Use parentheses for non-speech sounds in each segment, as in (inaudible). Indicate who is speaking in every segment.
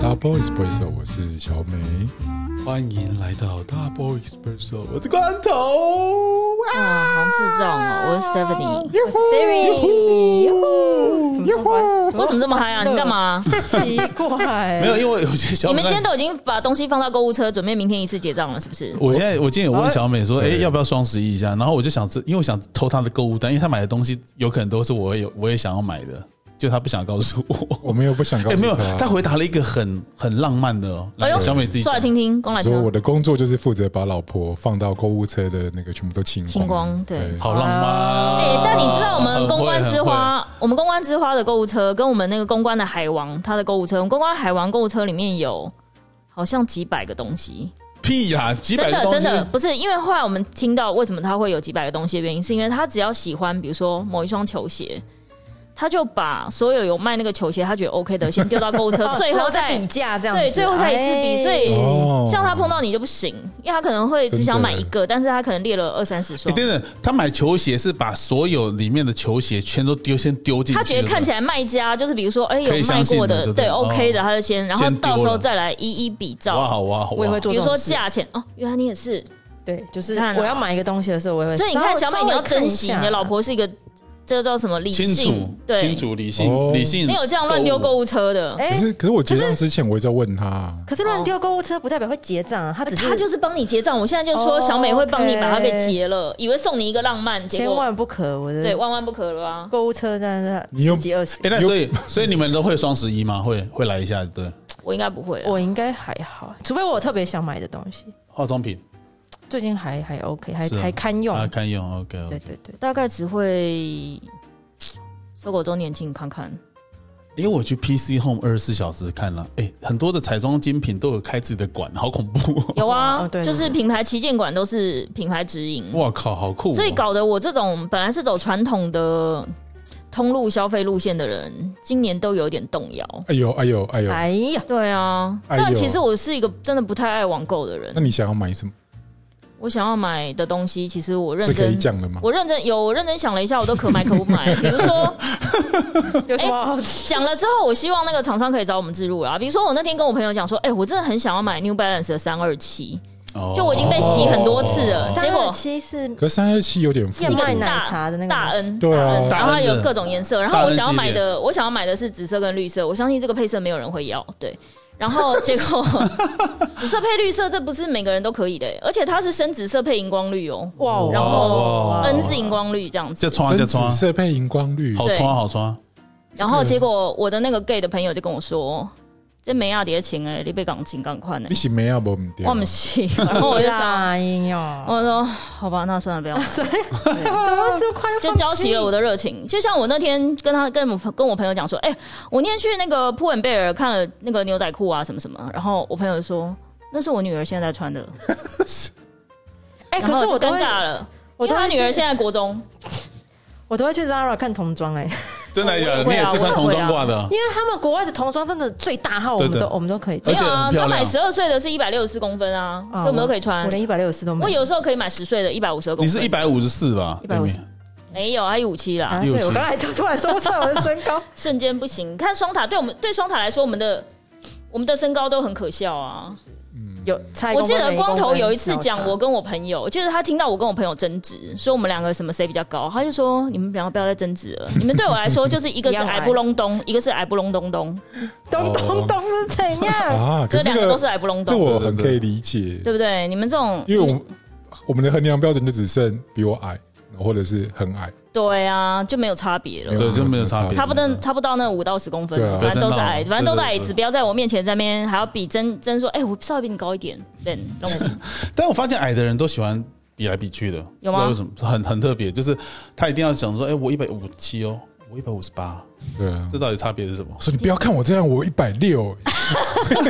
Speaker 1: Double Espresso，我是小美，欢迎来到 Double Espresso，我是罐头。
Speaker 2: 哇，好像自重
Speaker 3: 啊
Speaker 2: 哦！我是 Stephanie，
Speaker 4: 我是哦 Derry，
Speaker 2: 我怎么这么
Speaker 3: (laughs)
Speaker 2: 嗨啊？你干嘛？
Speaker 4: 奇怪，
Speaker 1: 没有，因为有些小
Speaker 2: 你
Speaker 1: 美
Speaker 2: 们今天都已经把东西放到购物车，准备明天一次结账了，是不是？
Speaker 3: 我现在我今天有问小美
Speaker 1: 啊
Speaker 3: 说，哎、要不要双十一一下？然后我就想知，因为我想偷她的购物单，因为她买的东西有可能都是我有我也想要买的，就她不想告诉我。
Speaker 1: 我没有不想告
Speaker 3: 哎、
Speaker 1: 诉
Speaker 3: 没有，她
Speaker 1: 他
Speaker 3: 回答了一个很很浪漫的哦。
Speaker 2: 哎
Speaker 3: 来，小美自己
Speaker 2: 说
Speaker 3: 讲
Speaker 2: 来。听听，啊光来
Speaker 1: 说我
Speaker 2: 听，
Speaker 1: 的工作就是负责把老婆放到购物车的那个全部都清
Speaker 2: 清光对
Speaker 3: 好浪漫。啊
Speaker 2: 哎，但你知道我们公关之
Speaker 3: 很会，
Speaker 2: 花，我们公关之花的购物车跟我们那个公关的海王它的购物车，我们公关海王购物车里面有好像几百个东西，
Speaker 3: 很会屁呀、几百
Speaker 2: 真
Speaker 3: 个
Speaker 2: 的
Speaker 3: 东西
Speaker 2: 真的不是，因为后来我们听到为什么他会有几百个东西的原因，是因为他只要喜欢，比如说某一双球鞋，他就把所有有卖那个球鞋他觉得 OK 的先丢到购物
Speaker 3: (laughs)
Speaker 2: 车，最后
Speaker 4: 哦再
Speaker 2: 再
Speaker 4: 比价这样子，啊
Speaker 2: 对最后再一次比，
Speaker 4: 哎
Speaker 2: 所
Speaker 1: 哦
Speaker 2: 以像他碰到你就不行，因为他可能会只想买一个，但是他可能列了二三十
Speaker 3: 哎
Speaker 2: 双。
Speaker 3: 等等，她买球鞋是把所有里面的球鞋全都丢，先丢进去。
Speaker 2: 他觉得看起
Speaker 3: 来，
Speaker 2: 来卖家就是比如说，哎，有
Speaker 3: 可以
Speaker 2: 卖
Speaker 3: 相信
Speaker 2: 过
Speaker 3: 的
Speaker 2: 的，
Speaker 3: 对不
Speaker 2: 对
Speaker 3: 对
Speaker 2: OK 的，
Speaker 3: 哦
Speaker 2: 他就先，然后
Speaker 3: 先丢
Speaker 2: 到时候
Speaker 3: 了
Speaker 2: 再来一一比
Speaker 3: 哇
Speaker 2: 照，
Speaker 3: 好哇好哇，
Speaker 4: 我也会做
Speaker 2: 比
Speaker 4: 这
Speaker 2: 如说
Speaker 4: 种事。
Speaker 2: 价钱哦，原来你也是，
Speaker 4: 对，就是
Speaker 2: 你看啊
Speaker 4: 我要买一个东西的时候，我也会呃稍
Speaker 2: 所
Speaker 4: 微。
Speaker 2: 以你看，小美，你要珍惜你
Speaker 4: 稍微看一
Speaker 2: 的
Speaker 4: 下
Speaker 2: 老。婆是一个，这个叫什么理
Speaker 3: 清
Speaker 2: 性
Speaker 3: 楚，，
Speaker 2: 对
Speaker 3: 清，楚，理性，
Speaker 1: 哦
Speaker 3: 理性，
Speaker 2: 没有这样乱丢购物车的。
Speaker 4: 哎
Speaker 1: 可，是可是我结账之前我一直在问他，
Speaker 4: 可是乱丢购物车不代表会结账啊，他只是
Speaker 2: 他哦就是帮你结账，我现在就说
Speaker 4: 哦
Speaker 2: 小美会帮你
Speaker 4: OK
Speaker 2: 把它给结了，以为送你一个浪漫，结
Speaker 4: 千
Speaker 2: 果
Speaker 4: 万不可，我的
Speaker 2: 对万万不可了啊！
Speaker 4: 购物车真的
Speaker 1: 你
Speaker 4: 是
Speaker 1: 又
Speaker 4: 十几二十
Speaker 3: 哎、，那所以所以你们都会双十一吗？会会来一下，对，
Speaker 2: 我应该不会啊，
Speaker 4: 我应该还好，除非我有特别想买的东西，
Speaker 3: 化妆品
Speaker 4: 最近还还 OK，还
Speaker 3: 是啊
Speaker 4: 还堪用
Speaker 3: 啊，，堪用，OK，, o
Speaker 4: 对
Speaker 3: k
Speaker 4: 对对，
Speaker 2: 大概只会搜狗周年庆看看。
Speaker 3: 因为我去 PC Home 二十四小时看了，哎、很多的彩妆精品都有开自己的馆，好恐怖、哦！
Speaker 2: 有啊，
Speaker 4: 哦对
Speaker 2: 就
Speaker 4: 对
Speaker 2: 是
Speaker 4: 对
Speaker 2: 品牌旗舰馆都是品牌直营，
Speaker 3: 哇靠，好酷、哦！
Speaker 2: 所以搞得我这种本来是走传统的通路消费路线的人，今年都有点动摇。
Speaker 1: 哎呦哎呦哎呦，
Speaker 4: 哎呀，
Speaker 2: 对啊，
Speaker 1: 哎呦
Speaker 2: 但其实我是一个真的不太爱网购的人
Speaker 1: 那。你想要买什么
Speaker 2: 我想要买的东西，其实我认
Speaker 1: 是可以
Speaker 2: 真，
Speaker 1: 讲的吗？
Speaker 2: 我认真有我认真想了一下，我都可买可不
Speaker 1: (laughs)
Speaker 2: 买。比如说
Speaker 4: 有什么好
Speaker 2: 讲了之后，我希望那个厂商可以找我们置入啊啦。比如说我那天跟我朋友讲说，哎、我真的很想要买 New Balance 的三二七，
Speaker 3: 哦
Speaker 2: 就我已经被洗很多次了，哎结果
Speaker 4: 哦七是
Speaker 1: 可是三二七有点复
Speaker 4: 燕麦
Speaker 1: 古，
Speaker 4: 奶茶的那个
Speaker 2: 大
Speaker 4: 吗，
Speaker 2: 恩，
Speaker 1: 对啊
Speaker 2: 大恩然
Speaker 3: 大恩
Speaker 2: 后它有
Speaker 3: 的
Speaker 2: 各种颜色，然后我
Speaker 3: 大恩
Speaker 2: 想要
Speaker 3: 系
Speaker 2: 买
Speaker 3: 列
Speaker 2: 的，我想要买的是紫色跟绿色，我相信这个配色没有人会要，对。然后结
Speaker 3: (laughs)
Speaker 2: 果紫色配绿色，这不是每个人都可以的，而且它是深紫色配荧光绿哦，
Speaker 4: 哇哦，
Speaker 2: 然后
Speaker 3: 哇
Speaker 2: N 是荧光绿这样
Speaker 3: 这
Speaker 2: 子。
Speaker 3: 穿啊这
Speaker 1: 深
Speaker 3: 穿
Speaker 1: 紫
Speaker 3: 啊，
Speaker 1: 色配荧光绿，
Speaker 3: 好穿啊好穿啊，
Speaker 2: 然后结果我的那个 gay 的朋友就跟我说：“这没亚蝶情哎，你被港情赶快呢
Speaker 1: 你，是没要不我们
Speaker 2: 我们是。”然后我
Speaker 4: 我
Speaker 2: 就
Speaker 4: (laughs) 就
Speaker 2: 想，
Speaker 4: 答应哦，
Speaker 2: 我说好吧，那算了，不要买。
Speaker 4: 所以 (laughs) 怎么会这么快
Speaker 2: 就浇熄了我
Speaker 4: 的？
Speaker 2: 的热情。就像我那天跟他跟我跟我朋友讲说，哎、我那天去那个普恩贝尔看了那个牛仔裤啊什么什么，然后我朋友就说那是我女儿现在穿的，
Speaker 4: 哎，
Speaker 2: 然
Speaker 4: 可
Speaker 2: 后
Speaker 4: 是
Speaker 2: 就
Speaker 4: 我都
Speaker 2: 尴
Speaker 4: 会，
Speaker 2: 尬了。
Speaker 4: 我
Speaker 2: 因
Speaker 4: 都
Speaker 2: 为
Speaker 4: 会
Speaker 2: 他女儿
Speaker 4: 去
Speaker 2: 现在国中，
Speaker 4: 我都会去 Zara 看童装哎，
Speaker 3: 真的假的？你
Speaker 2: 我也会
Speaker 3: 也
Speaker 2: 啊
Speaker 3: 是穿童装挂的啊
Speaker 4: 因？为他们国外的童装真的最大号，我们
Speaker 3: 对
Speaker 4: 都
Speaker 3: 对
Speaker 4: 我们都可以
Speaker 2: 没
Speaker 3: 而
Speaker 4: 穿，
Speaker 3: 且
Speaker 2: 有啊
Speaker 3: 很，漂
Speaker 2: 他
Speaker 3: 亮
Speaker 2: 买十二岁的是一百六十四公分啊，所以我们都可以穿
Speaker 4: 我。连一百六十都没
Speaker 2: 我有时候可以买十岁的，一百五十二公
Speaker 3: 你
Speaker 2: 分。
Speaker 3: 是一百五十四吧？
Speaker 4: 154
Speaker 3: 对面
Speaker 2: 没有，还一五七啦，
Speaker 4: 啊，
Speaker 3: 六
Speaker 4: 对
Speaker 3: 十
Speaker 4: 我刚才突突然说不出来我的身高，
Speaker 2: 瞬间不行。看双塔，对我们对双塔来说，我们的我们的身高都很可笑啊。
Speaker 4: 有差一
Speaker 2: 我
Speaker 4: 公分
Speaker 2: 记得
Speaker 4: 没一
Speaker 2: 光头
Speaker 4: 公分
Speaker 2: 有一次讲，我
Speaker 4: 秒差
Speaker 2: 跟我朋友，就是他听到我跟我朋友争执，说我们两个什么谁比较高，他就说你们两个不要再争执了，你们对我来说 (laughs) 就是一个是
Speaker 4: 一样
Speaker 2: 矮
Speaker 4: 矮
Speaker 2: 不隆咚，一个是矮不隆咚咚，
Speaker 4: 咚咚咚是怎
Speaker 1: (laughs)
Speaker 4: 样？
Speaker 1: 啊，可
Speaker 2: 就是两
Speaker 1: 这
Speaker 2: 个
Speaker 1: 个
Speaker 2: 都是矮不隆
Speaker 1: 这
Speaker 2: 咚，
Speaker 1: 我很可以理解，
Speaker 2: 对不对？你们这种，
Speaker 1: 因为我们我们的衡量标准就只剩比我矮，或者是很矮。
Speaker 2: 对啊，就没有差别了
Speaker 1: 没。有
Speaker 3: 对，就没有差别，
Speaker 2: 差不多，差不到那五到十公分
Speaker 1: 对
Speaker 2: 了，
Speaker 1: 啊
Speaker 2: 反正都是矮，
Speaker 3: 对对对
Speaker 2: 反正都是矮
Speaker 3: 对
Speaker 2: 子，不要在我面前在那边还要比争争说，哎，我稍微比你高一点，对，懂我意思吗
Speaker 3: 但我发现矮的人都喜欢比来比去的，
Speaker 2: 有
Speaker 3: 不知
Speaker 2: 吗
Speaker 3: 道为什么很很特别，就是他一定要想说，哎、我一百五七哦，我一百五十八，
Speaker 1: 对啊，
Speaker 3: 这到底差别是什么？
Speaker 1: 我说你不要看我这样，我一百六，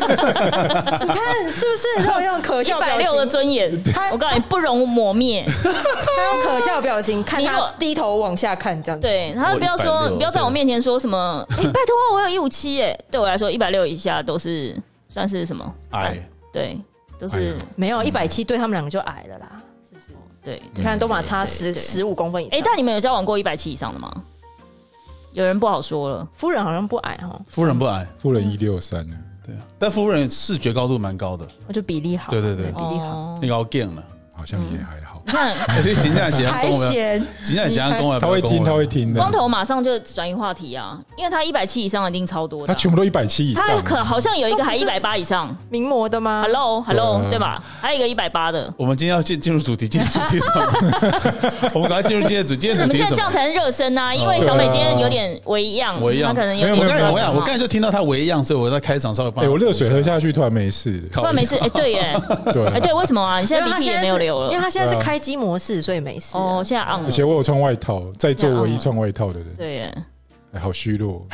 Speaker 4: 你看是不是都有用可
Speaker 2: 一
Speaker 4: 笑
Speaker 2: 百
Speaker 4: 表情
Speaker 2: 六的尊严，我告诉你不容抹灭。
Speaker 4: 他用可笑表情看
Speaker 2: 你如
Speaker 4: 他
Speaker 2: 果
Speaker 4: 低头往下看这样子。
Speaker 2: 对，然后不要说，
Speaker 3: 160
Speaker 2: 你不要在我面前说什么，
Speaker 1: 啊
Speaker 2: 哎、拜托，我有一五七，哎， (laughs) 对我来说一百六以下都是算是什么？
Speaker 3: 矮，
Speaker 2: 对，都
Speaker 1: 哎
Speaker 2: 是、
Speaker 1: 呀
Speaker 4: 没有一百七，对他们两个就矮了啦。
Speaker 2: 对。
Speaker 4: 你看，都马差
Speaker 2: 对对
Speaker 4: 十
Speaker 2: 对
Speaker 4: 十五公分以
Speaker 2: 哎、
Speaker 4: 上。哎，但
Speaker 2: 但你们有交往过一百七以上的吗？有人不好说了，
Speaker 4: 夫人好像不矮哈，哦
Speaker 3: 夫人不矮，
Speaker 2: 嗯
Speaker 1: 负了一六三呢。
Speaker 3: 对啊，但夫人视觉高度蛮高的，
Speaker 4: 我就比例好，
Speaker 3: 对对对
Speaker 4: 比例好，
Speaker 2: 哦
Speaker 3: 那，个我 g 了， (laughs)
Speaker 1: 好像也还好。
Speaker 2: 嗯
Speaker 3: 而且真正是要
Speaker 4: 还
Speaker 3: 跟我们，
Speaker 4: 嫌
Speaker 3: 真正是要跟我们，
Speaker 1: 他会听，他会。听的。
Speaker 2: 光头马上就转移话题啊，因为他一百七以上一定超多的
Speaker 1: 他
Speaker 2: 啊、
Speaker 1: 全部都一百七以上
Speaker 2: 他
Speaker 1: 啊，
Speaker 2: 可好像有一个还
Speaker 4: 都
Speaker 2: 一
Speaker 4: 不是
Speaker 2: 百八以上
Speaker 4: 名模的吗？
Speaker 2: ，Hello Hello，
Speaker 1: 对啊
Speaker 2: 对吧？还有一个一百八的，
Speaker 3: 我们今天要进进入主题，今天主题是什么？我们赶快进入今天的主，今
Speaker 2: 我
Speaker 3: 天的
Speaker 2: 们
Speaker 3: 主题
Speaker 2: 现在
Speaker 3: 是
Speaker 2: 这
Speaker 3: 什
Speaker 2: 样
Speaker 3: 么？
Speaker 2: 才能热身啊，因
Speaker 1: 哦
Speaker 2: 为小美今天有点微恙，
Speaker 3: 我一样，
Speaker 2: 她可能有
Speaker 1: 没有
Speaker 2: 点
Speaker 3: 我刚
Speaker 1: 没
Speaker 3: 才
Speaker 1: 有
Speaker 3: 我讲，我刚才就听到他一样，所以我在开场稍微
Speaker 1: 哎、
Speaker 3: 帮他补
Speaker 1: 我
Speaker 3: 一下。
Speaker 1: 热水喝下去突然没事了，
Speaker 3: 靠
Speaker 2: 不然没事，哎、对耶，
Speaker 1: 对啊、
Speaker 2: (laughs) 哎、对，为什么啊？你现在
Speaker 4: (laughs) 因为
Speaker 2: 鼻
Speaker 4: 他
Speaker 2: 涕也
Speaker 4: 在
Speaker 2: 没有
Speaker 4: 是
Speaker 2: 流
Speaker 4: 因为
Speaker 2: 了，
Speaker 4: 他现在
Speaker 1: 对啊
Speaker 4: 是开机模式，所以没事。啊
Speaker 2: 哦，，现在 on
Speaker 1: 而
Speaker 2: 了，
Speaker 1: 且我有穿外套，在座唯一穿外套的人，
Speaker 2: 对啊耶，
Speaker 1: 哎，好虚弱。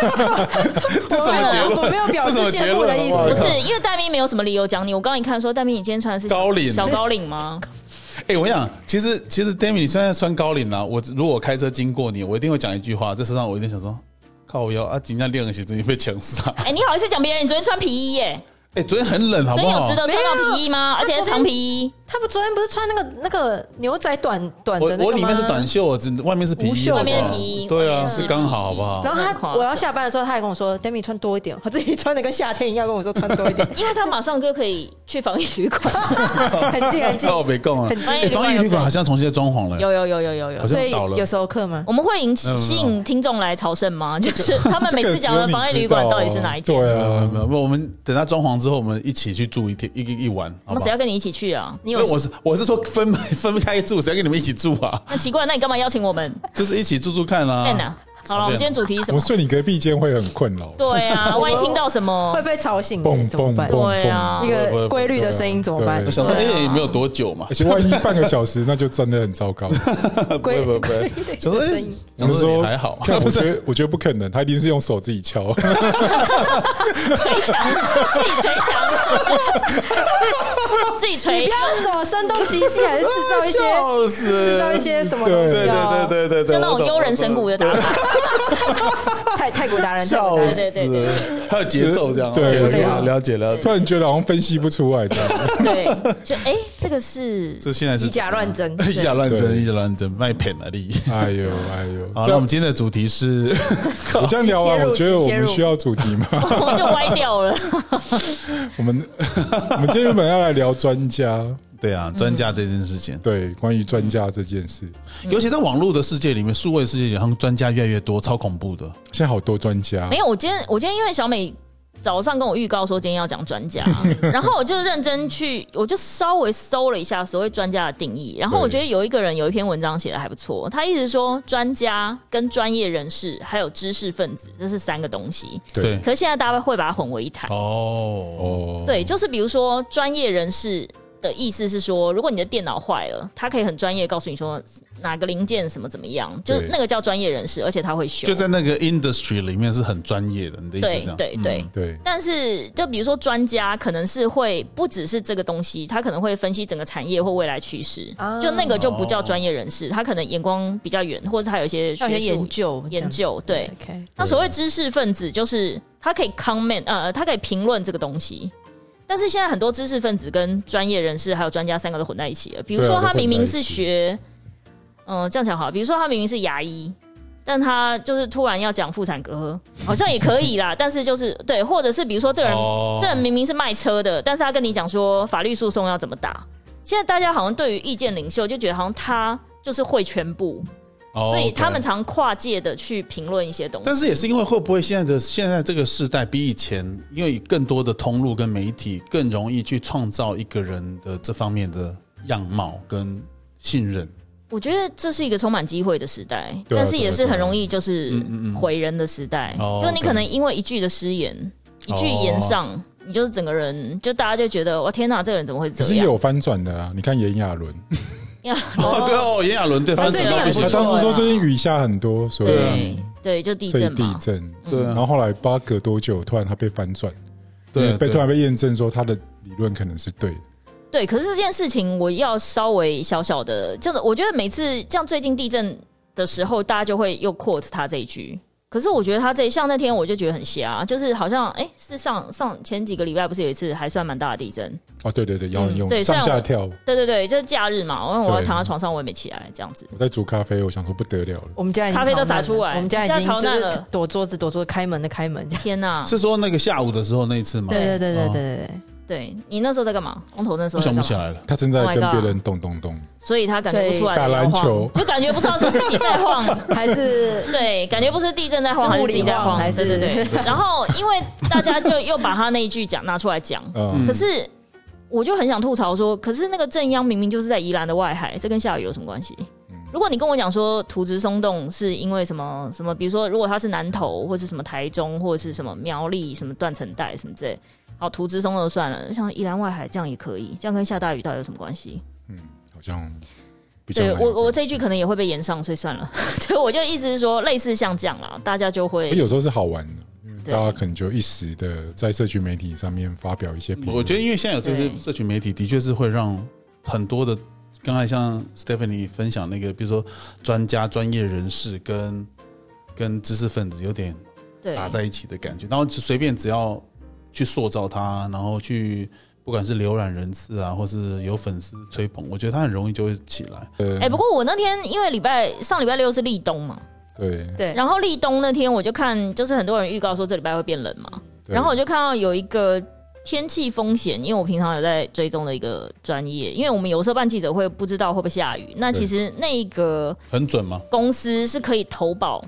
Speaker 3: 这什么结
Speaker 4: 我
Speaker 3: 论？
Speaker 4: 没有表
Speaker 3: 这
Speaker 4: 示
Speaker 3: 什么啊结
Speaker 4: 羡慕
Speaker 3: 论
Speaker 4: 的意
Speaker 3: 好
Speaker 2: 啊不
Speaker 3: 不好
Speaker 2: 是因为戴咪没有什么理由讲你，我刚刚一看说戴咪你今天穿的是小
Speaker 3: 高领
Speaker 2: 小高领吗？
Speaker 3: (laughs) 哎，我想，其实其实 d a m i 你现在穿高领啊，我如果开车经过你，我一定会讲一句话，在车上我一定想说，靠我腰啊，今天练的时候你被强杀。
Speaker 2: 哎、你好意思讲别人？你昨天穿皮衣耶？
Speaker 3: 哎，昨天很冷，好
Speaker 2: 昨
Speaker 3: 不
Speaker 2: 天有
Speaker 3: 好
Speaker 2: 值？得穿到皮衣吗？
Speaker 4: 没有啊
Speaker 2: 而且是长皮衣，
Speaker 4: 他不昨天不是穿那个那个牛仔短短
Speaker 3: 我
Speaker 4: 的那个吗
Speaker 3: 我里面是短，袖，我只外面是皮
Speaker 4: 无
Speaker 3: 衣，
Speaker 4: 袖
Speaker 3: 好不好
Speaker 2: 外面是皮衣
Speaker 3: 对啊，
Speaker 2: 外面是
Speaker 3: 是刚好，好不好
Speaker 2: 皮衣？
Speaker 4: 然后
Speaker 2: 很夸
Speaker 4: 他
Speaker 2: 张
Speaker 4: 我要下班的时候，他还跟我说 d a m i 穿多一点，他自己穿的跟夏天一样，跟我说穿多一点，
Speaker 2: 因为他马上就可以去防疫旅馆。
Speaker 4: (laughs) 很近很
Speaker 3: (laughs)
Speaker 4: 近。
Speaker 3: 哦，别供了
Speaker 4: 很。
Speaker 2: 近
Speaker 3: 哎，防疫旅馆好像重新在装潢了，
Speaker 2: 有有有有有有
Speaker 3: 好。像
Speaker 4: 所以
Speaker 3: 倒了
Speaker 4: 有熟客吗？
Speaker 2: 我们会引
Speaker 3: 没
Speaker 2: 起
Speaker 3: 有没有
Speaker 2: 吸引听众来朝圣
Speaker 3: (laughs)
Speaker 2: 吗？就是他们每次讲
Speaker 1: 这
Speaker 2: 的
Speaker 1: 个只有
Speaker 2: 防疫
Speaker 1: 你
Speaker 2: 旅馆
Speaker 1: 知道啊
Speaker 2: 到底是哪一间？
Speaker 1: 对
Speaker 3: 没有
Speaker 1: 啊
Speaker 3: 呃没，有，没有我们等它装潢之后，我们一起去住一天一一一晚，
Speaker 2: 我
Speaker 3: 好
Speaker 2: 们
Speaker 3: 不
Speaker 2: 谁
Speaker 3: 好
Speaker 2: 要？跟你一起去啊？
Speaker 4: 你
Speaker 3: 因
Speaker 4: 有
Speaker 3: 为我是我是说分 (laughs) 分开住，谁要跟你们一起住
Speaker 2: (laughs)
Speaker 3: 啊？
Speaker 2: 那奇怪，那你干嘛邀请我们？
Speaker 3: 就是一起住住看啊啦、
Speaker 2: 在哪？好了，我们今天主题是什
Speaker 1: 我
Speaker 2: 么？
Speaker 1: 睡你隔壁间会很困扰。
Speaker 2: 对
Speaker 3: (laughs)
Speaker 2: 啊，万一听到什么
Speaker 4: 会，被吵醒
Speaker 1: 蹦，
Speaker 4: 怎么
Speaker 1: 蹦
Speaker 4: 办？
Speaker 1: 蹦
Speaker 2: 对啊
Speaker 1: 蹦，
Speaker 4: 一个规律的声音怎么办
Speaker 1: 对？
Speaker 3: 想说，哎、也没有多久嘛
Speaker 1: 而，且万一半个小时，那就真的很糟糕。
Speaker 3: 不会
Speaker 4: 规
Speaker 3: 不会不会，想说，哎、
Speaker 4: 声音
Speaker 1: 我
Speaker 3: 想
Speaker 1: 们
Speaker 3: 说
Speaker 1: 说
Speaker 3: 也还好，
Speaker 1: 看 (laughs)
Speaker 3: 不
Speaker 1: 我
Speaker 3: 是
Speaker 1: 觉得我觉得不可能，他一定是用手自己敲。
Speaker 2: 自己捶墙，自己
Speaker 4: (laughs) 你
Speaker 2: 捶
Speaker 4: 不。要什么声东击西，还是制
Speaker 3: (laughs)
Speaker 4: 造一些
Speaker 3: 哎笑
Speaker 4: 制造一
Speaker 3: 死，
Speaker 4: 些什么东西
Speaker 3: 对
Speaker 4: 哦
Speaker 3: 对对对对对，
Speaker 2: 就那
Speaker 3: 我
Speaker 2: 种
Speaker 3: 懂
Speaker 2: 悠人神鼓的打法，
Speaker 3: (laughs)
Speaker 4: 泰泰国达人，泰国
Speaker 3: 笑
Speaker 4: 达人
Speaker 3: 死
Speaker 2: 对对对，
Speaker 3: 还有节奏这样，啊
Speaker 1: 对
Speaker 3: 对，
Speaker 1: 对
Speaker 3: 了解了
Speaker 1: (laughs) 突
Speaker 3: 解。
Speaker 1: 然觉得好像分析不出来这样。
Speaker 2: 对，就哎，这个是
Speaker 3: 这现在是
Speaker 4: 以假
Speaker 3: (laughs)
Speaker 4: 乱真
Speaker 3: 以假乱真，
Speaker 1: 对
Speaker 3: 以假乱真，卖骗了你。
Speaker 1: (laughs) 哎呦哎呦，这
Speaker 3: 好，那我
Speaker 1: 样
Speaker 3: 们今天的主题是， (laughs)
Speaker 1: 我这样聊完，我觉得我
Speaker 4: 切入
Speaker 1: 们需要主
Speaker 2: (laughs)
Speaker 1: 题吗？
Speaker 2: 我 (laughs) 们就歪掉了。
Speaker 1: 我们我们今天原本要来聊专家，
Speaker 3: 对啊，专家这件事情，
Speaker 2: 嗯
Speaker 1: 对，关于专家这件事，
Speaker 3: 尤其在网络的世界里面，数位世界里，他们专家越来越多，超恐怖的。
Speaker 1: 现在好多专家
Speaker 2: 没，有，我今天我今天因为小美早上跟我预告说今天要讲专
Speaker 4: (laughs)
Speaker 2: 家，然后我就认真去，我就稍微搜了一下所谓专家的定义，然后我
Speaker 1: 对
Speaker 2: 觉得有一个人有一篇文章写的还不错，他一直说专家跟专业人士还有知识分子这是三个东西，
Speaker 1: 对
Speaker 3: 对，
Speaker 2: 可是现在大家会把它混为一谈。
Speaker 3: 哦，
Speaker 1: 哦，
Speaker 2: 对，就是比如说专业人士的意思是说，如果你的电脑坏了，他可以很专业地告诉你说哪个零件什么怎么样，就是
Speaker 1: 对
Speaker 2: 那个叫专业人士，而且他会修。
Speaker 3: 就在那个 industry 里面是很专业的，你的意思
Speaker 2: 对
Speaker 3: 是这样？
Speaker 2: 对
Speaker 3: 嗯
Speaker 2: 对。
Speaker 1: 对
Speaker 2: 但是，就比如说专家，可能是会不只是这个东西，他可能会分析整个产业或未来趋势，
Speaker 4: 啊
Speaker 2: 就那个就不
Speaker 3: 哦
Speaker 2: 叫专业人士，他可能眼光比较远，或者他有一些
Speaker 4: 要有
Speaker 2: 学
Speaker 4: 些
Speaker 2: 术
Speaker 4: 研究
Speaker 2: 研究。对，
Speaker 4: ，OK，
Speaker 2: 那所谓知识分子，就是他可以 comment，呃，他可以评论这个东西。但是现在很多知识分子跟专业人士还有专家三个都混在一起了。比如
Speaker 1: 对
Speaker 2: 说，
Speaker 1: 啊
Speaker 2: 他明明
Speaker 1: 都混在
Speaker 2: 是
Speaker 1: 一起
Speaker 2: 学，嗯、这样讲好了。比如说，他明明是牙医，但他就是突然要讲妇产科，好像也可以
Speaker 1: (laughs)
Speaker 2: 啦。但是就是对，或者是比如说，这个人、
Speaker 3: 哦
Speaker 2: 这人明明是卖车的，但是他跟你讲说法律诉讼要怎么打。现在大家好像对于意见领袖就觉得好像他就是会全部，
Speaker 3: 哦
Speaker 2: 所以他们
Speaker 3: OK
Speaker 2: 常跨界的去评论一些东西。
Speaker 3: 但是也是因为会不会现在的现在这个时代比以前，因为更多的通路跟媒体更容易去创造一个人的这方面的样貌跟信任。
Speaker 2: 我觉得这是一个充满机会的时代，
Speaker 1: 对啊嗯
Speaker 2: 但是也是很容易就是毁人的时代。
Speaker 3: 哦
Speaker 2: 就你可能因为一句的失言，
Speaker 1: 哦
Speaker 2: 一句言上，你就是整个人就大家就觉得哇天哪，这个人怎么会
Speaker 1: 可
Speaker 2: 这
Speaker 1: 是也
Speaker 2: 样？
Speaker 1: 有翻转的啊！你看炎亚纶，
Speaker 2: 呀
Speaker 3: 哦， (laughs) 对哦，炎亚纶对，
Speaker 2: 他
Speaker 3: 翻
Speaker 2: 最
Speaker 3: 转
Speaker 2: 近
Speaker 3: 到
Speaker 2: 还不
Speaker 3: 不行
Speaker 1: 他
Speaker 2: 错
Speaker 1: 当初说
Speaker 2: 啊
Speaker 1: 最近雨下很多，所以
Speaker 2: 对对，就地
Speaker 1: 啊所以
Speaker 2: 震
Speaker 1: 地
Speaker 2: 嘛。
Speaker 1: 震，
Speaker 3: 啊对啊
Speaker 1: 然后后来八隔多久，突然他被翻转，因
Speaker 3: 对啊
Speaker 1: 为被
Speaker 3: 对
Speaker 1: 突然被验证说他的理论可能是对的，
Speaker 2: 对，可是这件事情我要稍微小小的，这样的，我觉得每次像最近地震的时候，大家就会又 quote 他这一句。可是我觉得他这像那天我就觉得很瞎，就是好像哎、是上上前几个礼拜不是有一次还算蛮大的地震？
Speaker 1: 哦，对对对，摇很用
Speaker 2: 嗯对
Speaker 1: 上
Speaker 2: 虽然
Speaker 1: 下
Speaker 2: 我
Speaker 1: 跳。
Speaker 2: 对对对，就是假日嘛，因为我要
Speaker 1: 对
Speaker 2: 躺在床上我也没起来这样子。
Speaker 1: 我在煮咖啡，我想说不得了了。
Speaker 4: 我们家已经
Speaker 2: 咖啡都
Speaker 4: 逃难
Speaker 2: 洒
Speaker 4: 了
Speaker 2: 出来
Speaker 4: 我们家
Speaker 2: 家
Speaker 4: 已经
Speaker 2: 逃
Speaker 4: 就
Speaker 2: 难
Speaker 4: 是
Speaker 2: 了
Speaker 4: 躲桌子躲桌子，开门的开门这样。
Speaker 2: 天呐、
Speaker 3: 是说那个下午的时候那一次吗？
Speaker 4: 对对对对
Speaker 3: 哦
Speaker 4: 对对对。
Speaker 2: 对你那时候在干嘛？光头那时
Speaker 3: 我
Speaker 2: 候在干
Speaker 3: 想不
Speaker 2: 嘛
Speaker 3: 起来了。
Speaker 1: 他正在
Speaker 2: Oh my
Speaker 1: 跟
Speaker 2: God
Speaker 1: 别人咚咚咚，
Speaker 2: 所以他感觉不出来
Speaker 1: 打篮球，
Speaker 2: 就感觉不知道是自己在晃， (laughs)
Speaker 4: 还是
Speaker 2: 对，感觉不是地震在晃，
Speaker 4: 是
Speaker 2: 还是
Speaker 4: 物理
Speaker 2: 自己在
Speaker 4: 晃
Speaker 2: 晃，
Speaker 4: 还是
Speaker 2: 对对对。然后因为大家就又把他那一句讲拿出来讲，
Speaker 1: 嗯，
Speaker 2: 可是我就很想吐槽说，可是那个正央明明就是在宜兰的外海，这跟下雨有什么关系？
Speaker 1: 嗯
Speaker 2: 如果你跟我讲说土质松动是因为什么什么，比如说如果它是南投或是什么台中或者是什么苗栗什么断层带什么之类，好土质松动就算了，像宜兰外海这样也可以，这样跟下大雨到底有什么关系？
Speaker 1: 好像比较
Speaker 2: 对
Speaker 1: 难
Speaker 2: 我我这一句可能也会被延上，所以算了。 (laughs) 对，我就意思是说类似像这样啦，大家就会
Speaker 1: 有时候是好玩的，因为
Speaker 2: 对
Speaker 1: 哎大家可能就一时的在社区媒体上面发表一些评论，
Speaker 3: 我觉得因为现在有这些
Speaker 2: 对
Speaker 3: 社群媒体，的确是会让很多的，刚才像 Stephanie 分享那个，比如说专家、专业人士跟跟知识分子有点
Speaker 2: 对
Speaker 3: 打在一起的感觉，然后随便只要去塑造它，然后去不管是浏览人次啊，或是有粉丝吹捧，我觉得它很容易就会起来。
Speaker 1: 呃
Speaker 2: 哎、不过我那天因为礼拜上礼拜六是立冬嘛，
Speaker 1: 对，
Speaker 4: 对
Speaker 2: 然后立冬那天我就看，就是很多人预告说这礼拜会变冷嘛，
Speaker 1: 对
Speaker 2: 然后我就看到有一个天气风险，因为我平常有在追踪的一个专业，因为我们有时候办记者会不知道会不会下雨，那其实那个
Speaker 3: 很准吗？
Speaker 2: 公司是可以投保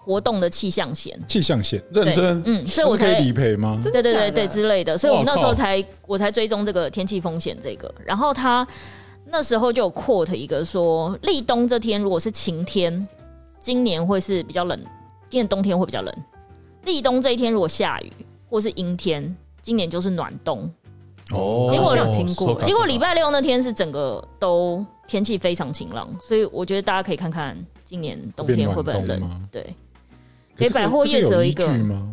Speaker 2: 活动的气象险，
Speaker 1: 气象险
Speaker 2: 对
Speaker 1: 认真，
Speaker 2: 嗯，所以我
Speaker 1: 这是可
Speaker 2: 才
Speaker 1: 以理赔吗？
Speaker 2: 对对对
Speaker 4: 假的
Speaker 2: 对之类的，所以我们
Speaker 3: 哇
Speaker 2: 那
Speaker 3: 靠
Speaker 2: 时候才我才追踪这个天气风险这个，然后他那时候就有 quote 一个说，立冬这天如果是晴天，今年会是比较冷，今年冬天会比较冷；立冬这一天如果下雨或是阴天，今年就是暖冬。
Speaker 3: 哦，
Speaker 2: 结果
Speaker 4: 有听过
Speaker 3: 收卡
Speaker 2: 结
Speaker 3: 收
Speaker 2: 果
Speaker 3: 卡
Speaker 2: 礼拜六那天是整个都天气非常晴朗，所以我觉得大家可以看看今年冬天会不会
Speaker 1: 变
Speaker 2: 很
Speaker 1: 暖冬
Speaker 2: 冷
Speaker 1: 吗。
Speaker 2: 对，
Speaker 1: 可
Speaker 2: 给
Speaker 1: 这个
Speaker 2: 百货业者一个
Speaker 1: 这有依据吗？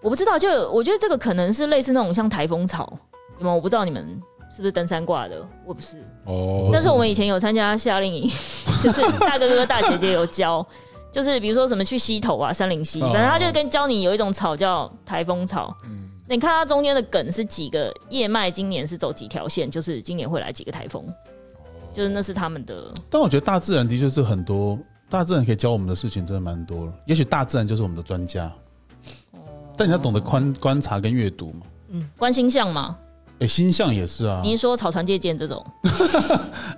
Speaker 2: 我不知道，就我觉得这个可能是类似那种像台风草，有吗？我不知道你们是不是登山挂的，我不是。
Speaker 1: 哦，
Speaker 2: 但是我们以前有参加夏令
Speaker 3: (laughs)
Speaker 2: 营，就是大哥哥大姐姐有教，就是比如说什么去溪头啊、山林溪，
Speaker 3: 哦嗯
Speaker 2: 反正他就跟教你有一种草叫台风草。那你看它中间的梗是几个叶脉，今年是走几条线，就是今年会来几个台风，
Speaker 3: 哦
Speaker 2: 就是那是他们的
Speaker 3: 但我觉得大自然的确是很多，大自然可以教我们的事情真的蛮多了。也许大自然就是我们的专家，但你要懂得观观察跟阅读嘛。
Speaker 2: 观星象嘛。
Speaker 3: 哎，星象也是啊，
Speaker 2: 您说草船借箭这种，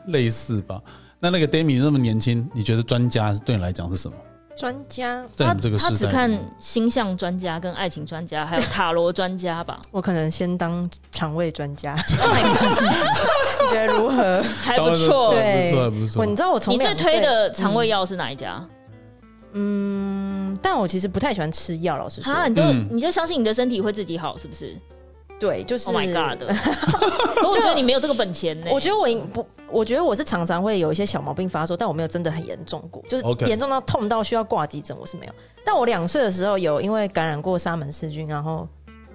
Speaker 3: 类似吧？那那个 Demi 那么年轻，你觉得专家对你来讲是什么？
Speaker 4: 专家，
Speaker 3: 在
Speaker 2: 他
Speaker 3: 你们这个
Speaker 2: 他
Speaker 3: 时
Speaker 2: 只
Speaker 3: 代，
Speaker 2: 看星象专家、跟爱情专家，还有塔罗专家吧。
Speaker 4: 我可能先当肠胃专家， (laughs) 你觉得如何？
Speaker 2: 还不错。
Speaker 4: 对
Speaker 3: 不错，不
Speaker 4: 我
Speaker 3: 错
Speaker 4: 你。知道我从
Speaker 2: 你最
Speaker 4: 两岁
Speaker 2: 推，的肠胃药是哪一家？
Speaker 4: 嗯但我其实不太喜欢吃药，老实说，
Speaker 2: 啊，你都
Speaker 3: 嗯
Speaker 2: 你就相信你的身体会自己好，是不是
Speaker 4: 对，就是
Speaker 2: ？Oh my
Speaker 4: (laughs)
Speaker 2: god！可我觉得你没有这个本钱呢。
Speaker 4: 我觉得我应不，我觉得我是常常会有一些小毛病发作，但我没有真的很严重过，就是
Speaker 3: OK
Speaker 4: 严重到痛到需要挂急诊，我是没有。但我两岁的时候有因为感染过沙门氏菌，然后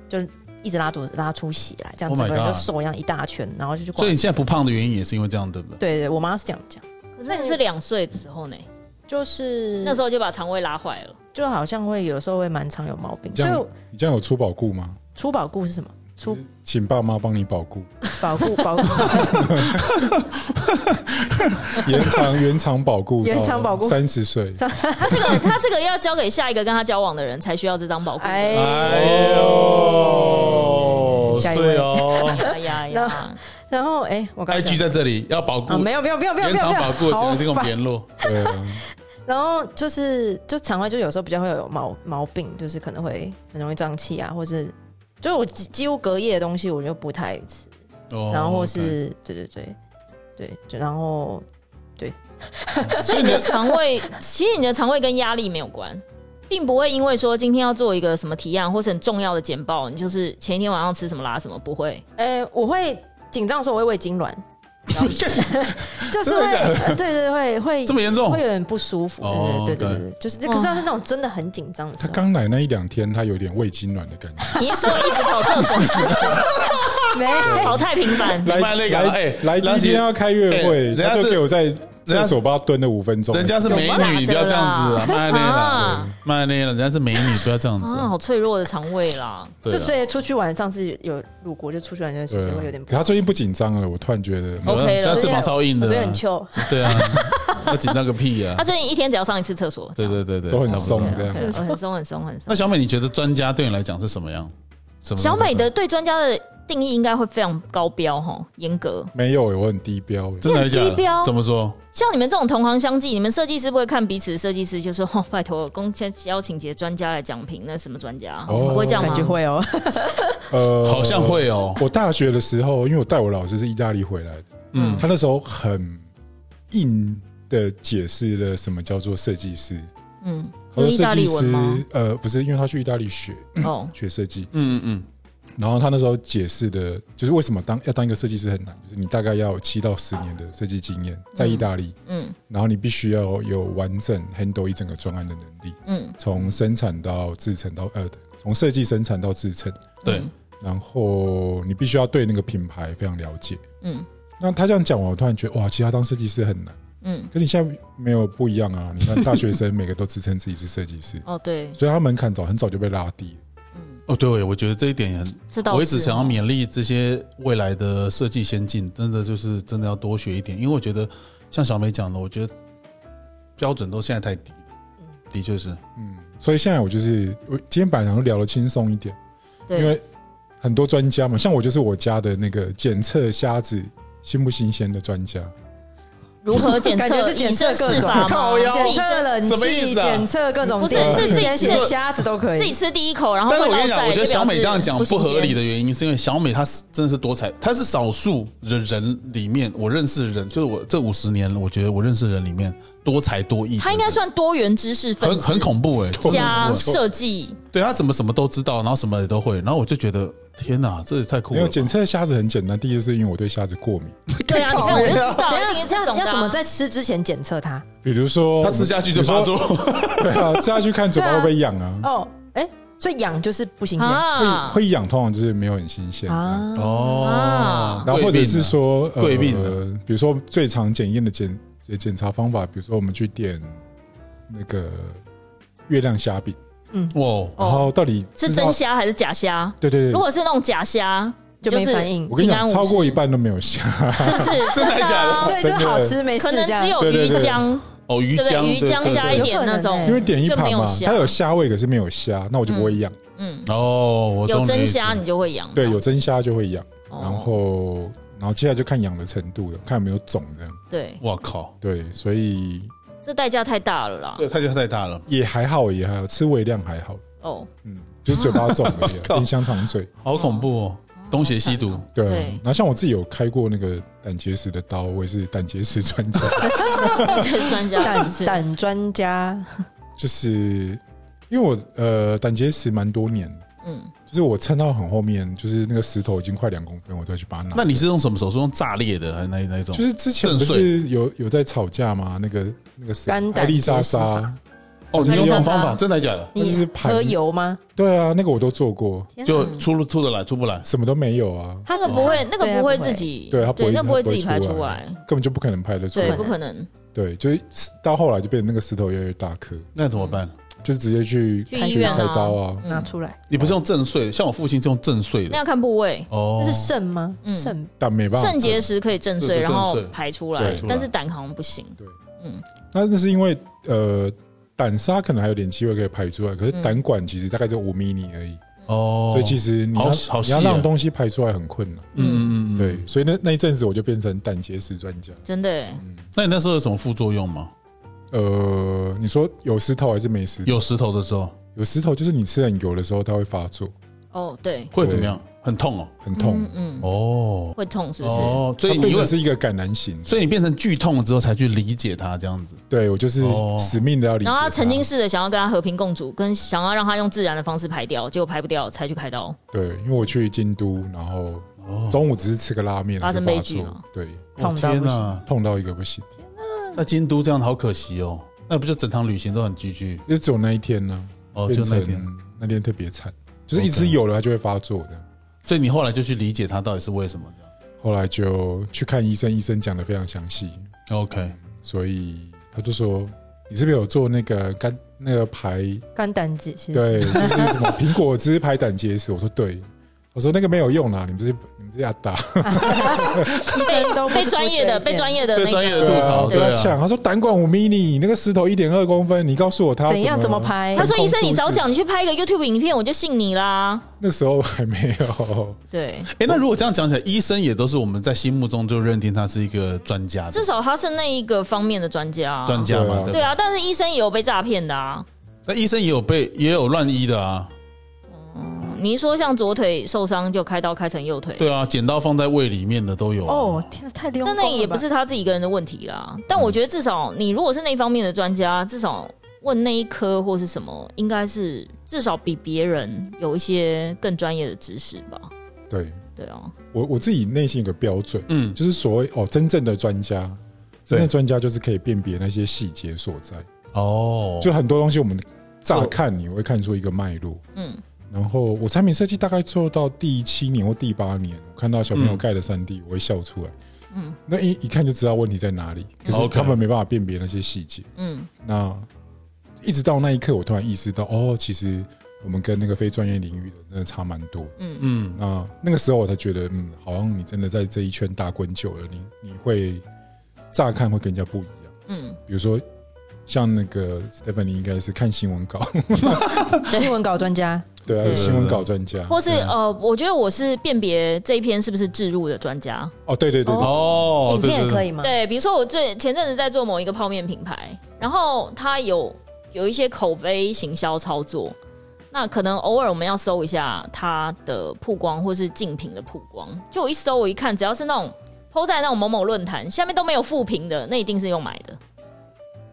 Speaker 4: 就一直拉肚子拉出血来，这样
Speaker 3: Oh
Speaker 4: 整
Speaker 3: my
Speaker 4: 个人就
Speaker 3: God
Speaker 4: 手一样一大圈，然后就去挂
Speaker 3: 所以。你现在不胖的原因也是因为这样，对不对？
Speaker 4: 对对，我妈是这样讲，
Speaker 2: 可是你是两岁的时候呢，
Speaker 4: 就是
Speaker 2: 那时候就把肠胃拉坏了。
Speaker 4: 就好像会有时候会蛮常有毛病，
Speaker 1: 这
Speaker 4: 所
Speaker 1: 样
Speaker 4: 以
Speaker 1: 你这样有出保固吗？
Speaker 4: 出保固是什么？出
Speaker 1: 请爸妈帮你保固，
Speaker 4: 保固保固
Speaker 3: (laughs)
Speaker 1: 延长 (laughs) 延长保固，
Speaker 4: 延长保固
Speaker 1: 三十岁，
Speaker 2: 他这个他这个要交给下一个跟他交往的人才需要这张保护。哎
Speaker 4: 哎
Speaker 3: 哎呦，
Speaker 4: 下一位
Speaker 3: 对
Speaker 4: (laughs)
Speaker 3: 哦
Speaker 2: 哎呀呀！
Speaker 4: 然后哎，我刚刚
Speaker 3: ，IG 在这里要保护，
Speaker 4: 啊没有没有没有没有
Speaker 3: 延
Speaker 4: 没有
Speaker 3: 长
Speaker 4: 没有
Speaker 3: 保护，
Speaker 4: 好
Speaker 3: 请人跟我们
Speaker 4: 烦
Speaker 3: 联络。
Speaker 1: 对啊，
Speaker 4: 然后就是就肠胃就有时候比较会有毛毛病，就是可能会很容易胀气啊，或是就我几几乎隔夜的东西我就不太吃，
Speaker 3: 哦
Speaker 4: 然后或是、对对对对，就然后
Speaker 2: 所以你的肠胃，其实你的肠胃跟压力没有关，并不会因为说今天要做一个什么提案或是很重要的简报，你就是前一天晚上吃什么拉什么，不会。
Speaker 4: 呃我会紧张的时候我会胃痉挛，就是
Speaker 3: 真的
Speaker 4: 会
Speaker 3: 假
Speaker 4: 呃对对会会
Speaker 3: OK (laughs) 这么严重
Speaker 4: 会有点不舒服，
Speaker 3: 哦
Speaker 4: 对对对对对对，就是这可是要是那种真的很紧张的时
Speaker 1: 他
Speaker 4: 候，
Speaker 1: 刚来那一两天，他有点胃痉挛的
Speaker 3: (laughs)
Speaker 1: 感觉。
Speaker 2: (laughs) 你一说一直跑厕所是不是？
Speaker 4: 没有
Speaker 2: 跑太频繁。
Speaker 1: 来
Speaker 3: 卖那个啊哎
Speaker 1: 来来
Speaker 3: 拉
Speaker 1: 今
Speaker 3: 起
Speaker 1: 天要开月
Speaker 3: 哎
Speaker 1: 会，
Speaker 3: 人家
Speaker 1: 他就是给我在
Speaker 3: 人
Speaker 1: 厕
Speaker 3: 家
Speaker 1: 所不要蹲了五分钟，
Speaker 3: (laughs) 人家是美女，
Speaker 2: 有吧
Speaker 3: 不要这样子啦，慢点啦
Speaker 2: 啊，
Speaker 3: 慢点啦，人家是美女，不要这样子。
Speaker 2: 啊，好脆弱的肠胃啦。
Speaker 3: 对
Speaker 4: 哦
Speaker 3: 啊
Speaker 4: 就
Speaker 3: 啦，
Speaker 4: 所以出去玩，上次有路过，就出去玩就其
Speaker 1: 对
Speaker 4: 实
Speaker 1: 啊
Speaker 4: 会有点不
Speaker 1: 可他最近不紧张了，我突然觉得，
Speaker 2: 哦 OK
Speaker 3: 啊现
Speaker 2: 了
Speaker 3: 在翅膀超硬的
Speaker 4: 我
Speaker 3: 啦
Speaker 4: 觉，得
Speaker 3: (laughs)
Speaker 4: 很 chill，
Speaker 3: 对啊，要紧张个屁
Speaker 4: (laughs)
Speaker 3: 呀
Speaker 2: 他！最近一天只要上一次厕所，
Speaker 3: 对对对对，
Speaker 1: 都很
Speaker 3: 差不多
Speaker 1: 松这
Speaker 2: OK，
Speaker 1: 样
Speaker 2: OK，很松很松很松
Speaker 3: 那。小美，你觉得专家对你来讲是什么样？什么
Speaker 2: 小美的对专家的定义应该会非常高标哈，严格。
Speaker 1: 没有，我很低标，欸
Speaker 3: 真的还是假
Speaker 2: 你很低
Speaker 3: 的
Speaker 2: 标
Speaker 3: 怎么说？
Speaker 2: 像你们这种同行相忌，你们设计师不会看彼此的设计师，就说哦，拜托，公先邀请几个专家来讲评，那什么专家、
Speaker 1: 哦
Speaker 2: 不会这样吗？
Speaker 4: 感觉会哦。
Speaker 1: 呃，
Speaker 3: 好像。会哦，
Speaker 1: 我大学的时候，因为我带我老师是意大利回来的，
Speaker 3: 嗯
Speaker 1: 他那时候很硬的解释了什么叫做设计师。
Speaker 2: 嗯，
Speaker 1: 他
Speaker 2: 用
Speaker 1: 说哦设
Speaker 2: 意大
Speaker 1: 计
Speaker 2: 利文吗
Speaker 1: 师？，呃，不是，因为他去意大利学
Speaker 2: 哦，
Speaker 1: 学设计，
Speaker 3: 嗯嗯
Speaker 1: 然后他那时候解释的，就是为什么当要当一个设计师很难，就是你大概要有七到十年的设计经验，在意大利，
Speaker 2: 嗯
Speaker 1: 然后你必须要有完整 handle 一整个专案的能力，
Speaker 2: 嗯，
Speaker 1: 从生产到制成到呃，从设计生产到制成，
Speaker 3: 对
Speaker 2: 嗯
Speaker 1: 然后你必须要对那个品牌非常了解。
Speaker 2: 嗯
Speaker 1: 那他这样讲完，我突然觉得哇，其实他当设计师很难，
Speaker 2: 嗯，
Speaker 1: 可是你现在没有不一样啊！你看大学生每个都自称自己是设计师，
Speaker 2: 哦对，
Speaker 1: 所以他门槛早很早就被拉低了。
Speaker 2: 嗯，
Speaker 3: 哦，对，我觉得这一点也很
Speaker 2: 这倒是。
Speaker 3: 我一直想要勉励这些未来的设计先进，真的就是真的要多学一点，因为我觉得像小美讲的，我觉得标准都现在太低了，的确是，
Speaker 1: 嗯，所以现在我就是我今天本来想说聊的轻松一点，因
Speaker 2: 对，
Speaker 1: 为很多专家嘛，像我就是我家的那个检测虾子新不新鲜的专家，
Speaker 2: 如何检
Speaker 4: 感觉
Speaker 2: 测
Speaker 4: 是
Speaker 2: 以
Speaker 4: 检测
Speaker 2: 设
Speaker 4: 各
Speaker 2: 试
Speaker 4: 种
Speaker 2: 法
Speaker 3: 靠
Speaker 2: 吗？
Speaker 3: 腰
Speaker 4: 检测冷
Speaker 3: 哦什么意
Speaker 4: 气，
Speaker 3: 思啊
Speaker 4: 检测各种
Speaker 2: 不是
Speaker 4: 电
Speaker 2: 是自己
Speaker 4: 电线
Speaker 2: 吃
Speaker 4: 虾子都可
Speaker 2: 自
Speaker 4: 以
Speaker 2: 己。吃第一口，然后
Speaker 3: 但是
Speaker 2: 会
Speaker 3: 我
Speaker 2: 落
Speaker 3: 跟你讲，
Speaker 2: 腮，
Speaker 3: 我觉得小美这样讲不合理
Speaker 2: 的。
Speaker 3: 的原因，是因为小美她是真的是多彩，她是少数的人里面，我认识的人，就是我这五十年，我觉得我认识的人里面多才多艺的人，
Speaker 2: 她应该算多元知识分
Speaker 3: 很
Speaker 2: 子，
Speaker 3: 很恐怖哎、欸，
Speaker 2: 加
Speaker 3: 很恐怖
Speaker 2: 设计，
Speaker 3: 对她怎么什么都知道，然后什么也都会，然后我就觉得天哪，这也太酷
Speaker 1: 没
Speaker 3: 了吧，
Speaker 1: 有检测虾子很简单，第一就是因为我对虾子过敏，
Speaker 2: 对啊，你看我就知道，
Speaker 4: 等
Speaker 2: 一
Speaker 4: 一
Speaker 2: 定
Speaker 4: 下
Speaker 2: 是这
Speaker 4: 要
Speaker 2: 种的啊
Speaker 4: 要怎么在吃之前检测它？
Speaker 1: 比如说
Speaker 3: 她吃下去就发，作， (laughs)
Speaker 1: 比如说对啊，吃下去看嘴巴会不会痒
Speaker 2: (laughs)
Speaker 1: 啊，
Speaker 4: 哦，哎，所以痒就是不新鲜
Speaker 2: 啊？
Speaker 1: 会痒通常就是没有很新鲜这样
Speaker 4: 啊。
Speaker 3: 哦
Speaker 2: 啊，
Speaker 1: 然后或者是说呃
Speaker 3: 贵病啊
Speaker 1: 比如说最常检验的检检查方法，比如说我们去点那个月亮虾饼，
Speaker 3: 哇，
Speaker 1: 然后到底
Speaker 2: 哦是
Speaker 1: 知道
Speaker 2: 真？虾还是假虾？
Speaker 1: 对对
Speaker 2: 如
Speaker 1: 对，
Speaker 2: 果是那种假虾，
Speaker 4: 就没反应
Speaker 1: 我跟你讲，
Speaker 2: 平安
Speaker 1: 超
Speaker 2: 无事
Speaker 1: 过一半都没有虾，
Speaker 2: 是
Speaker 3: (laughs)
Speaker 2: 不是真的啊
Speaker 4: 所以就好吃没事
Speaker 2: 可能
Speaker 4: 这样
Speaker 2: 只。有
Speaker 1: 对对
Speaker 2: 鱼
Speaker 1: 对
Speaker 2: 浆，
Speaker 3: 哦，鱼
Speaker 2: 对不
Speaker 3: 浆
Speaker 2: 对？鱼浆加一点那
Speaker 3: 对对
Speaker 4: 有可能欸
Speaker 2: 种，
Speaker 1: 因为点一
Speaker 2: 就
Speaker 1: 盘
Speaker 2: 没有
Speaker 1: 嘛，
Speaker 2: 虾
Speaker 1: 它有虾味，可是没有虾，那我就不会痒。
Speaker 2: 嗯，
Speaker 3: 对哦，我懂
Speaker 2: 有
Speaker 3: 你的
Speaker 2: 真
Speaker 3: 意思
Speaker 2: 虾你就会养。啊
Speaker 1: 对，有真虾就会痒，
Speaker 2: 哦
Speaker 1: 然后然后接下来就看痒的程度了，看有没有肿这样。
Speaker 2: 对，
Speaker 3: 哇靠，
Speaker 1: 对，所以
Speaker 2: 这代价太大了啦。
Speaker 3: 对，太太太大了，
Speaker 1: 也还好，也还好，吃微量还好，
Speaker 2: 哦，
Speaker 1: 嗯，就是嘴巴肿而已
Speaker 3: (laughs) 靠
Speaker 1: 啊，冰香肠嘴。
Speaker 3: 好恐怖哦，东邪
Speaker 2: (laughs)
Speaker 3: 西毒，
Speaker 1: 对啊，
Speaker 2: 对
Speaker 1: 然后像我自己有开过那个胆结石的刀，我也是胆结石 (laughs) 专家，
Speaker 2: 这是专家是不
Speaker 4: 胆
Speaker 2: 是？
Speaker 4: 胆专家，
Speaker 1: 就是因为我呃胆结石蛮多年的，
Speaker 2: 嗯，
Speaker 1: 就是我撑到很后面，就是那个石头已经快两公分，我再去把它拿。
Speaker 3: 那你是用什么手术？用炸裂的还是那那一种？
Speaker 1: 就是之前不
Speaker 3: 震
Speaker 1: 是有有在吵架吗？那个那个谁，
Speaker 4: 肝胆
Speaker 1: 艾丽莎
Speaker 4: 结石
Speaker 1: 莎
Speaker 4: 法，
Speaker 3: 哦，你
Speaker 1: 就是
Speaker 3: 用这种
Speaker 1: 用
Speaker 3: 方法，真的假的？
Speaker 2: 嗯
Speaker 1: 那就是
Speaker 4: 你
Speaker 1: 盘
Speaker 4: 喝油吗？
Speaker 1: 对啊，那个我都做过，
Speaker 4: 天哪
Speaker 3: 就出了出得来，出不来。
Speaker 1: 什么都没有啊，
Speaker 2: 那个不会，那
Speaker 4: 对
Speaker 2: 个
Speaker 4: 啊
Speaker 2: 不会
Speaker 4: 不
Speaker 2: 自
Speaker 4: 会
Speaker 2: 己，
Speaker 1: 对它不会
Speaker 2: 那
Speaker 1: 它
Speaker 2: 不会
Speaker 1: 不
Speaker 2: 自
Speaker 1: 会
Speaker 2: 己排
Speaker 1: 出
Speaker 2: 出
Speaker 1: 来
Speaker 2: 来，
Speaker 1: 根本就不可能拍得出
Speaker 2: 对，
Speaker 1: 来
Speaker 2: 不。可能。
Speaker 1: 对，就是到后来就变成那个石头越来越大颗，
Speaker 3: 那怎么办？
Speaker 1: 就是直接去
Speaker 2: 去
Speaker 1: 开
Speaker 2: 医院啊
Speaker 1: 开刀啊。
Speaker 4: 拿出来，
Speaker 3: 你不是用震
Speaker 2: 嗯
Speaker 3: 碎，像我父亲是用震碎
Speaker 2: 那
Speaker 3: 的
Speaker 2: 要看部位，
Speaker 3: 哦
Speaker 4: 这。是肾吗？
Speaker 2: 嗯
Speaker 4: 肾
Speaker 1: 但没办法，
Speaker 2: 肾结石可以震
Speaker 3: 对
Speaker 2: 碎，
Speaker 3: 对
Speaker 2: 然后
Speaker 3: 震碎
Speaker 2: 排出来
Speaker 1: 对，
Speaker 2: 但是胆好像不行。
Speaker 1: 那那是因为呃胆砂可能还有点机会可以排出来，可是
Speaker 2: 嗯
Speaker 1: 胆管其实大概就五 mini 而已，
Speaker 3: 哦，
Speaker 1: 所以其实你要
Speaker 3: 好好
Speaker 1: 你
Speaker 3: 细
Speaker 1: 要
Speaker 3: 啊
Speaker 1: 让东西排出来很困难。
Speaker 3: 嗯嗯嗯，嗯
Speaker 1: 对，。所以那那一阵子我就变成胆结石专家。
Speaker 2: 真的欸，
Speaker 3: 那你那时候有什么副作用吗？
Speaker 1: 呃，你说有石头还是没石头？
Speaker 3: 有石头的时候
Speaker 1: 有石头就是你吃很油的时候，它会发作，
Speaker 2: 哦，对，
Speaker 3: 会怎么样？很痛哦。
Speaker 1: 很痛
Speaker 2: 嗯，嗯，
Speaker 3: 哦
Speaker 2: 会痛是不是？
Speaker 3: 哦，所
Speaker 1: 它
Speaker 3: 以你
Speaker 1: 变
Speaker 3: 又
Speaker 1: 成是一个感染型。
Speaker 3: 所以你变成剧痛了之后才去理解它这样子。
Speaker 1: 对我就是
Speaker 3: 哦
Speaker 1: 死命的要理解。
Speaker 2: 然后他曾经试着想要跟他和平共处，跟想要让他用自然的方式排掉，结果排不掉，才去开刀。
Speaker 1: 对，因为我去京都，然后
Speaker 3: 哦，
Speaker 1: 中午只是吃个拉面，
Speaker 2: 发生
Speaker 1: 就
Speaker 2: 悲剧哦
Speaker 1: 作
Speaker 2: 了
Speaker 1: 对，
Speaker 4: 痛到
Speaker 3: 天
Speaker 4: 不行
Speaker 3: 哪！
Speaker 1: 痛到一个不行，
Speaker 3: 在京都这样好可惜哦，那不就整场旅行都很居居
Speaker 1: 就只有那一天呢、
Speaker 3: 哦，就
Speaker 1: 变
Speaker 3: 那
Speaker 1: 成
Speaker 3: 天。
Speaker 1: 那天特别惨，就是一
Speaker 3: OK
Speaker 1: 直有了它就会发作这样。
Speaker 3: 所以你后来就去理解它到底是为什么这样。
Speaker 1: 后来就去看医生，医生讲的非常详细，
Speaker 3: OK，
Speaker 1: 所以他就说你是不是有做那个肝那个排
Speaker 4: 肝胆结其实
Speaker 1: 对，就是什么苹果汁排胆结石？我说对，我说那个没有用啦，你们这些你们这些阿达
Speaker 4: 医生都
Speaker 2: 被专业的被专
Speaker 4: 业
Speaker 2: 业的那
Speaker 3: 被专业的
Speaker 2: 个，
Speaker 3: 吐槽，
Speaker 1: 对
Speaker 3: 对
Speaker 1: 啊
Speaker 3: 啊，
Speaker 1: 呛，他说胆管五 mini 那个石头一点二公分，你告诉我他要
Speaker 4: 怎样怎么排
Speaker 2: 他说医生你早，
Speaker 1: 横空出
Speaker 2: 讲，
Speaker 1: 世
Speaker 2: 你去拍一个 YouTube 影片，我就信你啦。
Speaker 1: 那时候还没有，
Speaker 2: 对，
Speaker 3: 哎，那如果这样讲起来，医生也都是我们在心目中就认定他是一个专家的
Speaker 2: 至少他是那一个方面的专家、啊。
Speaker 3: 专家嘛，
Speaker 1: 对啊
Speaker 3: 对
Speaker 2: 对
Speaker 3: 吧？
Speaker 2: 啊，但是医生也有被诈骗的啊。
Speaker 3: 那医生也有被也有乱医的啊，
Speaker 2: 你一说像左腿受伤就开刀开成右腿，
Speaker 3: 对啊，剪刀放在胃里面的都有啊
Speaker 4: 哦，天哪，太溜
Speaker 2: 但
Speaker 4: 光了吧。
Speaker 2: 那也不是他自己一个人的问题啦。但
Speaker 3: 嗯
Speaker 2: 我觉得至少你如果是那方面的专家，至少问那一科或是什么，应该是至少比别人有一些更专业的知识吧。
Speaker 1: 对
Speaker 2: 对啊，
Speaker 1: 我我自己内心有个标准，
Speaker 3: 嗯，
Speaker 1: 就是所谓哦，真正的专家，真
Speaker 3: 对
Speaker 1: 正的专家就是可以辨别那些细节所在。
Speaker 3: 哦，
Speaker 1: 就很多东西我们乍
Speaker 3: 做
Speaker 1: 看你会看出一个脉络。
Speaker 2: 嗯，
Speaker 1: 然后我产品设计大概做到第七年或第八年，我看到小朋友盖的三 D，、我会笑出来。
Speaker 2: 嗯
Speaker 1: 嗯，那一一看就知道问题在哪里，可是
Speaker 3: OK
Speaker 1: 他们没办法辨别那些细节。
Speaker 2: 嗯，
Speaker 1: 那一直到那一刻，我突然意识到，哦，其实我们跟那个非专业领域的真的差蛮多。
Speaker 3: 嗯，
Speaker 1: 那那个时候我才觉得，嗯，好像你真的在这一圈打滚久了，你你会乍看会跟人家不一样。
Speaker 2: 嗯，
Speaker 1: 比如说，像那个 Stephanie 应该是看新闻稿，
Speaker 4: 新闻稿专家，
Speaker 1: 对啊，
Speaker 2: 对
Speaker 1: 是新闻稿专家。
Speaker 2: 或是
Speaker 3: 对啊
Speaker 2: 呃，我觉得我是辨别这一篇是不是置入的专家。
Speaker 1: 哦，对对对对，
Speaker 3: 哦，
Speaker 4: 影
Speaker 3: 对
Speaker 4: 片也
Speaker 3: 对
Speaker 4: 可
Speaker 3: 对，
Speaker 4: 以吗？，
Speaker 2: 对，比如说我最前阵子在做某一个泡面品牌，然后它有有一些口碑行销操作，那可能偶尔我们要搜一下它的曝光或是竞品的曝光。就我一搜，我一看，只要是那种抛在那种某某论坛下面都没有负评的，那一定是用买的。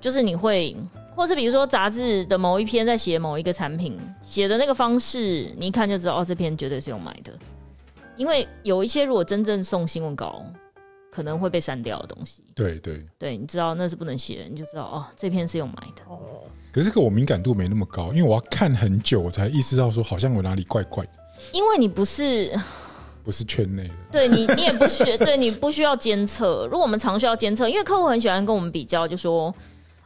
Speaker 2: 就是你会，或是比如说杂志的某一篇在写某一个产品，写的那个方式，你一看就知道，哦，这篇绝对是用买的。因为有一些如果真正送新闻稿，可能会被删掉的东西，
Speaker 1: 对对。
Speaker 2: 对，你知道那是不能写的，你就知道哦，这篇是用买的。
Speaker 1: 可是这个我敏感度没那么高，因为我要看很久，我才意识到说好像我哪里怪怪的，
Speaker 2: 因为你不是 (laughs)
Speaker 1: 不是圈内的。
Speaker 2: 对你，你也不需对你不需要监测。如果我们常需要监测，因为客户很喜欢跟我们比较，就说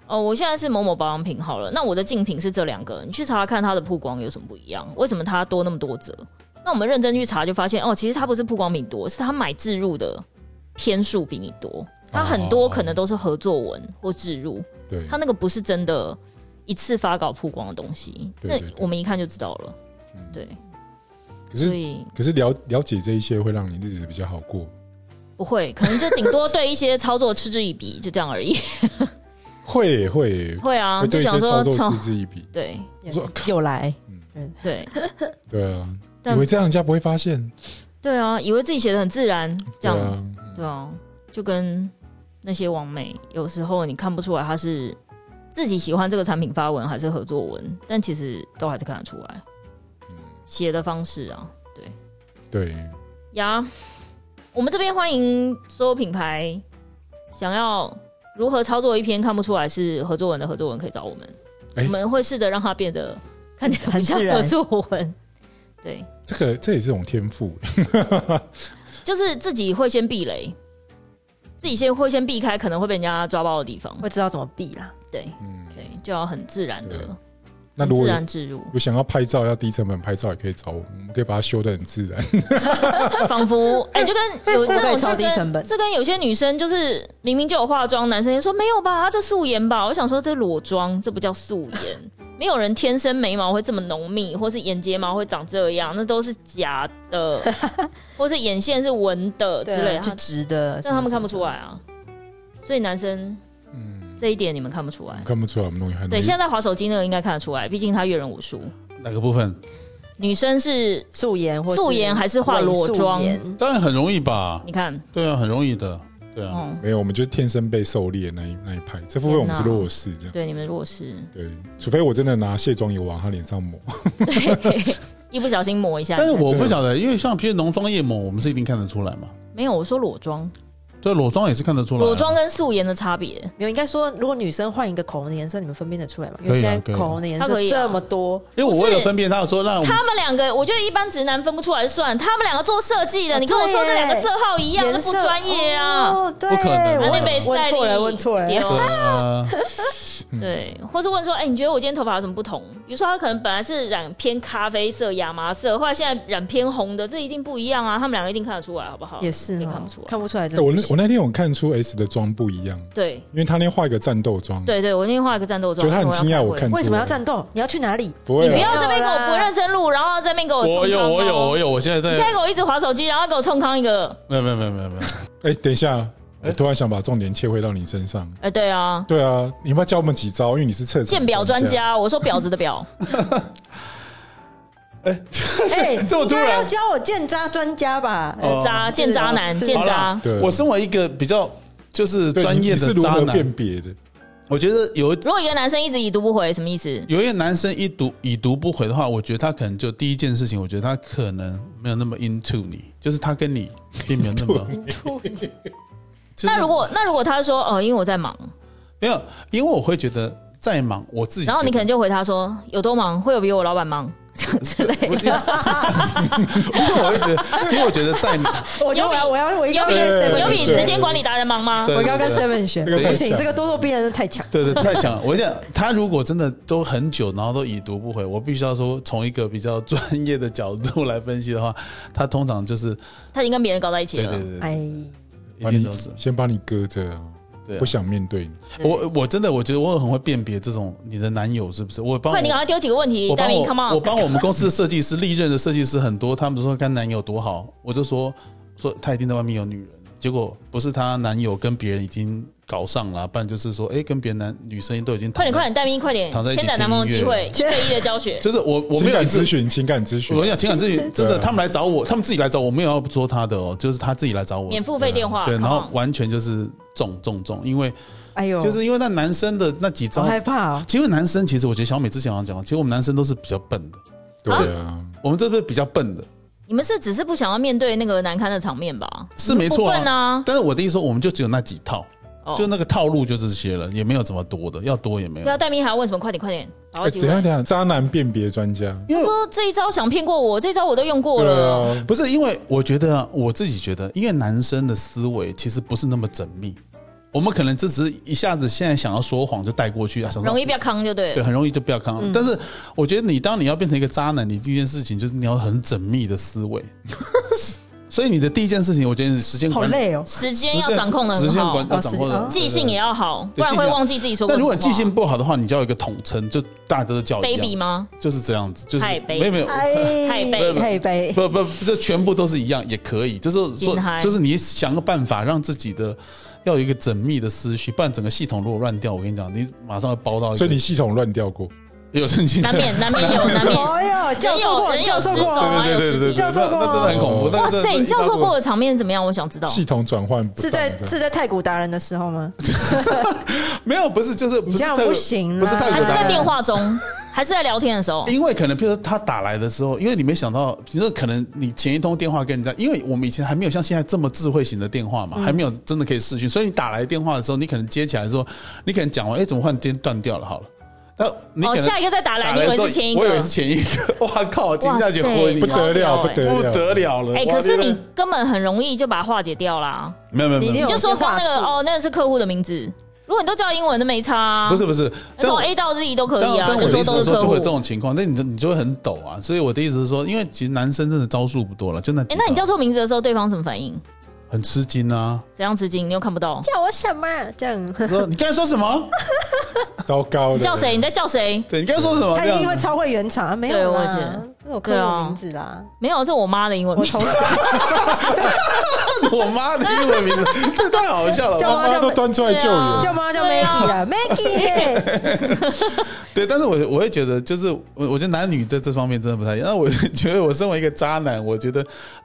Speaker 2: 哦，我现在是某某保养品好了，那我的竞品是这两个，你去查看它的曝光有什么不一样，为什么它多那么多折？那我们认真去查，就发现哦，其实它不是曝光比你多，是它买置入的篇数比你多，它很多可能都是合作文或置入。
Speaker 1: 对
Speaker 2: 他那个不是真的一次发稿曝光的东西，
Speaker 1: 对对
Speaker 2: 那
Speaker 1: 对
Speaker 2: 我们一看就知道了。对，
Speaker 1: 可
Speaker 2: 所
Speaker 1: 是
Speaker 2: 以
Speaker 1: 可是了了解这一些会让你日子比较好过，
Speaker 2: 不会，可能就顶多对一些操作嗤之以鼻，就这样
Speaker 1: (laughs)
Speaker 2: 而已。
Speaker 1: 会会
Speaker 2: 会啊，
Speaker 1: 会
Speaker 2: 就
Speaker 1: 对一
Speaker 2: 想
Speaker 1: 些操
Speaker 2: 说，
Speaker 1: 作
Speaker 2: 操
Speaker 1: 嗤之以鼻。
Speaker 2: 对
Speaker 1: 说
Speaker 4: 有来，
Speaker 2: 对
Speaker 1: 对啊，
Speaker 2: 但
Speaker 1: 以为这样人家不会发现。
Speaker 2: 对啊，以为自己写的很自然，这
Speaker 1: 对
Speaker 2: 样
Speaker 1: 啊，
Speaker 2: 对啊，就跟那些网美，有时候你看不出来他是自己喜欢这个产品发文还是合作文，但其实都还是看得出来
Speaker 1: 嗯
Speaker 2: 写的方式啊。
Speaker 1: 对，
Speaker 2: 呀，我们这边欢迎所有品牌想要如何操作一篇看不出来是合作文的合作文，可以找我们，
Speaker 1: 哎
Speaker 2: 我们会试着让它变得看起来很
Speaker 4: 很
Speaker 2: 像
Speaker 4: 自然
Speaker 2: 合作文。对，
Speaker 1: 这个这也是种天赋。
Speaker 2: 就是自己会先避雷，自己先会先避开可能会被人家抓包的地方。
Speaker 4: 会知道怎么避啦。
Speaker 2: 对
Speaker 1: 嗯，
Speaker 2: ，OK，就要很自然的
Speaker 1: 对、那
Speaker 2: 很
Speaker 1: 如
Speaker 2: 自
Speaker 1: 果
Speaker 2: 然置入，
Speaker 1: 有想要拍照要低成本拍照，也可以找我们，我们可以把它修的很自然。 (laughs)
Speaker 4: (laughs)
Speaker 2: 仿佛哎、就跟有
Speaker 4: 不
Speaker 2: 这
Speaker 4: 可以
Speaker 2: 种
Speaker 4: 超
Speaker 2: 就
Speaker 4: 低
Speaker 2: 跟
Speaker 4: 成本
Speaker 2: 这跟有些女生就是明明就有化妆，男生也说没有吧，她这素颜吧。我想说这裸妆，这不叫素颜。没有人天生眉毛会这么浓密，或是眼睫毛会长这样，那都是假
Speaker 4: (laughs)
Speaker 2: 的，或是眼线是纹的之类
Speaker 4: 对
Speaker 2: 的
Speaker 4: 啊，就
Speaker 2: 她
Speaker 4: 值得，
Speaker 2: 但他们看不出来
Speaker 4: 什
Speaker 2: 啊。所以男生
Speaker 1: 嗯，
Speaker 2: 这一点你们看不出来。
Speaker 1: 看不出来我们东西很
Speaker 2: 对，现在在滑手机那个应该看得出来，毕竟他阅人无数。
Speaker 3: 哪个部分？
Speaker 2: 女生是
Speaker 4: 么，素颜或
Speaker 2: 素颜还是化裸妆
Speaker 4: 伪素颜
Speaker 3: 当然很容易吧，
Speaker 2: 你看，
Speaker 3: 对啊，很容易的，对啊，
Speaker 2: 哦，
Speaker 1: 没有，我们就是天生被狩猎那一那一派，这部分我们是
Speaker 2: 天哪
Speaker 1: 弱势这样。
Speaker 2: 对，你们如果是
Speaker 1: 对，除非我真的拿卸妆油往他脸上抹，
Speaker 2: 嗯对，一不小心抹一下。
Speaker 3: 但是
Speaker 2: 你看
Speaker 3: 我不晓得，因为像譬如浓妆艳抹，我们是一定看得出来嘛。
Speaker 2: 没有，我说裸妆，
Speaker 3: 对，裸妆也是看得出来啊、
Speaker 2: 裸妆跟素颜的差别，
Speaker 4: 没有，应该说，如果女生换一个口红的颜色，你们分辨得出来吗？因
Speaker 3: 可
Speaker 4: 为
Speaker 3: 以啊
Speaker 4: 现在
Speaker 3: 可以啊
Speaker 4: 口红的颜
Speaker 2: 它可
Speaker 4: 色
Speaker 2: 以啊
Speaker 4: 这么多，
Speaker 3: 因为我
Speaker 2: 不是
Speaker 3: 为了分辨，他有说让我
Speaker 2: 他们两个，我觉得一般直男分不出来就算，他们两个做设计的，
Speaker 4: 啊
Speaker 2: 你跟我说
Speaker 4: 对
Speaker 2: 这
Speaker 4: 耶
Speaker 2: 两个色号一样，
Speaker 4: 颜
Speaker 2: 那
Speaker 4: 色
Speaker 2: 不专业啊！
Speaker 4: 哦，对，
Speaker 3: 不可能
Speaker 2: 啊
Speaker 3: 我
Speaker 2: 那被
Speaker 4: 问错人，问错人。
Speaker 3: 对啊，
Speaker 2: 对，或是问说，哎、你觉得我今天头发有什么不同？比如说，他可能本来是染偏咖啡色、亚麻色，后来现在染偏红的，这一定不一样啊！他们两个一定看得出来，好不好？
Speaker 4: 也是
Speaker 2: 一定
Speaker 4: 哦
Speaker 2: 看不出来。
Speaker 4: 看不出来
Speaker 1: 哎
Speaker 4: 真的
Speaker 1: 我
Speaker 4: 不
Speaker 1: 那
Speaker 4: 行。
Speaker 1: 我那天有看出 S 的妆不一样，
Speaker 2: 对
Speaker 1: 因为他那天画一个战斗妆，，
Speaker 2: 对对，我那天画一个战斗
Speaker 1: 就
Speaker 2: 妆，
Speaker 1: 是他很
Speaker 2: 因为
Speaker 1: 惊讶，
Speaker 2: 要开
Speaker 1: 我
Speaker 2: 会
Speaker 1: 看出来
Speaker 4: 为什么要战斗？你要去哪里？
Speaker 1: 不会啊
Speaker 2: 你不要
Speaker 1: 啦，
Speaker 2: 这边给我不认真录，然后这边给我冲康哦
Speaker 3: 我有，我有，我有，我现在
Speaker 2: 你现在
Speaker 3: 在
Speaker 2: 给我一直划手机，然后给我冲康一个，
Speaker 3: 没有没有没有没有没有，
Speaker 1: 哎，等一下，我突然想把重点切回到你身上。
Speaker 2: 哎、对啊，
Speaker 1: 对啊，你要不要教我们几招？因为你是测
Speaker 2: 鉴表专，家，我说婊子的婊，
Speaker 4: 哎，
Speaker 3: 这么突然
Speaker 4: 你应该要教我见渣专家吧？
Speaker 3: (laughs)
Speaker 4: 哎
Speaker 3: 哦啊
Speaker 2: 渣见渣男，见
Speaker 3: 好啦
Speaker 2: 渣，
Speaker 1: 对
Speaker 3: 我身为一个比较就是
Speaker 1: 对
Speaker 3: 专业
Speaker 1: 你是
Speaker 3: 的
Speaker 1: 如
Speaker 3: 渣
Speaker 1: 何辨
Speaker 3: 男，
Speaker 1: 别的？
Speaker 3: 我觉得有一
Speaker 2: 如果一个男生一直已读不回，什么意思？
Speaker 3: 有一些男生一读已读不回的话，我觉得他可能就第一件事情，我觉得他可能没有那么 into 你，就是他跟你并没有
Speaker 2: (laughs)
Speaker 3: 那么
Speaker 4: into。
Speaker 3: 就是
Speaker 2: 那如果那如果他说哦，因为我在忙，
Speaker 3: 没有，因为我会觉得再忙，我自己觉得，
Speaker 2: 然后你可能就回他说有多忙，会有比我老板忙 (laughs) 之类
Speaker 3: 不 (laughs) 是，因
Speaker 2: 的，
Speaker 3: 为我会觉得，因为我觉得再忙，
Speaker 4: 我觉得我要我要我应该
Speaker 2: 有
Speaker 4: 要
Speaker 2: 比
Speaker 4: 跟
Speaker 1: 对对
Speaker 2: 有
Speaker 4: Seven
Speaker 2: 比
Speaker 1: 对
Speaker 4: 学
Speaker 2: 时间管理达人忙吗？
Speaker 3: 对
Speaker 4: 我要跟 Seven 学，
Speaker 1: 这个太
Speaker 4: 不行，
Speaker 1: 强
Speaker 4: 这个咄咄逼人真的太强。
Speaker 3: 对对，太强了！我讲，他如果真的都很久，然后都已读不回，我必须要说，从一个比较专业的角度来分析的话，他通常就是
Speaker 2: 他已经跟别人搞在一起
Speaker 3: 对
Speaker 2: 了
Speaker 3: 对，对对，
Speaker 4: 哎，
Speaker 1: 把
Speaker 3: 一定
Speaker 1: 你
Speaker 3: 都是。
Speaker 1: 先把你搁着啊，
Speaker 3: 对啊
Speaker 1: 不想面对你。
Speaker 3: 我我真的我觉得我很会辨别这种你的男友是不是？我帮我
Speaker 2: 快，你赶快丢几个问题，
Speaker 3: 我
Speaker 2: 戴
Speaker 3: 帮
Speaker 2: 明
Speaker 3: 我
Speaker 2: ，come
Speaker 3: 我
Speaker 2: on，
Speaker 3: 帮我们公司的设计师历任的设计师很多，他们说跟男友多好，我就说说他一定在外面有女人，结果不是他男友跟别人已经搞上了，不然就是说哎、跟别人男女生都已经
Speaker 2: 快
Speaker 3: 躺
Speaker 2: 点快
Speaker 3: 在
Speaker 2: 点，戴明，快点，
Speaker 3: 躺在一起
Speaker 2: 千载难逢的
Speaker 3: 听音
Speaker 2: 机会
Speaker 3: 乐，
Speaker 2: 一对一的教学，
Speaker 3: 就是我我没
Speaker 1: 情
Speaker 3: 有
Speaker 1: 感
Speaker 3: 一次
Speaker 1: 咨询，情感咨询
Speaker 3: 我，想情感咨询
Speaker 1: 对
Speaker 3: 真的，
Speaker 1: 啊
Speaker 3: 他们来找我，他们自己来找我，没有要捉他的哦，就是他自己来找我，
Speaker 2: 免付费电话
Speaker 3: 对，然
Speaker 2: come
Speaker 3: 后
Speaker 2: on
Speaker 3: 完全就是中中中，因为
Speaker 4: 哎呦，
Speaker 3: 就是因为那男生的那几
Speaker 4: 好
Speaker 3: 招，
Speaker 4: 害怕哦。
Speaker 3: 其实男生其实我觉得小美之前好像讲过，其实我们男生都是比较笨的，
Speaker 1: 对啊，
Speaker 3: 我们这边比较笨的，
Speaker 2: 你们是只是不想要面对那个难堪的场面吧？
Speaker 3: 是没错
Speaker 2: 不笨啊
Speaker 3: 但是我的意思说，我们就只有那几套，
Speaker 2: 哦
Speaker 3: 就那个套路就这些了，也没有怎么多的，要多也没
Speaker 2: 对啊，
Speaker 3: 有。
Speaker 2: 戴明还要问什么？快点快点，把握
Speaker 1: 哎，
Speaker 2: 机
Speaker 1: 等
Speaker 2: 会
Speaker 1: 一。下等一下，渣男辨别专家，
Speaker 3: 因为
Speaker 2: 说这一招想骗过我，这一招我都用过
Speaker 1: 对
Speaker 2: 了。
Speaker 1: 啊，
Speaker 3: 不是因为我觉得啊我自己觉得，因为男生的思维其实不是那么缜密，我们可能只是一下子现在想要说谎就带过去啊，想说
Speaker 2: 容易不嗯要康就对
Speaker 3: 对，
Speaker 2: 了。
Speaker 3: 很容易就不要看。但是我觉得你当你要变成一个渣男，你第一件事情就是你要很缜密的
Speaker 2: (laughs)
Speaker 3: 思维。所以你的第一件事情，我觉得是时间
Speaker 4: 好
Speaker 3: 管理，
Speaker 4: 累哦，
Speaker 2: 时
Speaker 3: 时
Speaker 2: 间
Speaker 3: 间
Speaker 2: 要掌控的
Speaker 3: 时
Speaker 2: 很
Speaker 3: 间
Speaker 2: 好
Speaker 3: 管，要
Speaker 4: 哦
Speaker 3: 掌控
Speaker 4: 时
Speaker 3: 的
Speaker 4: 间，
Speaker 2: 记性也要好，不
Speaker 3: 对
Speaker 2: 然
Speaker 3: 记性
Speaker 2: 会
Speaker 3: 要
Speaker 2: 忘记自己说过
Speaker 3: 但
Speaker 2: 什
Speaker 3: 如
Speaker 2: 么
Speaker 3: 果
Speaker 2: 话。
Speaker 3: 你记性不好的话，你就要有一个统称，就大家都叫
Speaker 2: 啊
Speaker 3: 一
Speaker 2: baby
Speaker 3: 样，
Speaker 2: 吗？
Speaker 3: 就是这样子，就是
Speaker 2: 太卑
Speaker 3: 没有没有。
Speaker 4: 哎，
Speaker 2: 太背
Speaker 4: 太背，
Speaker 3: 不不，不这全部都是一样，也可以，就是说
Speaker 2: 隐含，
Speaker 3: 就是你想个办法让自己的要有一个缜密的思绪，不然整个系统如果乱掉，我跟你讲，你马上会包到一个。
Speaker 1: 所以你系统乱掉过，
Speaker 3: 有神经的
Speaker 2: 难免难免有难 (laughs) 免。
Speaker 4: 哎呦，教授过，
Speaker 2: 人有
Speaker 4: 教授
Speaker 2: 人有失手
Speaker 3: (laughs)
Speaker 4: 过，
Speaker 3: 对对对对对，
Speaker 4: 教
Speaker 3: 那
Speaker 4: 授过
Speaker 3: 那真的很恐怖。那
Speaker 2: 哇
Speaker 3: 个真的
Speaker 2: 塞，
Speaker 3: 是
Speaker 2: 你叫错
Speaker 3: 一般
Speaker 2: 过的场面怎么样？我想知道。
Speaker 1: 系统转换不
Speaker 4: 是
Speaker 1: 当
Speaker 4: 在是在太古达人的时候吗？
Speaker 3: 没有，不是就是不
Speaker 4: 你
Speaker 3: 是
Speaker 4: 这样
Speaker 3: 特
Speaker 4: 不行啦啊
Speaker 3: 不是太
Speaker 2: 还是
Speaker 3: 有
Speaker 2: 在
Speaker 3: 答
Speaker 2: 电
Speaker 3: 案。
Speaker 2: 话中，还是在聊天的时候？
Speaker 3: 因为可能，譬如说他打来的时候，因为你没想到，比如说可能你前一通电话跟人家，因为我们以前还没有像现在这么智慧型的电话嘛，还没有真的可以视讯，所以你打来电话的时候，你可能接起来的时候，你可能讲完，哎，怎么忽然间断掉了？好了，那你可
Speaker 2: 哦，
Speaker 3: 能
Speaker 2: 下一个再打来，你以为
Speaker 3: 的时候
Speaker 2: 是前一
Speaker 3: 我以为
Speaker 2: 个
Speaker 3: 是？前一个， (laughs) 哇靠，惊下去回你
Speaker 1: 不
Speaker 2: 哇塞
Speaker 1: 得了，不得
Speaker 3: 不
Speaker 1: 了，
Speaker 3: 得了了！
Speaker 2: 哎，
Speaker 3: 哇
Speaker 2: 可是
Speaker 3: 原
Speaker 2: 你
Speaker 3: 来
Speaker 2: 根本很容易就把它化解掉啦。
Speaker 3: 没有没有
Speaker 4: 你一
Speaker 3: 没
Speaker 4: 定
Speaker 3: 有
Speaker 4: 有，
Speaker 2: 就说刚那
Speaker 4: 有些
Speaker 2: 个
Speaker 4: 话术
Speaker 2: 哦，那个是客户的名字。如果你都叫英文，都没差啊。
Speaker 3: 不是，不是，但
Speaker 2: 从
Speaker 3: 我
Speaker 2: A 到 Z 都可
Speaker 3: 但
Speaker 2: 以啊，
Speaker 3: 但我
Speaker 2: 就
Speaker 3: 的意思
Speaker 2: 都是
Speaker 3: 说，
Speaker 2: 客
Speaker 3: 就
Speaker 2: 户
Speaker 3: 会有。这种情况，那你就你就会很抖啊。所以我的意思是说，因为其实男生真的招数不多了，就那几
Speaker 2: 哎
Speaker 3: 招、，
Speaker 2: 那你叫错名字的时候，对方什么反应？
Speaker 3: 很吃惊啊！
Speaker 2: 怎样吃惊？你又看不到。
Speaker 4: 叫我什么？
Speaker 2: 啊
Speaker 4: 这样，
Speaker 3: 我说你刚才说什么？
Speaker 1: 糟糕
Speaker 2: 你
Speaker 1: 了，
Speaker 2: 叫谁？你在叫谁？
Speaker 3: 对，你刚才说什么？
Speaker 4: 他
Speaker 3: 这
Speaker 4: 一定
Speaker 3: 样
Speaker 4: 会超会圆场，啊没
Speaker 2: 对
Speaker 4: 有
Speaker 2: 我也
Speaker 4: 啦
Speaker 2: 觉得，啊
Speaker 4: 那我刻
Speaker 2: 对
Speaker 4: 我
Speaker 2: 啊
Speaker 4: 名字啦，
Speaker 2: 没有，这我妈的英文
Speaker 4: 我
Speaker 2: 名。
Speaker 4: 从小
Speaker 3: 我妈的英文名字， (laughs) 这太好笑了
Speaker 4: 叫
Speaker 1: (laughs)
Speaker 3: 吧。
Speaker 1: 妈妈都端出来救
Speaker 2: 对
Speaker 4: 叫
Speaker 1: 援，
Speaker 2: 啊
Speaker 4: 妈妈叫
Speaker 2: 对啊
Speaker 4: Maggie 啦，Maggie
Speaker 2: (laughs)
Speaker 4: 耶，
Speaker 3: 对，但是我我会觉得，就是我我觉得男女在这方面真的不太一样。那我觉得我身为一个渣男，我觉得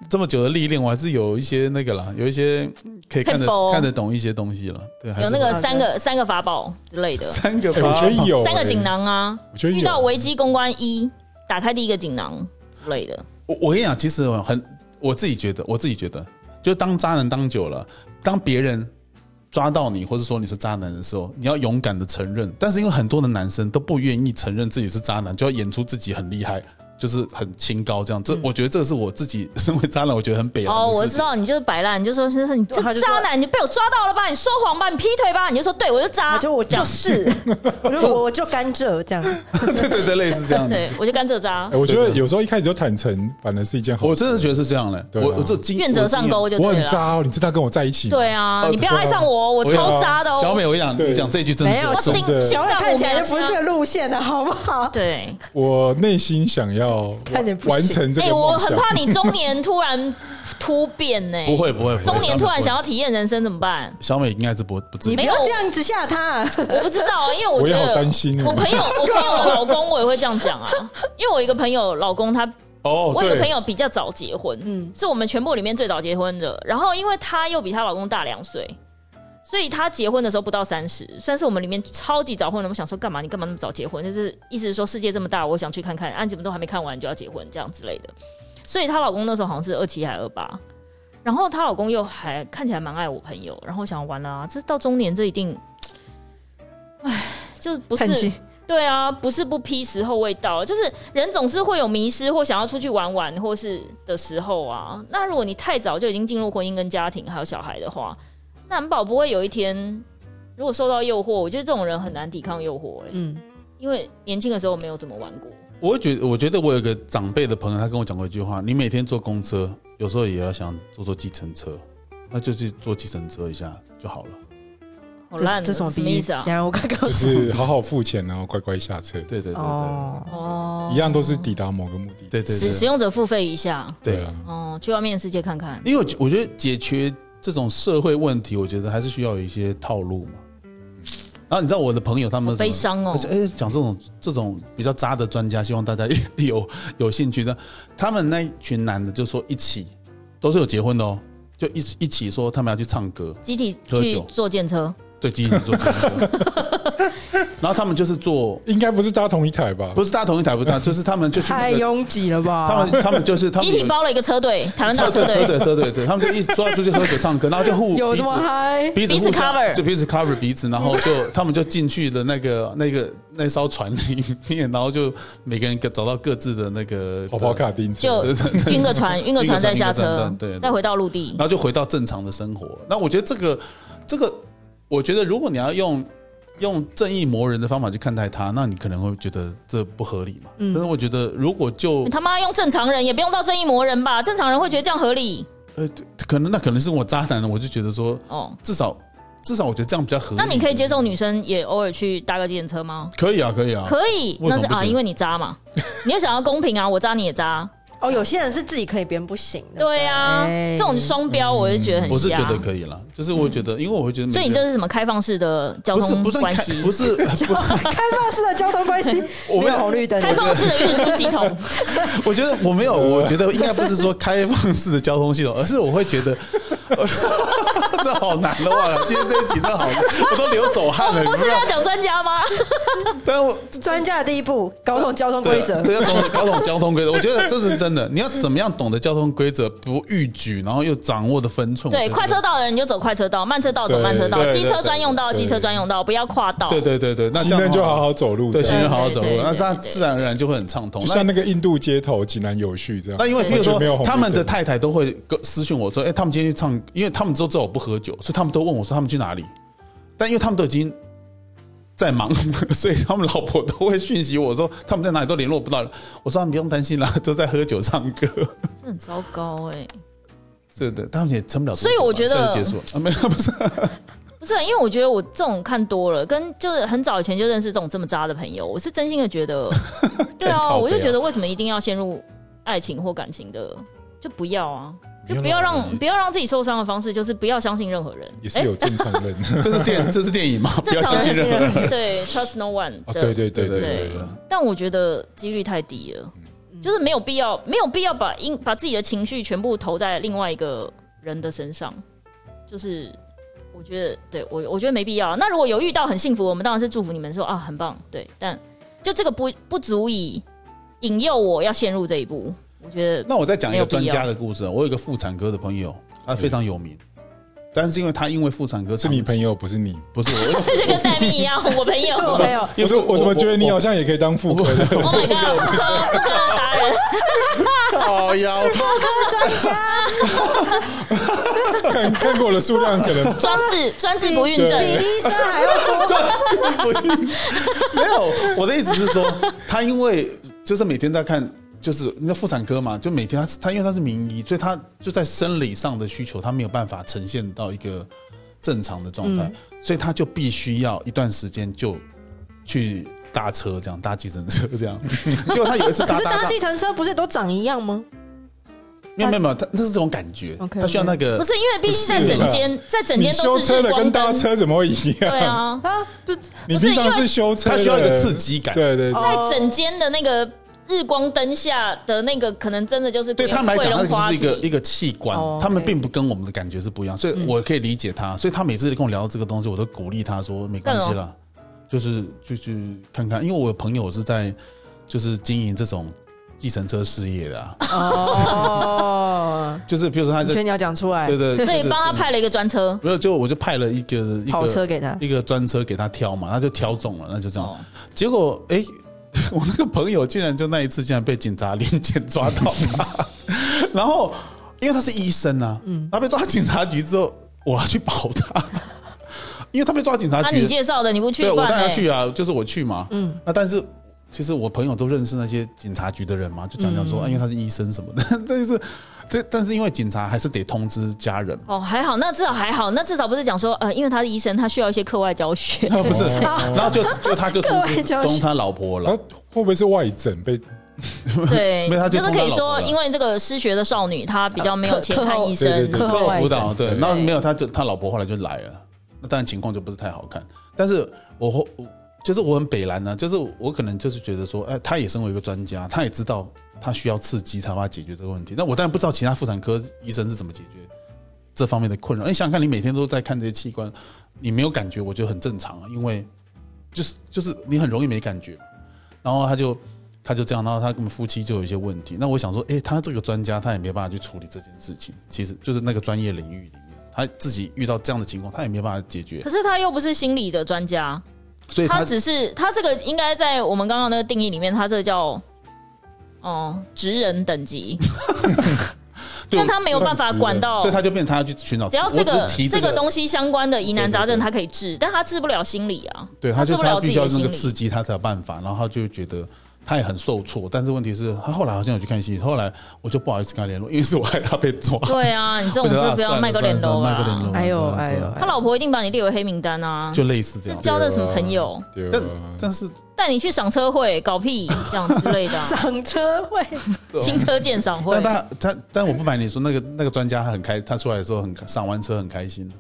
Speaker 3: 这么久的历练，我还是有一些那个啦，有一些可以看得
Speaker 2: Tempo
Speaker 3: 看得懂一些东西了。对，还
Speaker 2: (laughs) 有
Speaker 3: 是
Speaker 2: 那个
Speaker 4: 会
Speaker 2: 三个三个法宝之类的，
Speaker 3: 三个
Speaker 1: 哎
Speaker 3: 吧，
Speaker 1: 我觉得有
Speaker 2: 啊三个
Speaker 1: 哎
Speaker 2: 锦囊啊。
Speaker 1: 我觉得有
Speaker 2: 遇到危机公关一，打开第一个锦囊之类的。
Speaker 3: 我我跟你讲，其实我很我自己觉得，我自己觉得，就当渣男当久了，当别人抓到你，或者说你是渣男的时候，你要勇敢的承认。但是因为很多的男生都不愿意承认自己是渣男，就要演出自己很厉害，就是很清高这样。这、我觉得这是我自己 (laughs) 身为渣男，我觉得很北
Speaker 2: 嗯哦，
Speaker 3: 蓝的
Speaker 2: 我
Speaker 3: 事
Speaker 2: 知
Speaker 3: 情。
Speaker 2: 道你就是摆烂，你就说是你这
Speaker 4: 对他就说
Speaker 2: 渣男，你被我抓到了吧？你说谎吧？你劈腿吧？你就说对我就
Speaker 4: 我
Speaker 2: 渣，
Speaker 4: 就我就是，我就我我就甘
Speaker 2: (laughs)
Speaker 4: 蔗这样，
Speaker 3: (laughs) 对对对，类似这样子。
Speaker 2: 对我就甘蔗渣
Speaker 1: 哎，我觉得有时候一开始就坦诚，反而是一件好。
Speaker 3: 啊我真的觉得是这样的、
Speaker 1: 对啊
Speaker 3: 我我这经
Speaker 2: 愿者上钩
Speaker 3: 我
Speaker 2: 就
Speaker 1: 我
Speaker 2: 对
Speaker 1: 很
Speaker 2: 了。啊
Speaker 1: 渣哦，你知道跟我在一起吗？
Speaker 2: 对啊，你不要爱上我，我
Speaker 3: 我有
Speaker 2: 超渣的
Speaker 3: 啊经验。小
Speaker 2: 哦。
Speaker 3: 美，我跟你讲
Speaker 1: 对
Speaker 3: 你讲这句真的
Speaker 4: 没有
Speaker 3: 是
Speaker 2: 我
Speaker 4: 真
Speaker 2: 心
Speaker 3: 真的。
Speaker 2: 心
Speaker 4: 小美
Speaker 2: 脏
Speaker 4: 看起来就不是
Speaker 2: 我没有
Speaker 4: 这个
Speaker 2: 心啊
Speaker 4: 路线的好不好？
Speaker 2: 对，
Speaker 1: 我内心想要
Speaker 4: 看你不行
Speaker 1: 完成这
Speaker 2: 哎、
Speaker 1: 个
Speaker 2: 我
Speaker 1: 梦
Speaker 2: 很
Speaker 1: 想。
Speaker 2: 怕你中年突然 (laughs) 突变呢、
Speaker 3: 不会不会，不会
Speaker 2: 中年突然想
Speaker 3: 要
Speaker 2: 要体验人生怎么
Speaker 1: (laughs)
Speaker 2: 办？
Speaker 3: 小美应该是不不至
Speaker 4: 你
Speaker 3: 于
Speaker 4: 不
Speaker 2: 没有
Speaker 4: 要这样子吓他，
Speaker 2: 我不知道啊，因为我
Speaker 1: 我
Speaker 2: 觉
Speaker 1: 也
Speaker 2: 得
Speaker 1: 好担心哦
Speaker 2: 我朋友，我朋友的老公，我也会这样讲啊。因为我一个朋友老公他，
Speaker 3: 哦。
Speaker 2: 我有一个
Speaker 3: 对
Speaker 2: 朋友比较早结婚，嗯
Speaker 4: 嗯，
Speaker 2: 是我们全部里面最早结婚的。然后因为她又比她老公大两岁，所以她结婚的时候不到三十，算是我们里面超级早婚的。我想说干嘛？你干嘛那么早结婚？就是意思是说世界这么大，我想去看看，啊，你怎么都还没看完就要结婚这样之类的。所以她老公那时候好像是二七还二八。然后她老公又还看起来蛮爱我朋友，然后我想完了、啊，这到中年这一定，唉，就不是
Speaker 4: 叹气
Speaker 2: 对啊，不是不批，时候未到，就是人总是会有迷失或想要出去玩玩，或是的时候啊。那如果你太早就已经进入婚姻跟家庭还有小孩的话，难保不会有一天，如果受到诱惑，我觉得这种人很难抵抗诱惑、欸
Speaker 4: 嗯，
Speaker 2: 因为年轻的时候没有怎么玩过。
Speaker 3: 我觉得，我觉得我有个长辈的朋友，他跟我讲过一句话：你每天坐公车，有时候也要想坐坐计程车，那就去坐计程车一下就好了。
Speaker 2: 好烂哦，
Speaker 4: 这是这
Speaker 2: 什
Speaker 4: 什
Speaker 2: 么
Speaker 4: 么
Speaker 2: 意思啊？
Speaker 4: 然后我刚刚
Speaker 1: 就是好好付钱，然后乖乖下车，
Speaker 3: 对对对对，
Speaker 4: (laughs) 哦，
Speaker 2: 哦
Speaker 1: 一样都是抵达某个目的地。
Speaker 3: 对对
Speaker 2: 使使
Speaker 3: 对，
Speaker 2: 用者付费一下，
Speaker 3: 对
Speaker 1: 啊
Speaker 3: 啊。，
Speaker 2: 哦，去外面的世界看看。
Speaker 3: 因为我我觉得解决这种社会问题，我觉得还是需要有一些套路嘛。然后你知道我的朋友他们
Speaker 2: 好
Speaker 3: 怎么
Speaker 2: 悲伤哦
Speaker 3: 而且，哎，讲这种这种比较渣的专家，希望大家有 (laughs) 有兴趣的。他们那一群男的就说一起都是有结婚的哦，就一一起说他们要去唱歌，
Speaker 2: 集体
Speaker 3: 喝
Speaker 2: 去
Speaker 3: 酒
Speaker 2: 坐电车，
Speaker 3: 对，集体做结婚。然后他们就是做，
Speaker 1: 应该不是搭同一台吧？
Speaker 3: 不是搭同一台，不是搭，就是他们就去
Speaker 4: 太
Speaker 3: 那个，
Speaker 4: 拥挤了吧？
Speaker 3: 他们他们就是他们
Speaker 2: 集
Speaker 3: 有
Speaker 2: 体包了一个车队，台湾大
Speaker 3: 车
Speaker 2: 车
Speaker 3: 队车
Speaker 2: 队，
Speaker 3: 队车队，对，他们就一直说要出去喝酒唱歌，然后就互
Speaker 4: 有
Speaker 3: 彼此
Speaker 4: 这么嗨？
Speaker 3: 彼此互
Speaker 2: 彼此
Speaker 3: 相
Speaker 2: cover
Speaker 3: 就彼此 cover 彼此，然后就他们就进去的那个那个那艘船里面，然后就每个人各找到各自的那个
Speaker 1: 跑跑，卡丁车
Speaker 2: 就晕个船，晕个船再下
Speaker 3: 晕个
Speaker 2: 车
Speaker 3: 船对对，
Speaker 2: 再回到陆地
Speaker 3: 然。后就回到正常的生活。那我觉得这个这个，我觉得如果你要用用正义魔人的方法去看待他，那你可能会觉得这不合理嘛。
Speaker 2: 嗯
Speaker 3: 但是我觉得如果就
Speaker 2: 你他妈用正常人，也不用到正义魔人吧？正常人会觉得这样合理
Speaker 3: 呃，可能那可能是我渣男了，我就觉得说
Speaker 2: 哦。
Speaker 3: 至少至少我觉得这样比较合理。
Speaker 2: 那你可以接受女生也偶尔去搭个计程车吗？
Speaker 3: 可以啊，可以啊，
Speaker 2: 可以，
Speaker 3: 为什么
Speaker 2: 那是
Speaker 3: 不
Speaker 2: 啊，
Speaker 3: 行
Speaker 2: 因为你渣
Speaker 3: (laughs)
Speaker 2: 嘛，你就想要公平啊，我渣你也渣，
Speaker 4: 哦，有些人是自己可以，别人不行的。
Speaker 2: 对啊，
Speaker 4: 哎
Speaker 2: 这种双标我就觉得很
Speaker 3: 嗯我是
Speaker 2: 瞎
Speaker 3: 觉。得可以啦，就是我觉得，因为我会觉得
Speaker 2: 嗯
Speaker 3: 每个
Speaker 2: 所以
Speaker 3: 人，
Speaker 2: 你这是什么开放式的交
Speaker 3: 不是
Speaker 2: 通
Speaker 3: 不算
Speaker 2: 关
Speaker 3: 开
Speaker 2: 系？(laughs)
Speaker 3: 不是不
Speaker 4: 开放式的交通关系，
Speaker 3: (laughs) 我
Speaker 4: 没
Speaker 3: 们
Speaker 4: 有红绿灯，
Speaker 2: 开放式的运输系
Speaker 3: (laughs)
Speaker 2: 统，
Speaker 3: 我觉得我
Speaker 1: (laughs)
Speaker 3: 没有，我觉得应该不是说开放式的交通系统，而是我会觉得， (laughs) 这好难的话，今天这一集真的好难，我都流手汗了。
Speaker 1: (laughs)
Speaker 2: (laughs) 不
Speaker 3: 你
Speaker 2: 是
Speaker 3: 知道
Speaker 2: 要讲专家
Speaker 3: (laughs)
Speaker 2: 吗？
Speaker 3: 但我
Speaker 4: 专家的第一步，搞懂交通规则。
Speaker 3: 对，要懂搞懂交通规则，我觉得这是真的。你要怎么样懂得交通规则，不逾矩，然后又掌握的分寸。
Speaker 2: 对，
Speaker 3: 我觉得
Speaker 2: 快车道的人就走快车道，慢车道走
Speaker 1: 对
Speaker 2: 慢车道，
Speaker 3: 对对
Speaker 2: 机车
Speaker 3: 对
Speaker 2: 专用道
Speaker 1: 对
Speaker 2: 机车专用道，不要跨道。
Speaker 3: 对对对对，那这
Speaker 1: 行
Speaker 3: 样
Speaker 1: 人
Speaker 3: 的话
Speaker 1: 就好好走路，
Speaker 3: 对
Speaker 1: 这
Speaker 3: 行
Speaker 1: 样
Speaker 3: 人好好走
Speaker 2: 对
Speaker 3: 路，
Speaker 2: 对
Speaker 3: 那这样
Speaker 2: 对对
Speaker 3: 自然而然就会很畅通。
Speaker 1: 就
Speaker 3: 那
Speaker 1: 像那个印度街头井然有序这样
Speaker 3: 那。因为
Speaker 2: 对
Speaker 3: 比如
Speaker 1: 完全没有
Speaker 3: 说
Speaker 1: 红绿
Speaker 3: 他们的
Speaker 1: 灯
Speaker 3: 太太都会跟私讯我说，哎、他们今天去唱，因为他们都知道我不喝酒，所以他们都问我说他们去哪里。但因为他们都已经在忙， (laughs) 所以他们老婆都会讯息我说他们在哪里都联络不到。我说他们不用担心啦，都在喝酒唱歌。
Speaker 2: 这很糟糕哎、
Speaker 3: 对对，他们也撑不了多久
Speaker 2: 所
Speaker 3: 嘛。
Speaker 2: 以我觉得
Speaker 3: 现在就结束了啊，没 (laughs) 有不是，
Speaker 2: 不是，因为我觉得我这种看多了，跟就是很早以前就认识这种这么渣的朋友，我是真心的觉得，
Speaker 1: (laughs)
Speaker 2: 对
Speaker 3: 靠
Speaker 2: 啊，
Speaker 3: 北啊
Speaker 2: 我就觉得为什么一定要陷入爱情或感情的，就不要啊，就不要让不要让自己受伤的方式就是不要相信任何人，
Speaker 1: 也是有正常人
Speaker 2: 哎
Speaker 1: (laughs)
Speaker 3: 这是电这是电影嘛，不要
Speaker 2: 正常
Speaker 3: 相信任何人。
Speaker 2: 人 (laughs) 对 trust no one
Speaker 1: 啊，
Speaker 2: 的
Speaker 1: 对对对对
Speaker 3: (laughs) 对
Speaker 1: 对
Speaker 3: 对
Speaker 1: 对，
Speaker 2: 但我觉得几率太低了，就是没有必要，没有必要把因把自己的情绪全部投在另外一个人的身上，就是我觉得对我我觉得没必要。那如果有遇到很幸福，我们当然是祝福你们说啊很棒，对，但就这个不不足以引诱我要陷入这一步，我觉得
Speaker 3: 那我再讲一
Speaker 2: 没有
Speaker 3: 个
Speaker 2: 必要
Speaker 3: 专家的故事啊。我有一个妇产科的朋友，他非常有名。但是因为他因为妇产科
Speaker 1: 是
Speaker 3: 长期，
Speaker 1: 你朋友，不是你。
Speaker 3: 不是我，
Speaker 2: 这跟戴咪一样，我朋友。
Speaker 1: (laughs)
Speaker 4: 我没有，
Speaker 1: 我说，我怎么觉得你好
Speaker 3: 好
Speaker 1: 像也可以当妇科的？
Speaker 2: Oh my god！达人，
Speaker 3: (laughs) 靠腰？
Speaker 1: (laughs) 看看过我的数量可能
Speaker 2: 专
Speaker 1: (laughs)
Speaker 2: 治专治不孕症
Speaker 1: 对。
Speaker 4: 医生还要多
Speaker 3: 没有，我的意思是说，他因为就是每天在看，就是那妇产科嘛，就每天他他因为他是名医，所以他就在生理上的需求，他没有办法呈现到一个正常的状
Speaker 4: 嗯
Speaker 3: 态，所以他就必须要一段时间就去搭车，这样搭计程车这
Speaker 4: (laughs)
Speaker 3: 样。结果他有一次
Speaker 4: 可
Speaker 3: 搭
Speaker 4: 是
Speaker 3: 搭
Speaker 4: 搭
Speaker 3: 搭，
Speaker 4: 计程车不是都长一样吗？
Speaker 3: 没有没有没有，他这是这种感觉，
Speaker 4: OK，OK
Speaker 3: 他需要那个
Speaker 2: 不是因为毕竟在整间，在整
Speaker 1: 你
Speaker 2: 间都
Speaker 1: 修
Speaker 2: 是
Speaker 1: 车的
Speaker 2: 日
Speaker 1: 跟
Speaker 2: 光
Speaker 1: 搭
Speaker 2: 灯。
Speaker 1: 车怎么会一
Speaker 2: 对
Speaker 1: 样？
Speaker 2: 啊，
Speaker 4: 啊，不，
Speaker 1: 你
Speaker 2: 不是
Speaker 1: 平常是修车的，
Speaker 3: 他需要一个刺激感。
Speaker 1: 对对对
Speaker 4: 哦
Speaker 2: 在整间的那个日光灯下的那个，可能真的就是
Speaker 3: 对他们来讲，
Speaker 2: 桂
Speaker 3: 它
Speaker 2: 龙花
Speaker 3: 就是一个
Speaker 2: 体
Speaker 3: 一个器官
Speaker 4: 哦，
Speaker 3: 他们
Speaker 4: OK
Speaker 3: 并不跟我们的感觉是不一样，所
Speaker 2: 嗯
Speaker 3: 以我可以理解他。所以他每次跟我聊到这个东西，我都鼓励他说没关系
Speaker 2: 哦
Speaker 3: 啦，就是就去看看，因为我有朋友是在就是经营这种计程车事业的啊，
Speaker 4: 哦，
Speaker 3: 就是比如说他
Speaker 4: (laughs) 你觉
Speaker 3: 在
Speaker 4: 得你要讲出来
Speaker 3: 对，对，
Speaker 2: 所以
Speaker 3: 就是
Speaker 2: 帮他派了一个专车。
Speaker 3: 没有，就我就派了一个一
Speaker 4: 跑车
Speaker 3: 个
Speaker 4: 给他，
Speaker 3: 一个专车给他挑嘛，他就挑中了，那就这样
Speaker 2: 哦。
Speaker 3: 结果哎、诶 (laughs) 我那个朋友竟然就那一次竟然被警察临检抓到他， (laughs) 然后因为他是医生啊，
Speaker 2: 嗯
Speaker 3: 他被抓警察局之后，我要去保他， (laughs) 因为他被抓警察
Speaker 2: 啊，
Speaker 3: 局，
Speaker 2: 你介绍的，你不去
Speaker 3: 对我
Speaker 2: 不然
Speaker 3: 当然要
Speaker 2: 嘞
Speaker 3: 去啊，就是我去嘛，嗯，那但是。其实我朋友都认识那些警察局的人嘛，就讲讲
Speaker 2: 嗯
Speaker 3: 说，啊，因为他是医生什么的， (laughs) 但是这但是因为警察还是得通知
Speaker 2: (laughs)
Speaker 3: 家人嘛，
Speaker 2: 哦，还好，那至少还好，那至少不是讲说，呃，因为他是医生，他需要一些课外教学。
Speaker 3: (laughs) 他不是，
Speaker 1: 哦
Speaker 3: 然后就就他就通
Speaker 2: (laughs)
Speaker 4: 各位
Speaker 3: 知
Speaker 4: 教学
Speaker 3: 通知他老婆
Speaker 1: 然
Speaker 3: 了
Speaker 1: 后，会不会是外诊被？
Speaker 2: 对，
Speaker 3: 没有他就
Speaker 2: 就是可以
Speaker 3: 通知他老婆
Speaker 2: 说，
Speaker 3: 了
Speaker 2: 因为这个失学的少女，她比较没有钱
Speaker 4: 课
Speaker 2: 看
Speaker 4: 后
Speaker 2: 医
Speaker 1: 对
Speaker 2: 生
Speaker 1: 对，对
Speaker 3: 课
Speaker 4: 课
Speaker 3: 后
Speaker 4: (laughs) 外
Speaker 3: 辅导对，
Speaker 1: 对
Speaker 3: 然后没有他就他老婆后来就来了，那当然情况就不是太好看，但是我后我就是我很北蓝呢、就是我可能就是觉得说，哎、他也身为一个专家，他也知道他需要刺激才把它解决这个问题，那我当然不知道其他妇产科医生是怎么解决这方面的困扰，你想想看，你每天都在看这些器官，你没有感觉，我觉得很正常啊，因为就是就是你很容易没感觉，然后他就他就这样，然后他们夫妻就有一些问题。那我想说，诶，他这个专家他也没办法去处理这件事情，其实就是那个专业领域里面，他自己遇到这样的情况，他也没办法解决
Speaker 2: 可，是他又不是心理的专家，
Speaker 3: 所以
Speaker 2: 他
Speaker 3: 他
Speaker 2: 只是他这个应该在我们刚刚那个定义里面，他这个叫哦职人等
Speaker 3: (laughs)
Speaker 2: 级，
Speaker 3: 对
Speaker 2: 但，他没有办法管到
Speaker 3: 所以。他就变成他要去寻找
Speaker 2: 只
Speaker 3: 刺，
Speaker 2: 要
Speaker 3: 我
Speaker 2: 这
Speaker 3: 只
Speaker 2: 个
Speaker 3: 是提
Speaker 2: 这
Speaker 3: 个
Speaker 2: 个东西相关的疑难杂
Speaker 3: 对
Speaker 2: 症，
Speaker 3: 对对
Speaker 2: 他可以治，但他治不了心理啊。
Speaker 3: 对，他
Speaker 2: 治
Speaker 3: 就
Speaker 2: 不
Speaker 3: 他
Speaker 2: 了自
Speaker 3: 必
Speaker 2: 己
Speaker 3: 须要
Speaker 2: 的
Speaker 3: 那
Speaker 2: 心
Speaker 3: 个
Speaker 2: 理。
Speaker 3: 刺激，他才有办法。然后他就觉得他也很受挫，但是问题是，他后来好像有去看戏，后来我就不好意思跟他联络，因为是我害他被抓。
Speaker 2: 对
Speaker 3: (laughs)
Speaker 2: 啊，你这种就不要卖个脸啊
Speaker 3: 喽，
Speaker 2: 喽
Speaker 3: 卖个
Speaker 2: 啦
Speaker 3: 脸。喽。
Speaker 4: 哎呦
Speaker 3: 对啊
Speaker 4: 哎呦
Speaker 3: 对啊
Speaker 4: 哎
Speaker 2: 他老婆一定把你列为黑名单啊！
Speaker 3: 就类似这
Speaker 2: 这
Speaker 3: 样。嗯
Speaker 2: 交的什么朋友？
Speaker 1: 对
Speaker 3: 但
Speaker 1: 啊
Speaker 3: 但是
Speaker 2: 带你去赏车会搞屁这样之类的
Speaker 3: (laughs)
Speaker 2: 啊、
Speaker 4: 赏车
Speaker 2: (laughs)
Speaker 4: 会，
Speaker 2: 新车鉴赏会
Speaker 3: 但。他他但我不瞒你说，那个那个专家他很开，他出来的时候很上完车很开心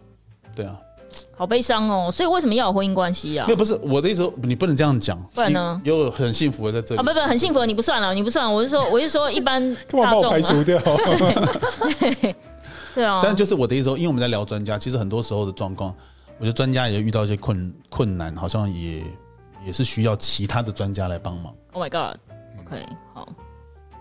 Speaker 3: 对啊，
Speaker 2: 好悲伤哦。所以为什么要有婚姻关系啊
Speaker 3: 没有？不是我的意思说，你不能这样讲。
Speaker 2: 不然呢
Speaker 3: 有有很幸福的在这里。
Speaker 2: 啊，不不，很幸福，你不算啊了，你不算。我是说，我是说一
Speaker 3: (laughs)
Speaker 2: 般
Speaker 1: 干嘛
Speaker 2: 大
Speaker 1: 把
Speaker 2: 众
Speaker 1: 我排
Speaker 2: 啊，
Speaker 1: 除掉？
Speaker 2: 对啊，
Speaker 3: 但就是我的意思说，因为我们在聊专家，其实很多时候的状况，我觉得专家也遇到一些困困难，好像也也是需要其他的专家来帮忙。
Speaker 2: Oh my God，OK，、好，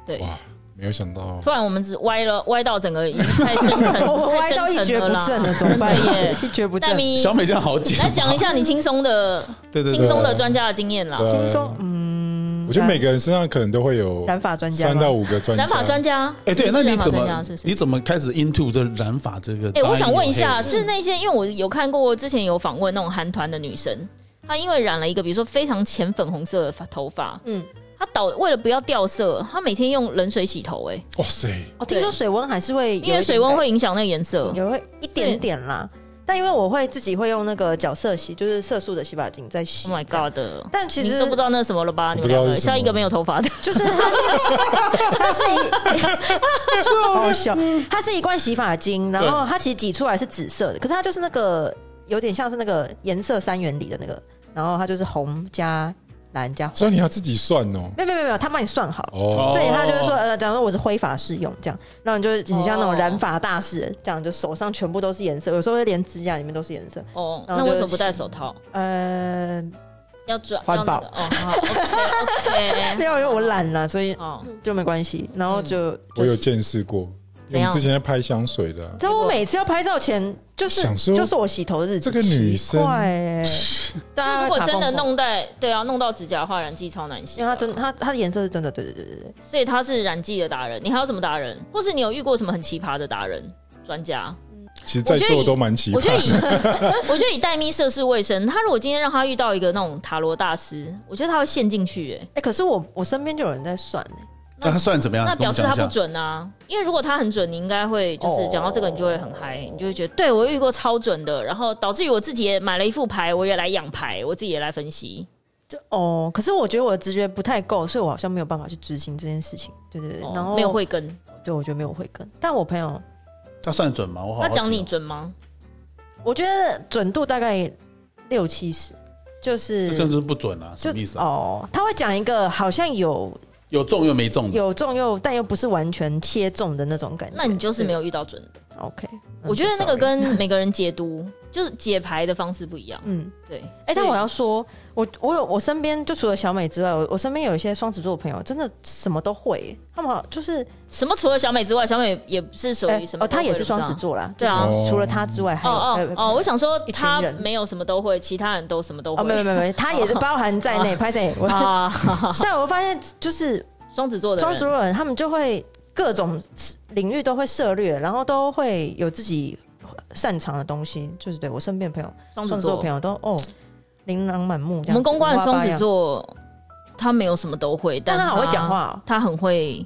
Speaker 2: 对。
Speaker 1: (laughs) 哇，没有想到
Speaker 2: 突然我们只歪了，歪到整个已经太深
Speaker 4: (laughs)
Speaker 2: 沉，
Speaker 4: 我我歪
Speaker 2: 太
Speaker 4: 到一
Speaker 2: 深
Speaker 4: 蹶
Speaker 2: 沉了
Speaker 4: 不
Speaker 2: 啦。
Speaker 4: 振了，怎么办
Speaker 2: 真的耶？
Speaker 4: (laughs) 一蹶不
Speaker 2: 戴
Speaker 3: 呃
Speaker 4: 振，
Speaker 2: 咪，
Speaker 3: 小美这样好 (laughs) 解，
Speaker 2: 来讲一下你轻松的、
Speaker 3: 对对
Speaker 2: 轻
Speaker 3: 对，
Speaker 2: 松的专家的经验啦。
Speaker 1: 对啊
Speaker 4: 轻松，嗯，
Speaker 1: 我觉得每个人身上可能都会有
Speaker 4: 染发专家吗
Speaker 1: 三到五个专家，
Speaker 2: 染发专家，
Speaker 3: 哎，对，
Speaker 2: 是
Speaker 3: 那你
Speaker 2: 染发
Speaker 3: 怎
Speaker 2: 专家
Speaker 3: 么
Speaker 2: 是不是
Speaker 3: 你怎么开始 into 这染发这个？
Speaker 2: 哎、我想问一下，
Speaker 3: 当然有黑
Speaker 2: 是那些因为我有看过之前有访问那种韩团的女生，她因为染了一个比如说非常浅粉红色的发头发，
Speaker 4: 嗯，
Speaker 2: 她倒为了不要掉色，她每天用冷水洗头、哎，
Speaker 1: 哇塞，
Speaker 4: 我哦听说水温还是会有一点改，
Speaker 2: 因为水温会影响那个颜色。
Speaker 4: 也会一点点啦，但因为我会自己会用那个角色洗，就是色素的洗发精在洗
Speaker 2: Oh my god！
Speaker 4: 但其
Speaker 2: 你
Speaker 4: 实
Speaker 2: 都不知道那是什么了吧？你
Speaker 1: 我不
Speaker 2: 们
Speaker 1: 知道
Speaker 2: 两个
Speaker 1: 是什么
Speaker 2: 像一个没有头发的，
Speaker 4: 就是它是它是一 (laughs) 好笑，它是一罐洗发精，然后它其实挤出来是紫色的，可是它就是那个有点像是那个颜色三元里的那个，然后它就是红加蓝加红，
Speaker 1: 所以你要自己算哦。
Speaker 4: 没有没有没有，他帮你算好。
Speaker 1: 哦，
Speaker 4: 所以他就是说，呃，假如说我是挥发适用这样，然后你就很像那种染发大师这样，就手上全部都是颜色，有时候会连指甲里面都是颜色。
Speaker 2: 哦，
Speaker 4: 然
Speaker 2: 那
Speaker 4: 后
Speaker 2: 为
Speaker 4: 就
Speaker 2: 什么不戴手套？
Speaker 4: 呃，
Speaker 2: 要转
Speaker 4: 环保
Speaker 2: 要那个哦，OK OK，
Speaker 4: (laughs) 因为我懒啦，所以
Speaker 2: 哦，
Speaker 4: 就没关系。然后就
Speaker 1: 我有
Speaker 4: 就
Speaker 1: 见识过，
Speaker 2: 怎样
Speaker 1: 之？前在拍香水的啊、
Speaker 4: 知道我每次要拍照前，就是
Speaker 1: 想说
Speaker 4: 就是我洗头的日子。
Speaker 1: 这个女生
Speaker 4: 奇怪欸 (laughs) 对啊，
Speaker 2: 如果真的
Speaker 4: 卡缝缝，
Speaker 2: 弄在对啊，弄到指甲的话，染剂超难洗
Speaker 4: 因
Speaker 2: 的。
Speaker 4: 为它真它它的颜色是真的，对对对对对。
Speaker 2: 所以他是染剂的达人。你还有什么达人？或是你有遇过什么很奇葩的达人专家？
Speaker 1: 其实在
Speaker 2: 我觉得
Speaker 1: 座
Speaker 2: 以
Speaker 1: 都蛮奇
Speaker 2: 我觉得
Speaker 1: 葩。
Speaker 2: 以我觉得以黛咪涉世未深，他如果今天让他遇到一个那种塔罗大师，我觉得他会陷进去、欸。
Speaker 4: 哎，可是我我身边就有人在算欸，
Speaker 3: 那他算怎么样？
Speaker 2: 那
Speaker 3: 跟
Speaker 2: 表
Speaker 3: 我
Speaker 2: 示
Speaker 3: 讲
Speaker 2: 他
Speaker 3: 一
Speaker 2: 不
Speaker 3: 下。
Speaker 2: 准啊，因为如果他很准，你应该会就是
Speaker 4: 哦
Speaker 2: 讲到这个，你就会很嗨，你就会觉得对我遇过超准的，然后导致于我自己也买了一副牌，我也来养牌，我自己也来分析。
Speaker 4: 就哦，可是我觉得我的直觉不太够，所以我好像没有办法去执行这件事情。对对对，
Speaker 2: 哦
Speaker 4: 然后
Speaker 2: 没有慧根，
Speaker 4: 对，我觉得没有慧根。但我朋友，
Speaker 3: 他算准吗？我好好
Speaker 2: 他
Speaker 3: 奇哦
Speaker 2: 讲你准吗？
Speaker 4: 我觉得准度大概六七十，就
Speaker 3: 这
Speaker 4: 是
Speaker 3: 就是不准啊，什么意思啊？
Speaker 4: 哦，他会讲一个好像有
Speaker 3: 有中又没中的，
Speaker 4: 有中又但又不是完全切中的那种感觉。
Speaker 2: 那你就是没有遇到准的。
Speaker 4: 对 OK？嗯
Speaker 2: 我觉得那个
Speaker 4: sorry
Speaker 2: 跟每个人解读 (laughs) 就是解牌的方式不一样。
Speaker 4: 嗯，
Speaker 2: 对，
Speaker 4: 哎、但
Speaker 2: 所以
Speaker 4: 我要说，我我有我身边就除了小美之外，我我身边有一些双子座的朋友，真的什么都会耶，他们好就是
Speaker 2: 什么？除了小美之外，小美也不是属
Speaker 4: 哎
Speaker 2: 于什么
Speaker 4: 哦，
Speaker 2: 都
Speaker 4: 他
Speaker 2: 会的、
Speaker 4: 也是双子
Speaker 2: 吧。
Speaker 4: 座啦，
Speaker 2: 对啊
Speaker 4: 就是除了他之外还
Speaker 2: 哦
Speaker 4: 有哎还
Speaker 2: 哦
Speaker 4: 有
Speaker 2: 哦！我想说
Speaker 4: 一群
Speaker 2: 他
Speaker 4: 人
Speaker 2: 没有什么都会，其他人都什么都
Speaker 4: 哦，
Speaker 2: 会。
Speaker 4: 没有没有没有，他也是包含在内，拍谁？ (laughs)
Speaker 2: (laughs)
Speaker 4: 我
Speaker 2: 啊，
Speaker 4: 但我发现就是
Speaker 2: 双子座的
Speaker 4: 双子
Speaker 2: 人，
Speaker 4: 座人，他们就会各种领域都会涉猎，然后都会有自己擅长的东西，就是对我身边的朋友，
Speaker 2: 双
Speaker 4: 双
Speaker 2: 子
Speaker 4: 子座
Speaker 2: 座
Speaker 4: 的朋友都哦琳琅满目这样子。
Speaker 2: 我们公关的
Speaker 4: 五花八
Speaker 2: 双子
Speaker 4: 样，
Speaker 2: 座，他没有什么都会，
Speaker 4: 但
Speaker 2: 他
Speaker 4: 他好会讲话哦。
Speaker 2: 他很会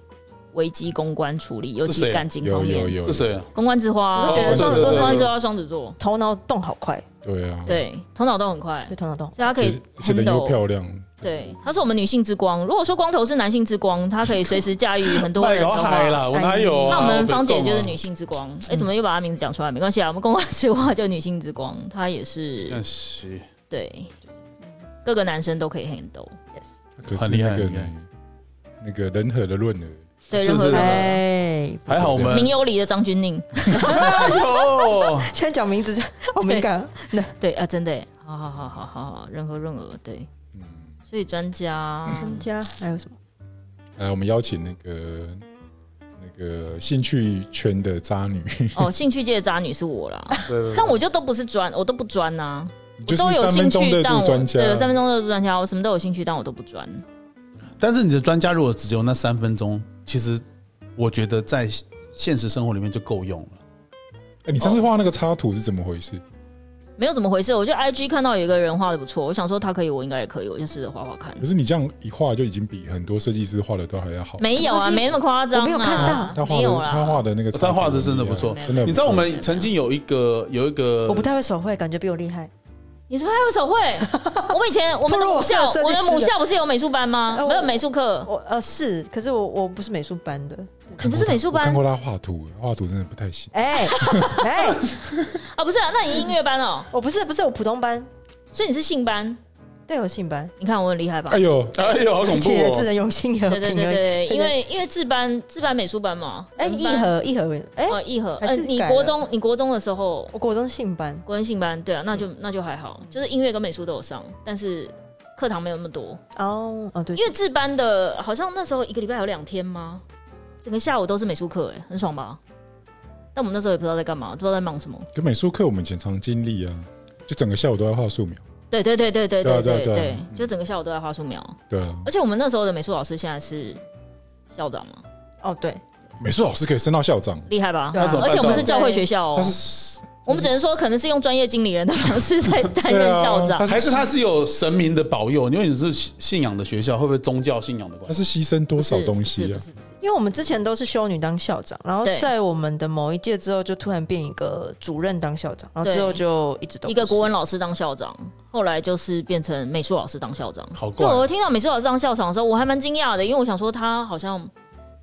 Speaker 2: 危机公关处理，尤
Speaker 3: 是
Speaker 2: 其
Speaker 3: 谁啊
Speaker 2: 感情
Speaker 1: 有
Speaker 2: 方面。
Speaker 1: 有有，
Speaker 3: 是谁啊？
Speaker 2: 公关之花，
Speaker 4: 我就觉
Speaker 3: 得双子座
Speaker 2: 公
Speaker 3: 是
Speaker 2: 关之花双子座，
Speaker 4: 头脑动好快，
Speaker 1: 对啊，，
Speaker 2: 对，头脑都很快
Speaker 4: 对，头脑动。
Speaker 2: 所以他可以
Speaker 1: 而且人又
Speaker 2: handle。
Speaker 1: 漂亮，
Speaker 2: 对，他是我们女性之光。如果说光头是男性之光，他可以随时驾驭很多
Speaker 3: 卖
Speaker 2: 人的
Speaker 3: 搞
Speaker 2: 话。
Speaker 3: 哎嗨啦，我哪有啊？
Speaker 2: 哎那我们芳姐
Speaker 3: 被中
Speaker 2: 就
Speaker 3: 啊
Speaker 2: 是女性之光，哎、怎么又把她名字讲出来？没关系啊，我们公关之花就女性之光，她也是
Speaker 3: 但是
Speaker 2: 对，各个男生都可以 handle，
Speaker 1: 可是
Speaker 3: 很厉害
Speaker 1: 那个
Speaker 3: 很厉害
Speaker 1: 呢那个人和的润儿，
Speaker 2: 对
Speaker 3: 就
Speaker 2: 任
Speaker 3: 是
Speaker 2: 何人。
Speaker 4: 哎，
Speaker 3: 还好我们
Speaker 2: 名有理的张钧甯，
Speaker 3: 哎
Speaker 2: (laughs)
Speaker 3: 呦，
Speaker 4: 现在讲名字 (laughs) 好敏感。那
Speaker 2: 对啊，真的耶，好好好好好好，任何润儿，对，
Speaker 1: 嗯，
Speaker 2: 所以专家
Speaker 4: 人家还有什么？
Speaker 1: 来，我们邀请那个那个兴趣圈的渣女，
Speaker 2: 哦，兴趣界的渣女是我啦，
Speaker 3: 对对对
Speaker 2: 但我就都不是专，我都不专呐、
Speaker 1: 就是
Speaker 2: 我都有
Speaker 1: 三
Speaker 2: 兴
Speaker 1: 分钟
Speaker 2: 趣，
Speaker 1: 热
Speaker 2: 但
Speaker 1: 度
Speaker 2: 我
Speaker 1: 专家，
Speaker 2: 对三分钟热度专家，我什么都有兴趣，但我都不专。
Speaker 3: 但是你的专家如果只有那三分钟，其实我觉得在现实生活里面就够用了。
Speaker 1: 哎，你
Speaker 2: 哦
Speaker 1: 上次画那个插图是怎么回事？
Speaker 2: 没有怎么回事，我就 IG 看到有一个人画的不错，我想说他可以，我应该也可以，我就试着画画看
Speaker 1: 可。是你这样一画就已经比很多设计师画的都还要好。
Speaker 2: 没有
Speaker 4: 什么
Speaker 2: 啊，
Speaker 4: 东西
Speaker 2: 没那么夸张啊，
Speaker 4: 我没有看到
Speaker 1: 他画
Speaker 2: 没
Speaker 1: 的
Speaker 2: 有啦，
Speaker 1: 他画的那个插图
Speaker 3: 他
Speaker 1: 很厉害，
Speaker 3: 画的真的不错
Speaker 1: 真的不错。
Speaker 3: 你知道我们曾经有一个有一个，
Speaker 4: 我不太会手绘，感觉比我厉害。
Speaker 2: 你说他有手绘？我们以前我们的母校，
Speaker 4: 不如我是设计师的
Speaker 2: 我的母校不是有美术班吗
Speaker 4: 呃？我
Speaker 2: 没有美术课，
Speaker 4: 我呃是，可是我我不是美术班
Speaker 2: (laughs)
Speaker 4: 的。
Speaker 1: 看过他
Speaker 2: 你不是美术班
Speaker 1: 我看过他画图，画图真的不太行。
Speaker 4: 哎哎，
Speaker 2: 啊，不是啊，那你音乐班哦，
Speaker 4: 我不是不是我普通班，
Speaker 2: 所以你是性班。
Speaker 4: 对我性班，
Speaker 2: 你看我很厉害吧
Speaker 1: 哎？呦，
Speaker 3: (laughs) 哎呦，好恐怖
Speaker 4: 且智
Speaker 3: 哦！
Speaker 4: 能用心和
Speaker 2: 对对
Speaker 4: 平
Speaker 2: 对
Speaker 4: 而已
Speaker 2: 对，因为因为自班自班美术班嘛，
Speaker 4: 哎
Speaker 2: 文
Speaker 4: 一
Speaker 2: 班
Speaker 4: 和一和哎，
Speaker 2: 哦一和，
Speaker 4: 还
Speaker 2: 呃，
Speaker 4: 是
Speaker 2: 你
Speaker 4: 改了
Speaker 2: 国中你国中的时候，
Speaker 4: 我国中性班，
Speaker 2: 国文性班对啊，那就那就还好，就是音乐跟美术都有上，但是课堂没有那么多，
Speaker 4: 哦哦对，
Speaker 2: 因为自班的好像那时候一个礼拜有两天吗？整个下午都是美术课，哎，很爽吧？但我们那时候也不知道在干嘛，不知道在忙什么。
Speaker 1: 可美术课我们以前常经历啊，就整个下午都在画素描。
Speaker 2: 对对对对对
Speaker 1: 对啊
Speaker 2: 对
Speaker 1: 对啊
Speaker 2: 对
Speaker 1: 对啊
Speaker 2: 对，
Speaker 1: 嗯
Speaker 2: 就整个下午都在画素描，
Speaker 1: 对啊，
Speaker 2: 而且我们那时候的美术老师现在是校长嘛，
Speaker 4: 哦对，
Speaker 1: 美术老师可以升到校长，
Speaker 2: 厉害吧？
Speaker 4: 对啊
Speaker 3: 那怎么办
Speaker 2: 而且我们是教会学校
Speaker 1: 他
Speaker 2: 哦，
Speaker 1: 是
Speaker 2: 我们只能说可能是用专业经理人的方式在担任校
Speaker 1: 对啊
Speaker 2: 长。
Speaker 3: 还是他是有神明的保佑，因为你是信仰的学校，会不会宗教信仰的
Speaker 1: 他
Speaker 3: 关系？
Speaker 1: 是牺牲多
Speaker 2: 不
Speaker 1: 少
Speaker 2: 是
Speaker 1: 东西
Speaker 2: 不
Speaker 1: 啊？
Speaker 2: 是不是不是
Speaker 4: 因为我们之前都是修女当校长，然后
Speaker 2: 对
Speaker 4: 在我们的某一届之后，就突然变一个主任当校长，然后之后就一直都
Speaker 2: 一个
Speaker 4: 不是
Speaker 2: 国文老师当校长，后来就是变成美术老师当校长。
Speaker 3: 好怪
Speaker 2: 所以
Speaker 3: 哦
Speaker 2: 我听到美术老师当校长的时候，我还蛮惊讶的，因为我想说他好像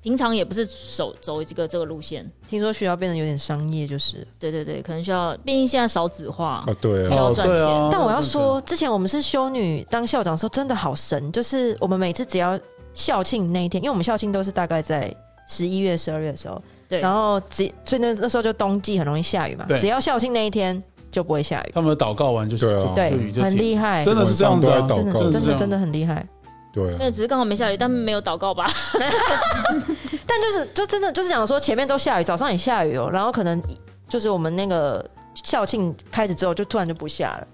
Speaker 2: 平常也不是走走这个这个路线。
Speaker 4: 听说学校变得有点商业，就是。
Speaker 2: 对对对，可能需要，毕竟现在少子化
Speaker 1: 啊，，对
Speaker 2: 哦
Speaker 1: 啊，
Speaker 2: 要赚钱
Speaker 4: 但我要说，之前我们是修女当校长的时候，真的好神，就是我们每次只要校庆那一天，因为我们校庆都是大概在十一月、十二月的时候，
Speaker 2: 对
Speaker 4: 然后只所以那那时候就冬季很容易下雨嘛，
Speaker 3: 对
Speaker 4: 只要校庆那一天就不会下雨，
Speaker 3: 他们祷告完就
Speaker 1: 对啊
Speaker 3: 哦就就雨
Speaker 4: 对，
Speaker 3: 就
Speaker 4: 很
Speaker 3: 停
Speaker 4: 厉害，
Speaker 3: 真的是这样子啊
Speaker 1: 晚上都在祷告
Speaker 4: 真
Speaker 3: 真
Speaker 4: 的
Speaker 3: 的是这样
Speaker 4: 真的真的很厉害。
Speaker 1: 对
Speaker 2: 那
Speaker 1: 啊，
Speaker 4: 嗯
Speaker 2: 只是刚好没下雨，但没有祷告吧？
Speaker 4: 但就是就真的就是讲说前面都下雨，早上也下雨哦，然后可能就是我们那个校庆开始之后，就突然就不下了，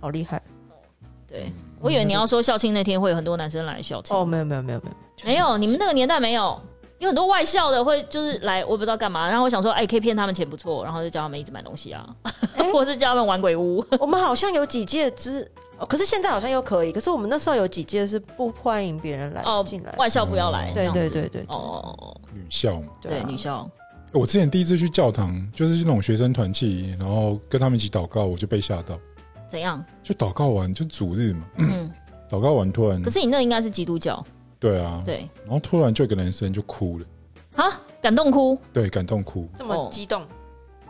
Speaker 4: 好厉害
Speaker 2: 对， (laughs) 我以为你要说校庆那天会有很多男生来校庆，
Speaker 4: 哦！没有没有没有没有，就是
Speaker 2: 没有，你们那个年代没有。有很多外校的会就是来，我也不知道干嘛，然后我想说，哎、可以骗他们钱不错，然后就叫他们一直买东西啊，
Speaker 4: 哎
Speaker 2: (laughs) 或者是叫他们玩鬼屋。
Speaker 4: 我们好像有几届之，哦可是现在好像又可以。可是我们那时候有几届是不欢迎别人来
Speaker 2: 哦
Speaker 4: 进来，，嗯
Speaker 2: 外校不要来，这
Speaker 4: 对
Speaker 2: 样子
Speaker 4: 对对啊对
Speaker 2: 哦哦哦，
Speaker 1: 女校嘛。欸
Speaker 2: 对啊女校，
Speaker 1: 我之前第一次去教堂，就是那种学生团契，然后跟他们一起祷告，我就被吓到。
Speaker 2: 怎样？
Speaker 1: 就祷告完，就主日嘛，
Speaker 2: 嗯，
Speaker 1: 祷告完突然
Speaker 2: 可，是你那应该是基督教，
Speaker 1: 对啊，，
Speaker 2: 对
Speaker 1: 然后突然就有个男生就哭了，
Speaker 2: 啊，感动哭，
Speaker 1: 对，感动哭，
Speaker 4: 这
Speaker 2: 么
Speaker 4: 激动，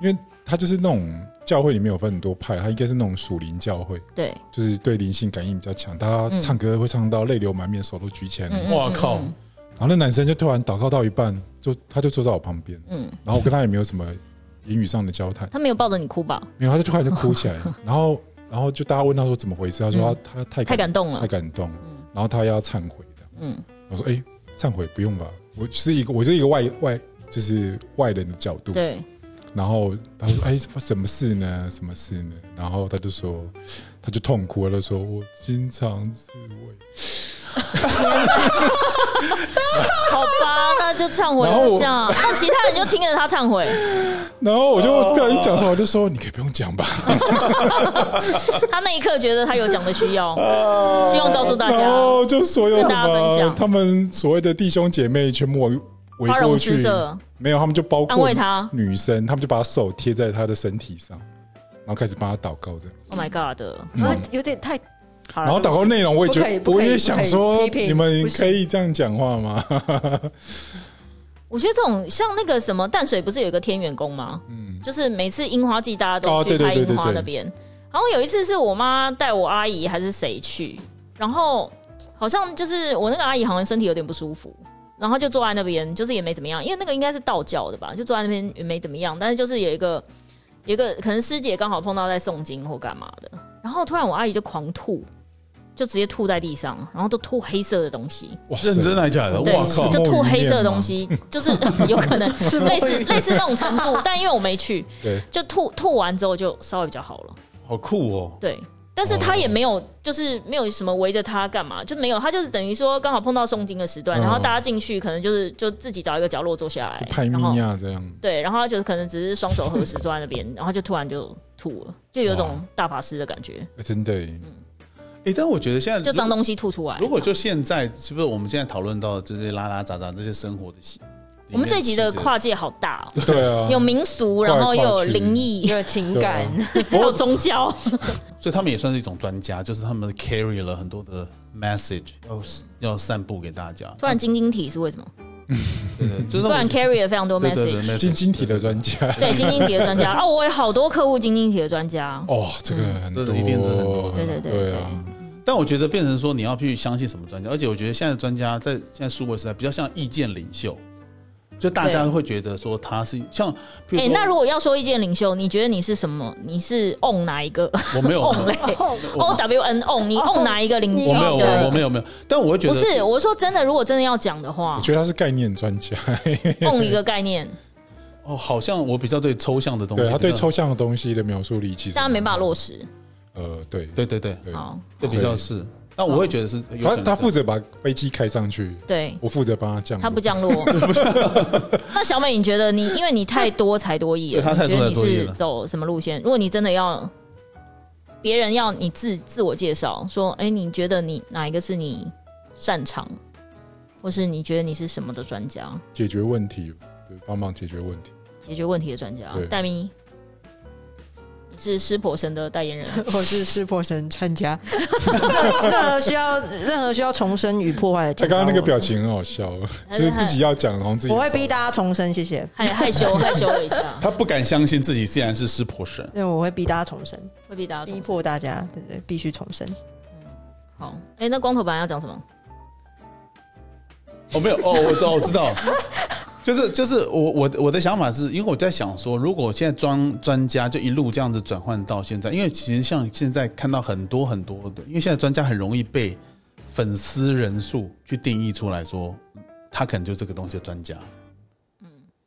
Speaker 1: 因为他就是那种教会里面有分很多派，他应该是那种属灵教会，
Speaker 2: 对，
Speaker 1: 就是对灵性感应比较强，他
Speaker 2: 嗯
Speaker 1: 唱歌会唱到泪流满面，手都举起来那种。
Speaker 3: 哇靠
Speaker 2: 嗯
Speaker 1: 然后那男生就突然祷告到一半，就他就坐在我旁边，
Speaker 2: 嗯，
Speaker 1: 然后我跟他也没有什么言语上的交谈，
Speaker 2: 他没有抱着你哭吧？
Speaker 1: 没有，他就突然就哭起来， (laughs) 然后然后就大家问他说怎么回事，他说啊
Speaker 2: 嗯
Speaker 1: 他、他太
Speaker 2: 太感动了
Speaker 1: 太感动了，
Speaker 2: 嗯
Speaker 1: 然后他要忏悔这样。
Speaker 2: 嗯，
Speaker 1: 我说：“哎、忏悔不用吧，我是一个我是一个外外就是外人的角度。”
Speaker 2: 对，
Speaker 1: 然后他说：“哎、什么事呢？什么事呢？”然后他就说，他就痛哭了，他就说：“我经常自慰。
Speaker 2: 好吧，那就忏悔一下。那其他人就听着他忏悔，”
Speaker 1: 然后我就
Speaker 2: 哦
Speaker 1: 不小心讲出来，我就说：“你可以不用讲吧。
Speaker 2: 他那一刻觉得他有讲的需 (laughs) 要，希望告诉”大
Speaker 1: 然
Speaker 2: 家，
Speaker 1: 后就所有
Speaker 2: 跟
Speaker 1: 什
Speaker 2: 大家分
Speaker 1: 么
Speaker 2: 享
Speaker 1: 他们所谓的弟兄姐妹全部围围
Speaker 2: 花
Speaker 1: 过
Speaker 2: 容失
Speaker 1: 去，
Speaker 2: 色，
Speaker 1: 没有，他们就包
Speaker 2: 安
Speaker 1: 括
Speaker 2: 慰他。
Speaker 1: 女生，他们就把手贴在他的身体上，然后开始帮他祷告的。
Speaker 2: Oh my god！
Speaker 4: 然后啊有点太好了
Speaker 1: 然后祷告内容，我也觉
Speaker 4: 不可以
Speaker 1: 得，
Speaker 4: 不
Speaker 1: 我
Speaker 4: 可以
Speaker 1: 也想
Speaker 4: 不可
Speaker 1: 说
Speaker 4: 以，批评
Speaker 1: 你们可
Speaker 4: 不行
Speaker 1: 以这样讲话吗？ (laughs)
Speaker 2: 我觉得这种像那个什么淡水不是有一个天元宫吗？
Speaker 1: 嗯，
Speaker 2: 就是每次樱花季大家都
Speaker 1: 哦
Speaker 2: 去
Speaker 1: 对对
Speaker 2: 拍
Speaker 1: 对
Speaker 2: 樱
Speaker 1: 对
Speaker 2: 花
Speaker 1: 对
Speaker 2: 那边。然后有一次是我妈带我阿姨还是谁去，然后好像就是我那个阿姨好像身体有点不舒服，然后就坐在那边，就是也没怎么样，因为那个应该是道教的吧，就坐在那边也没怎么样，但是就是有一个有一个可能师姐刚好碰到在诵经或干嘛的，然后突然我阿姨就狂吐，就直接吐在地上，然后都吐黑色的东西。
Speaker 1: 哇塞
Speaker 3: 认真啊来假的，
Speaker 2: 对
Speaker 3: 哇靠，
Speaker 2: 就
Speaker 1: 墨
Speaker 2: 吐
Speaker 1: 鱼
Speaker 2: 黑色
Speaker 1: 面吗
Speaker 2: 的
Speaker 1: 啊 (laughs)
Speaker 2: 东西，就是有可能类似类似那种程度，但因为我没去，
Speaker 1: 对，
Speaker 2: 就吐吐完之后就稍微比较好了，
Speaker 3: 好酷哦！
Speaker 2: 对。但是他也没
Speaker 1: 哦
Speaker 2: 有，就是没有什么围着他干嘛，就没有，他就是等于说刚好碰到诵经的时段，
Speaker 1: 嗯
Speaker 2: 然后大家进去可能就是就自己找一个角落坐下来
Speaker 1: 就，派
Speaker 2: 然后嗯
Speaker 1: 米亚这样，
Speaker 2: 对，然后他就是可能只是双手合十坐在那边，然后就突然就吐了，就有种
Speaker 1: 哇
Speaker 2: 大法师的感觉，
Speaker 1: 哎真的耶，
Speaker 3: 哎，但我觉得现在
Speaker 1: 嗯
Speaker 2: 就脏东西吐出来。
Speaker 3: 如果就现在，是不是我们现在讨论到这些拉拉杂杂这些生活的习？
Speaker 2: 我们这一集的
Speaker 3: 里面
Speaker 2: 跨界好大哦，
Speaker 1: 对啊，
Speaker 2: 有民俗，然后又有
Speaker 1: 跨跨区
Speaker 2: 灵异，
Speaker 4: 有情
Speaker 1: 对
Speaker 4: 感
Speaker 1: 啊，
Speaker 2: 还 (laughs) 有宗教。
Speaker 3: 其实，所以他们也算是一种专家，就是他们 carry 了很多的 message 要要散布给大家。
Speaker 2: 突然晶晶体是为什么？
Speaker 3: 对对，就是
Speaker 2: 突然 carry 了非常多
Speaker 3: 对对对
Speaker 2: message。
Speaker 3: message
Speaker 1: 晶晶体的专家，
Speaker 2: 对晶晶体的专
Speaker 3: (laughs)
Speaker 2: 家哦，我有好多客户晶晶体的专家，
Speaker 1: 哦，这个很多，
Speaker 3: 嗯这一定是很多
Speaker 2: 对对对
Speaker 1: 对啊，
Speaker 3: 但我觉得变成说你要去相信什么专家，而且我觉得现在专家在现在数位时代比较像意见领袖，就大家
Speaker 2: 对
Speaker 3: 会觉得说他是像，譬如
Speaker 2: 哎，
Speaker 3: 说
Speaker 2: 那如果要说意见领袖，你觉得你是什么？你是 on 哪一个
Speaker 3: 我没有，
Speaker 2: on
Speaker 3: (laughs)
Speaker 2: 嘞
Speaker 3: 我
Speaker 2: ？O W N on 你 on 哪一个领
Speaker 4: 你
Speaker 2: 袖？
Speaker 3: 我没有，我我
Speaker 2: 对
Speaker 3: 没有没有，但我会觉
Speaker 2: 不
Speaker 3: 得
Speaker 2: 是，我说真的，如果真的要讲的话
Speaker 1: 我觉得他是概念专家，
Speaker 2: ，on 一个概念，
Speaker 3: 哦，好像我比较对抽象的东西，
Speaker 1: 对他对
Speaker 3: 比较
Speaker 1: 抽象的东西的描述力其实
Speaker 2: 但没办法落实。哦
Speaker 1: 呃，对
Speaker 3: 对对对，
Speaker 1: 对，
Speaker 2: 好，
Speaker 3: 这比较是。那我会觉得是有可
Speaker 1: 他
Speaker 3: 能
Speaker 1: 他
Speaker 3: 是
Speaker 1: 负责把飞机开上去，
Speaker 2: 对
Speaker 1: 我负责帮他降落，
Speaker 2: 他不降
Speaker 3: (laughs)
Speaker 2: 落。 (laughs) 那小美，你觉得你因为你太多才多艺了，
Speaker 3: 对她太
Speaker 2: 你觉
Speaker 3: 多
Speaker 2: 得
Speaker 3: 才
Speaker 2: 你
Speaker 3: 多艺
Speaker 2: 是
Speaker 3: 了
Speaker 2: 走什么路线？如果你真的要别人要你自自我介绍，说，哎、你觉得你哪一个是你擅长，或是你觉得你是什么的专家，
Speaker 1: 解决问题，对，帮忙解决问题，
Speaker 2: 解决问题的专家
Speaker 1: 对？
Speaker 2: 戴咪，你是湿婆神的代言人，
Speaker 4: 我是识破神专家， (laughs) 任何需要任何需要重生与破坏的，
Speaker 1: 他刚刚那个表，情很好笑，就是自己要讲，然后自己
Speaker 4: 我会逼大家重生，谢谢。
Speaker 3: (laughs)
Speaker 2: 害害羞害羞了一下，
Speaker 3: 他不敢相信自己竟然是湿婆神。
Speaker 4: 因为我会逼大家重生，
Speaker 2: 会被大家
Speaker 4: 逼
Speaker 2: 重
Speaker 4: 迫大家，对对，必须重生。
Speaker 2: 好。哎、那光头本来要讲什么？
Speaker 3: 哦，没有哦，我知道，我知道，就是就是我我我的想法是，因为我在想说，如果现在专专家就一路这样子转换到现在，因为其实像现在看到很多很多的，因为现在专家很容易被粉丝人数去定义出来说，他可能就这个东西的专家。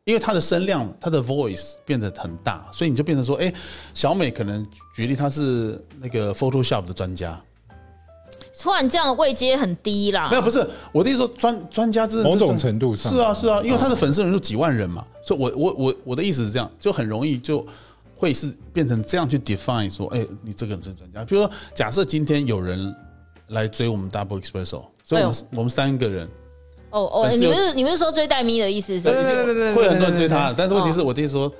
Speaker 3: 因为它的声量，它的 voice 变得很大，所以你就变成说，哎，小美可能举例，她是那个 Photoshop 的专家，
Speaker 2: 突然这样位阶很低啦。
Speaker 3: 没有，不是我的意思说专专家真的是
Speaker 1: 某种
Speaker 3: 专
Speaker 1: 程度上
Speaker 3: 是啊是啊，因为他的粉丝人数几万人嘛，所以我我我我的意思是这样，就很容易就会是变成这样去 define 说，哎、你这个人是专家。比如说，假设今天有人来追我们 Double Espresso，所以
Speaker 4: 哎
Speaker 3: 我们、我们三个人，
Speaker 2: 哦哦，
Speaker 3: 粉丝
Speaker 2: 你
Speaker 3: 有
Speaker 2: 不是你不是说追戴咪的意思
Speaker 3: 对，
Speaker 2: 是？
Speaker 3: 一
Speaker 4: 对对对
Speaker 3: 定
Speaker 4: 对
Speaker 3: 会很多人追他
Speaker 4: 对对对对，
Speaker 3: 但是问题是我的意思说，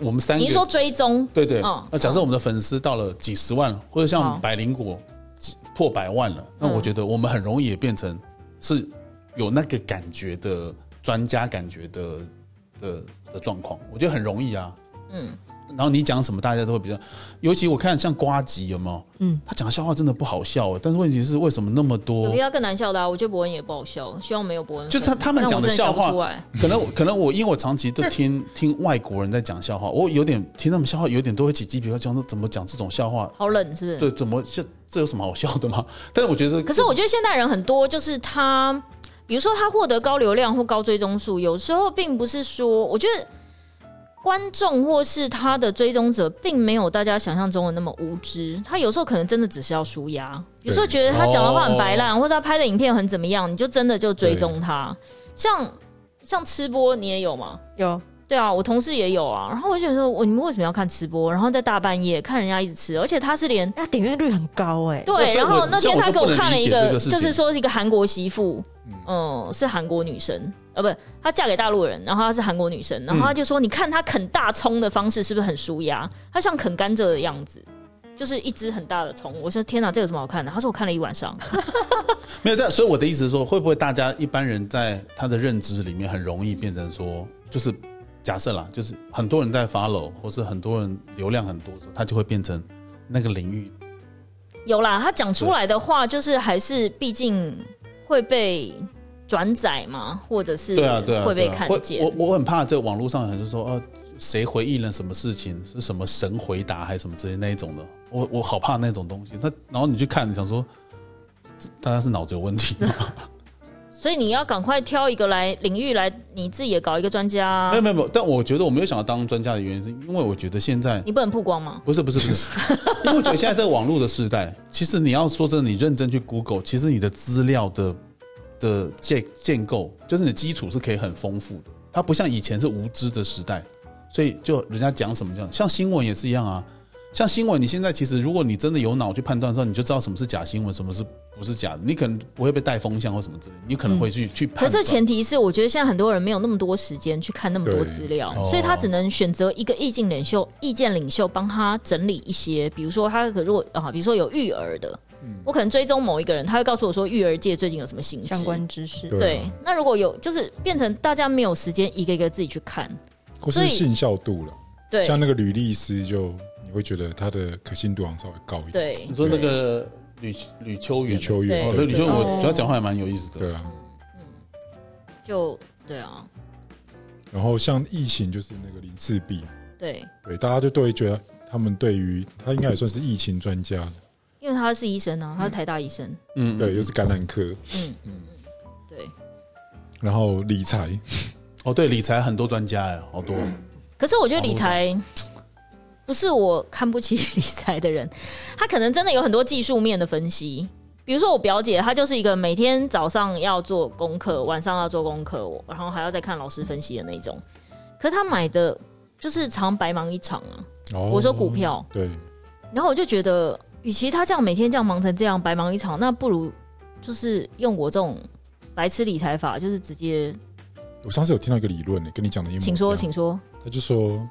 Speaker 3: 我们三个
Speaker 2: 你是说追踪？
Speaker 3: 对对，
Speaker 2: 嗯
Speaker 3: 那假设我们的粉丝到了几十万，或者像百灵果几破百万了，那
Speaker 2: 嗯
Speaker 3: 我觉得我们很容易也变成是有那个感觉的专家感觉的的的状况，我觉得很容易啊。
Speaker 2: 嗯，
Speaker 3: 然后你讲什么，大家都会比较，尤其我看像瓜吉有没有？
Speaker 4: 嗯
Speaker 3: 嗯，他讲的笑话真的不好笑、但是问题是为什么那么多
Speaker 2: 有比？较更难笑的啊，我觉得伯恩也不好笑，希望没有伯恩粉。
Speaker 3: 就是他他们
Speaker 2: 但我
Speaker 3: 讲的
Speaker 2: 真笑
Speaker 3: 笑话
Speaker 2: 不出来，
Speaker 3: 可能我可能我因为我长期都听听外国人在讲笑话，我有点听他们笑话有点都会起鸡皮疙瘩，讲说怎么讲这种笑话，
Speaker 2: 好冷是不是？
Speaker 3: 对，怎么这这有什么好笑的吗？ (laughs) 但是我觉得，
Speaker 2: 可是我觉得现代人很多，就是他，比如说他获得高流量或高追踪数，有时候并不是说，我觉得观众或是他的追踪者，并没有大家想象中的那么无知。他有时候可能真的只是要舒压，有时候觉得他讲的话很白
Speaker 3: 哦
Speaker 2: 烂，或者他拍的影片很怎么样，你就真的就追踪他。像像吃播，你也有吗？
Speaker 4: 有
Speaker 2: 对啊，我同事也有啊。然后我就觉得说，我你们为什么要看吃播？然后在大半夜看人家一直吃，而且他是连
Speaker 4: 那点阅率很高哎、
Speaker 3: 那所
Speaker 2: 对，
Speaker 3: 以
Speaker 2: 然后
Speaker 3: 我
Speaker 2: 那天
Speaker 3: 像我
Speaker 2: 他
Speaker 3: 就
Speaker 2: 给
Speaker 3: 不
Speaker 2: 我
Speaker 3: 能
Speaker 2: 看了
Speaker 3: 理
Speaker 2: 一
Speaker 3: 解这
Speaker 2: 个，
Speaker 3: 个事
Speaker 2: 就
Speaker 3: 情
Speaker 2: 是说是一个韩国媳妇，嗯，是韩国女生，呃，不，她嫁给大陆人，然后她是韩国女生，
Speaker 3: 嗯
Speaker 2: 然后她就说，你看她啃大葱的方式是不是很舒压？她像啃甘蔗的样子。就是一只很大的葱，我说天哪，这有什么好看的？她说我看了一晚上， (laughs)
Speaker 3: 没有，但所以我的意思是说，会不会大家一般人在他的认知里面很容易变成说，就是假设啦，就是很多人在 follow，或是很多人流量很多的时候，他就会变成那个领域。
Speaker 2: 有啦，她讲出来的话就是还是毕竟会被转载嘛，或者是
Speaker 3: 对啊，对啊，
Speaker 2: 会被
Speaker 3: 对啊
Speaker 2: 看见。
Speaker 3: 会我我很怕在网络上很多说，啊，谁回忆了什么事情，是什么神回答还是什么之类那一种的，我我好怕那种东西。那然后你去看，你想说，这大家是脑子有问题吗？
Speaker 2: 所以你要赶快挑一个来领域来，你自己也搞一个专家啊、
Speaker 3: 没有没有没有，但我觉得我没有想要当专家的原因，是因为我觉得现在
Speaker 2: 你不能曝光吗？
Speaker 3: 不是不是
Speaker 2: (laughs)
Speaker 3: 不是，因为我觉得现在这个网络的时代，其实你要说真的，你认真去 Google，其实你的资料的的建建构，就是你的基础是可以很丰富的。它不像以前是无知的时代，所以就人家讲什么这样，像新闻也是一样啊。像新闻，你现在其实如果你真的有脑去判断的时候，你就知道什么是假新闻，什么是不是假的。你可能不会被带风向或什么之类的，你可能会去、去判
Speaker 2: 可
Speaker 3: 断。
Speaker 2: 是前提是，我觉得现在很多人没有那么多时间去看那么多
Speaker 1: 对
Speaker 2: 资料，
Speaker 3: 哦
Speaker 2: 所以他只能选择一个意见领袖，意见领袖帮他整理一些，比如说他可如果啊，比如说有育儿的，
Speaker 3: 嗯
Speaker 2: 我可能追踪某一个人，他会告诉我说育儿界最近有什么新知
Speaker 4: 相关知识。
Speaker 2: 对
Speaker 1: 啊，
Speaker 2: 那如果有，就是变成大家没有时间一个一个自己去看，
Speaker 1: 或
Speaker 2: 所
Speaker 1: 是
Speaker 2: 以
Speaker 1: 信效度了。
Speaker 2: 对
Speaker 1: 像那个吕律师，就你会觉得他的可信度好像稍微高一点。
Speaker 2: 对，
Speaker 3: 你说那个吕吕秋
Speaker 1: 吕
Speaker 3: 远，
Speaker 1: 秋
Speaker 2: 对
Speaker 1: 远，
Speaker 3: 哦，
Speaker 1: 对
Speaker 3: 对吕秋远，我觉得他讲话还蛮有意思的。
Speaker 1: 对啊。
Speaker 2: 就对啊，
Speaker 1: 然后像疫情就是那个林氏璧，
Speaker 2: 对，
Speaker 1: 对，大家就对觉得他们对于他应该也算是疫情专家了，
Speaker 2: 因为他是医生啊，他是台大医生，
Speaker 3: 嗯，
Speaker 1: 对，又是感染科，
Speaker 2: 嗯嗯嗯，对。
Speaker 1: 然后理财，
Speaker 3: 哦，对，理财很多专家哎，好多。
Speaker 2: 可是我觉得理财不是我看不起理财的人， (laughs) 他可能真的有很多技术面的分析。比如说我表姐，她就是一个每天早上要做功课，晚上要做功课，我然后还要再看老师分析的那种。可是她买的就是常白忙一场啊。
Speaker 1: 哦
Speaker 2: 我说股，票，
Speaker 1: 对，
Speaker 2: 然后我就觉得，与其她这样每天这样忙成这样白忙一场，那不如就是用我这种白痴理财法，就是直接，
Speaker 1: 我上次有听到一个理论，跟你讲的一模一样，
Speaker 2: 请说，请说，
Speaker 1: 他就说，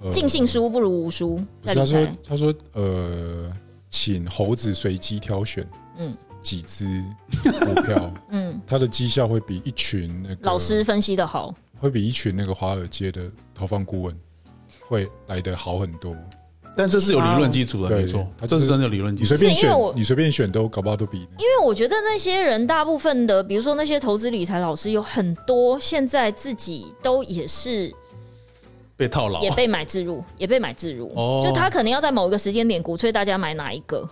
Speaker 1: 呃
Speaker 2: 尽信，书不如无书，
Speaker 1: 不
Speaker 2: 在
Speaker 1: 是他
Speaker 2: 理
Speaker 1: 说
Speaker 2: 财，
Speaker 1: 他说呃，请猴子随机挑选
Speaker 2: 嗯
Speaker 1: 几只股
Speaker 2: (laughs)
Speaker 1: 票，
Speaker 2: 嗯。
Speaker 1: 它的绩效会比一群那个
Speaker 2: 老师分析的好，
Speaker 1: 会比一群那个华尔街的投放顾问会来的好很多。
Speaker 3: 但这是有理论基础
Speaker 2: 哦
Speaker 3: 的，
Speaker 1: 对
Speaker 3: 没错，
Speaker 1: 它
Speaker 3: 这
Speaker 1: 就是
Speaker 3: 是真的有理论基
Speaker 1: 你
Speaker 3: 础
Speaker 1: 随。便
Speaker 2: 是因为我
Speaker 1: 选，你随便选都搞不好都比那
Speaker 2: 因为我觉得那些人大部分的，比如说那些投资理财老师，有很多现在自己都也是
Speaker 3: 被套牢啊
Speaker 2: 也，被买置入， (laughs) 也被买置入，
Speaker 3: 哦
Speaker 2: 就他可能要在某一个时间点鼓吹大家买哪一个，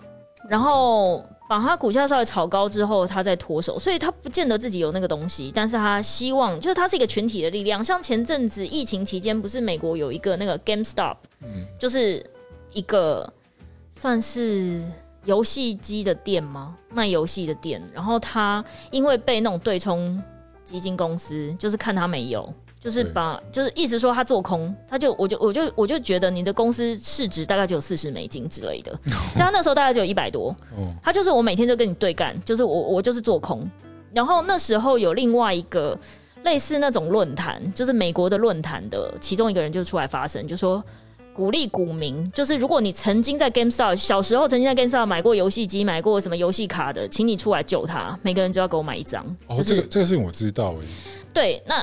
Speaker 2: 然后。把它股价稍微炒高之后，它再脱手，所以它不见得自己有那个东西，但是它希望就是它是一个群体的力量。像前阵子疫情期间，不是美国有一个那个 GameStop，
Speaker 1: 嗯
Speaker 2: 就是一个算是游戏机的店吗？卖游戏的店，然后他因为被那种对冲基金公司，就是看他没有，就是
Speaker 1: 对
Speaker 2: 把就是意思说他做空，他就我就我就我就觉得你的公司市值大概只有四十美金之类
Speaker 1: (laughs)
Speaker 2: 的，像他那时候大概只有一百多，
Speaker 1: 哦，
Speaker 2: 他就是我每天就跟你对干，就是我我就是做空。然后那时候有另外一个类似那种论坛，就是美国的论坛的其中一个人就出来发声，就说鼓励股民，就是如果你曾经在 GameStop 小时候曾经在 GameStop 买过游戏机、买过什么游戏卡的，请你出来救他，每个人就要给我买一张。
Speaker 1: 哦，
Speaker 2: 就是、
Speaker 1: 这个这个事情我知道欸诶，
Speaker 2: 对，那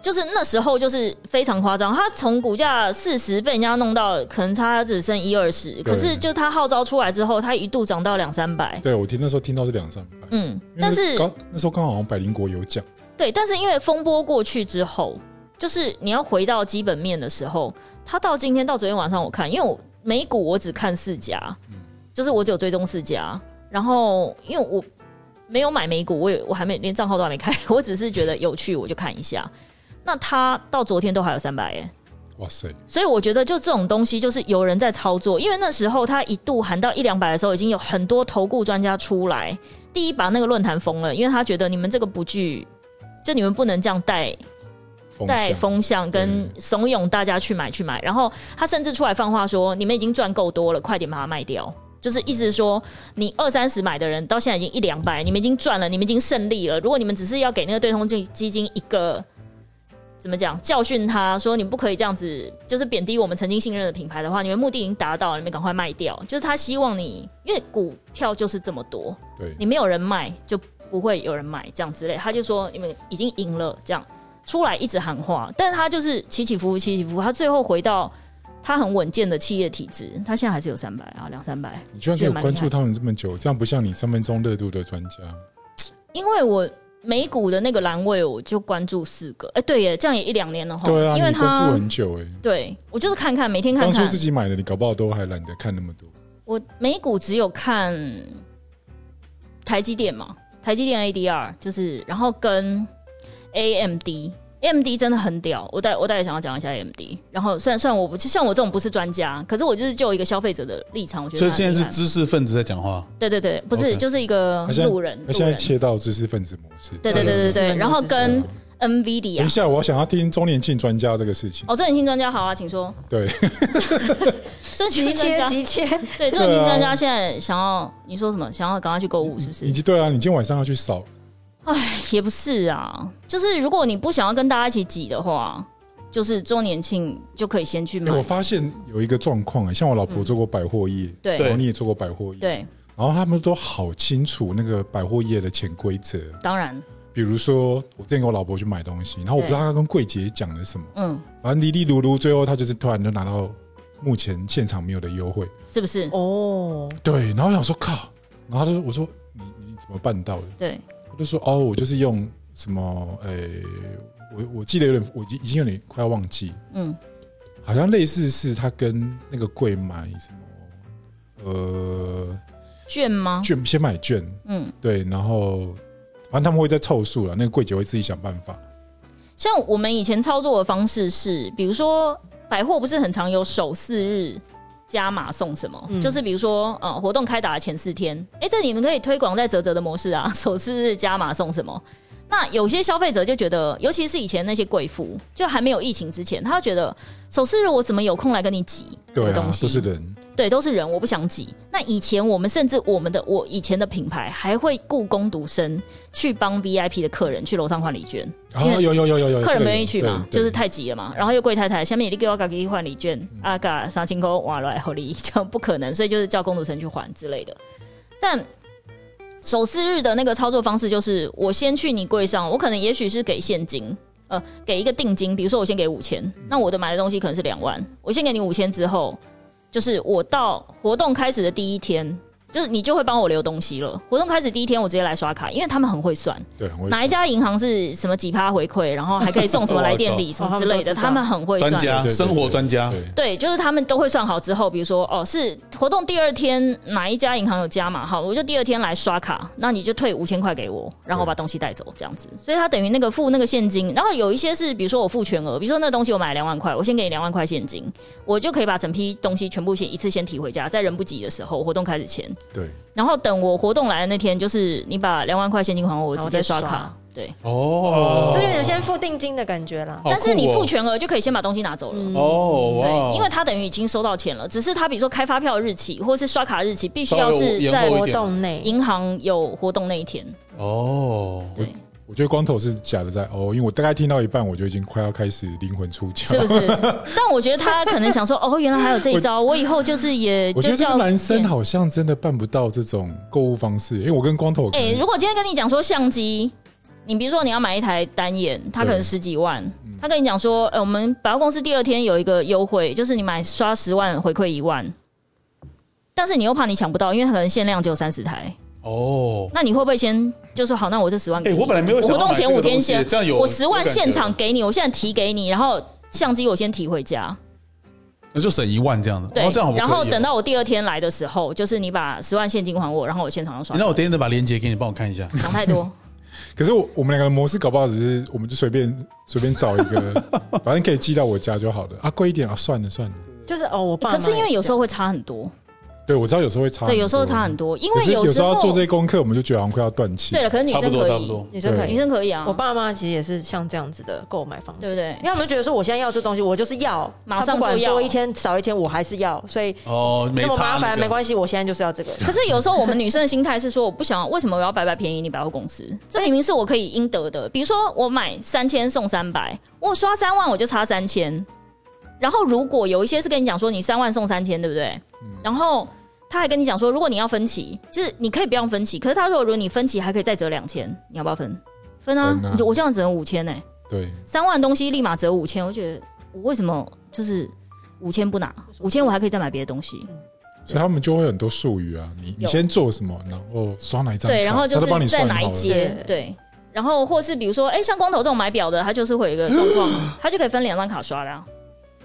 Speaker 2: 就是那时候就是非常夸张，他从股价四十被人家弄到可能差只剩一二十，可是就他号召出来之后，他一度涨到两三百。
Speaker 1: 对我听那时候听到是两三百，
Speaker 2: 嗯
Speaker 1: 因为，
Speaker 2: 但是
Speaker 1: 刚那时候刚好好像百灵国有奖，
Speaker 2: 对，但是因为风波过去之后，就是你要回到基本面的时候，它到今天到昨天晚上我看，因为我美股我只看四家，就是我只有追踪四家，然后因为我没有买美股，我也我还没连账号都还没开， (laughs) 我只是觉得有趣我就看一下。那它到昨天都还有三百耶，
Speaker 1: 哇塞，
Speaker 2: 所以我觉得就这种东西就是有人在操作，因为那时候它一度喊到一两百的时候，已经有很多投顾专家出来，第一把那个论坛封了，因为他觉得你们这个不具，就你们不能这样带
Speaker 1: 风
Speaker 2: 带
Speaker 1: 向嗯
Speaker 2: 风向跟怂恿大家去买去买，然后他甚至出来放话说：“你们已经赚够多了，快点把它卖掉。”就是一直说你二三十买的人到现在已经一两百，你们已经赚了，你们已经胜利了。如果你们只是要给那个对冲基基金一个怎么讲教训他，说你不可以这样子，就是贬低我们曾经信任的品牌的话，你们目的已经达到了，你们赶快卖掉。就是他希望你，因为股票就是这么多，
Speaker 1: 对
Speaker 2: 你没有人卖就不会有人买这样之类。他就说你们已经赢了，这样出来一直喊话，但他就是起起伏伏，起起伏伏，他最后回到他很稳健的企业体制，他现在还是有三百啊，两三百。
Speaker 1: 你居然可以关注他们这么久，这样不像你三分钟热度的专家。
Speaker 2: 因为我美股的那个栏位，我就关注四个，哎、对耶，这样也一两年了哈。
Speaker 1: 对啊，
Speaker 2: 哦因为
Speaker 1: 你关注
Speaker 2: 他
Speaker 1: 很久哎、
Speaker 2: 对我就是看看，每天看
Speaker 1: 当初
Speaker 2: 看
Speaker 1: 自。己买的，你搞不好都还懒得看那么多。
Speaker 2: 我美股只有看台积电嘛，台积电 ADR 就是，然后跟 AMD。AMD 真的很屌，我待我待会想要讲一下 AMD。然后虽然虽然我不像我这种不是专家，可是我就是就一个消费者的立场，我觉得
Speaker 3: 所以
Speaker 2: 它
Speaker 3: 现在
Speaker 2: 很厉
Speaker 3: 是
Speaker 2: 害
Speaker 3: 知识分子在讲话，
Speaker 2: 对对对，不是
Speaker 3: OK
Speaker 2: 就是一个
Speaker 1: 它现在
Speaker 2: 路人
Speaker 1: 他
Speaker 2: 路
Speaker 1: 现在
Speaker 2: 人，
Speaker 1: 切到知识分子模式。
Speaker 2: 对对对对对，然后跟
Speaker 1: 等
Speaker 2: NVIDIA
Speaker 1: 一。下，我想要听中年庆专家这个事情。
Speaker 2: 哦，周年庆专家好啊，请说。
Speaker 1: (laughs)
Speaker 2: (laughs)
Speaker 1: 对，
Speaker 2: 周年
Speaker 4: 急
Speaker 2: 庆专
Speaker 4: 切
Speaker 2: 家，
Speaker 4: 急切，
Speaker 2: 对，周年
Speaker 1: 对
Speaker 2: 庆
Speaker 1: 啊
Speaker 2: 专家现在想要你说什么？想要赶快去购物是不是
Speaker 1: 你？对啊，你今天晚上要去扫，
Speaker 2: 也不是啊，就是如果你不想要跟大家一起挤的话，就是周年庆就可以先去
Speaker 1: 欸
Speaker 2: 买。
Speaker 1: 我发现有一个状况、欸，像我老婆做过百货业，然
Speaker 2: 对
Speaker 1: 后你也做过百货业，
Speaker 2: 对，
Speaker 1: 然后他们都好清楚那个百货业的潜规则。
Speaker 2: 当然，
Speaker 1: 比如说，我之前跟我老婆去买东西，然后我不知道她跟柜姐讲了什么，
Speaker 2: 嗯，
Speaker 1: 反正哩哩噜噜，最后她就是突然就拿到目前现场没有的优惠。
Speaker 2: 是不是？
Speaker 4: 哦，
Speaker 1: 对，然后我想说靠，然后他就我说你你怎么办到的？
Speaker 2: 对，
Speaker 1: 他就说哦，我就是用什么呃、我我记得有点，我已经已经有点快要忘记，
Speaker 2: 嗯，
Speaker 1: 好像类似是他跟那个柜买什么呃
Speaker 2: 哦券吗？
Speaker 1: 券，先买券，
Speaker 2: 嗯，
Speaker 1: 对，然后反正他们会再凑数了，那个柜姐会自己想办法。
Speaker 2: 像我们以前操作的方式是，比如说百货不是很常有首四日加码送什么？
Speaker 4: 嗯
Speaker 2: 就是比如说，呃，活动开打的前四天，哎、这你们可以推广在泽泽的模式啊，首四日加码送什么？那有些消费者就觉得，尤其是以前那些贵妇，就还没有疫情之前，他觉得首四日我怎么有空来跟你挤这
Speaker 1: 对
Speaker 2: 个
Speaker 1: 啊
Speaker 2: 东，西？
Speaker 1: 都是人，
Speaker 2: 对，都是人，我不想挤。那以前我们甚至我们的我以前的品牌还会雇工读生去帮 VIP 的客人去楼上换礼券。
Speaker 1: 啊，
Speaker 2: 因为
Speaker 1: 有有有有有，
Speaker 2: 客人
Speaker 1: 这个
Speaker 2: 不愿
Speaker 1: 有
Speaker 2: 意去嘛，
Speaker 1: 对
Speaker 2: 就是
Speaker 1: 对
Speaker 2: 太急了嘛。然后又柜太太，下面你给我搞给换礼券，啊嘎三千块哇来好礼，这样不可能，所以就是叫工读生去还之类的。但首次日的那个操作方式就是，我先去你柜上，我可能也许是给现金，呃，给一个定金，比如说我先给五千，那我的买的东西可能是两万，我先给你五千之后，就是我到活动开始的第一天，就是你就会帮我留东西了。活动开始第一天，我直接来刷卡，因为他们很会算，
Speaker 1: 对，很会
Speaker 2: 哪一家银行是什么几趴回馈，然后还可以送什么来电礼什么之类的，
Speaker 4: 哦他们都知道
Speaker 2: 他们很会算
Speaker 3: 专。家，
Speaker 1: 对对对
Speaker 3: 生活专家，
Speaker 1: 对，
Speaker 2: 对，就是他们都会算好之后，比如说哦，是活动第二天哪一家银行有加码，好，我就第二天来刷卡，那你就退五千块给我，然后我把东西带走这样子。所以他等于那个付那个现金，然后有一些是比如说我付全额，比如说那个东西我买两万块，我先给你两万块现金，我就可以把整批东西全部先一次先提回家，在人不急的时候，活动开始前，
Speaker 1: 对，
Speaker 2: 然后等我活动来的那天，就是你把两万块现金还我，我直接刷
Speaker 4: 然后再
Speaker 2: 卡
Speaker 4: 刷。
Speaker 2: 对，
Speaker 3: 哦，
Speaker 4: 就是有先付定金的感觉啦。
Speaker 3: 好
Speaker 2: 但是你
Speaker 3: 酷哦
Speaker 2: 付全额就可以先把东西拿走了。
Speaker 3: 哦，哇哦
Speaker 2: 对，，因为他等于已经收到钱了，只是他比如说开发票日期或是刷卡日期，必须要
Speaker 3: 稍微
Speaker 2: 是
Speaker 3: 延
Speaker 2: 在
Speaker 3: 后一
Speaker 4: 活
Speaker 3: 点
Speaker 4: 动内，
Speaker 2: 银行有活动那一天。
Speaker 3: 哦，
Speaker 2: 对，
Speaker 1: 我觉得光头是假的在哦，因为我大概听到一半，我就已经快要开始灵魂出窍，
Speaker 2: 是不
Speaker 3: (laughs)
Speaker 2: 是？但我觉得他可能想说，哦，原来还有这一招，我以后就是也
Speaker 1: 我觉
Speaker 2: 就
Speaker 1: 得这
Speaker 2: 叫
Speaker 1: 个男生。好像真的办不到这种购物方式，因为我跟光头可能，
Speaker 2: 哎，如果今天跟你讲说相机，你比如说你要买一台单眼，他可能十几万，
Speaker 3: 嗯
Speaker 2: 他跟你讲说，呃，我们百货公司第二天有一个优惠，就是你买刷十万回馈一万。但是你又怕你抢不到，因为他可能限量只有三十台，
Speaker 3: 哦，
Speaker 2: 那你会不会先就说好？那我这十万给
Speaker 3: 哎，
Speaker 2: 你
Speaker 3: 我本来没有想
Speaker 2: 活
Speaker 3: 要
Speaker 2: 动
Speaker 3: 买这
Speaker 2: 前
Speaker 3: 个
Speaker 2: 五天
Speaker 3: 东西
Speaker 2: 先，
Speaker 3: 这样有
Speaker 2: 我十万
Speaker 3: 有感觉
Speaker 2: 现场给你，我现在提给你，然后相机我先提回家，
Speaker 3: 那就省一万这样的，
Speaker 2: 对，
Speaker 3: 哦这样我
Speaker 2: 然后
Speaker 3: 可以
Speaker 2: 等到我第二天来的时候，就是你把十万现金还我，然后我现场要刷
Speaker 3: 你，让我等一等把链接给你，帮我看一下。
Speaker 2: 想太
Speaker 3: (laughs)
Speaker 2: 多，
Speaker 1: 可是我我们两个的模式搞不好只是我们就随便 (laughs) 随便找一个，反正可以寄到我家就好了啊，贵一点啊，算了算了。
Speaker 4: 就是哦，我爸妈
Speaker 2: 可
Speaker 4: 也。
Speaker 2: 是因为有时候会差很多，
Speaker 1: 对，我知道有时候会差很多，
Speaker 2: 对，有时候差很多，因
Speaker 1: 可
Speaker 2: 为
Speaker 1: 是有
Speaker 2: 时
Speaker 1: 时候
Speaker 2: 候
Speaker 1: 要做这些功课，我们就觉得好像快要断气。
Speaker 2: 对了，可是女
Speaker 3: 差不
Speaker 2: 生
Speaker 3: 多，
Speaker 2: 可
Speaker 3: 差不多
Speaker 2: 以，。
Speaker 4: 女生可
Speaker 1: 对
Speaker 4: 以
Speaker 2: 女，生可以啊，
Speaker 4: 我爸妈其实也是像这样子的购买方式，
Speaker 2: 对不对
Speaker 4: 因？为他们觉得说，我现在要这东西，我就是要，
Speaker 2: 马上
Speaker 4: 他不管
Speaker 2: 就要
Speaker 4: 多一天少一天，我还是要，所以
Speaker 3: 哦，没
Speaker 4: 那么
Speaker 3: 差
Speaker 4: 麻
Speaker 3: 那
Speaker 4: 烦
Speaker 3: 个
Speaker 4: 没关系，我现在就是要这个。
Speaker 2: (laughs) 可是有时候我们女生的心态是说，我不想，为什么我要白白便宜你百货公司？这明明是我可以应得的。比如说，我买三千送三百，我刷三万我就差三千。然后如果有一些是跟你讲说你三万送三千，对不对？
Speaker 1: 嗯
Speaker 2: 然后他还跟你讲说，如果你要分期，就是你可以不用分期，可是他说如果你分期还可以再折两千，你要不要分？分啊！
Speaker 1: 分啊
Speaker 2: 你就我这样只能五千呢，
Speaker 1: 对，
Speaker 2: 三万东西立马折五千，我觉得我为什么就是五千不拿，五千我还可以再买别的东西。
Speaker 1: 所以他们就会有很多术语啊，你你
Speaker 2: 有
Speaker 1: 先做什么，然后哦刷哪一张卡，
Speaker 2: 对，然后就
Speaker 1: 他都帮你
Speaker 2: 是在
Speaker 1: 算
Speaker 2: 哪一
Speaker 1: 好了
Speaker 2: 节
Speaker 4: 对
Speaker 2: 对，然后或是比如说，哎，像光头这种买表的，他就是会有一个状
Speaker 1: (gasps)
Speaker 2: 况，他就可以分两张卡刷的、啊。比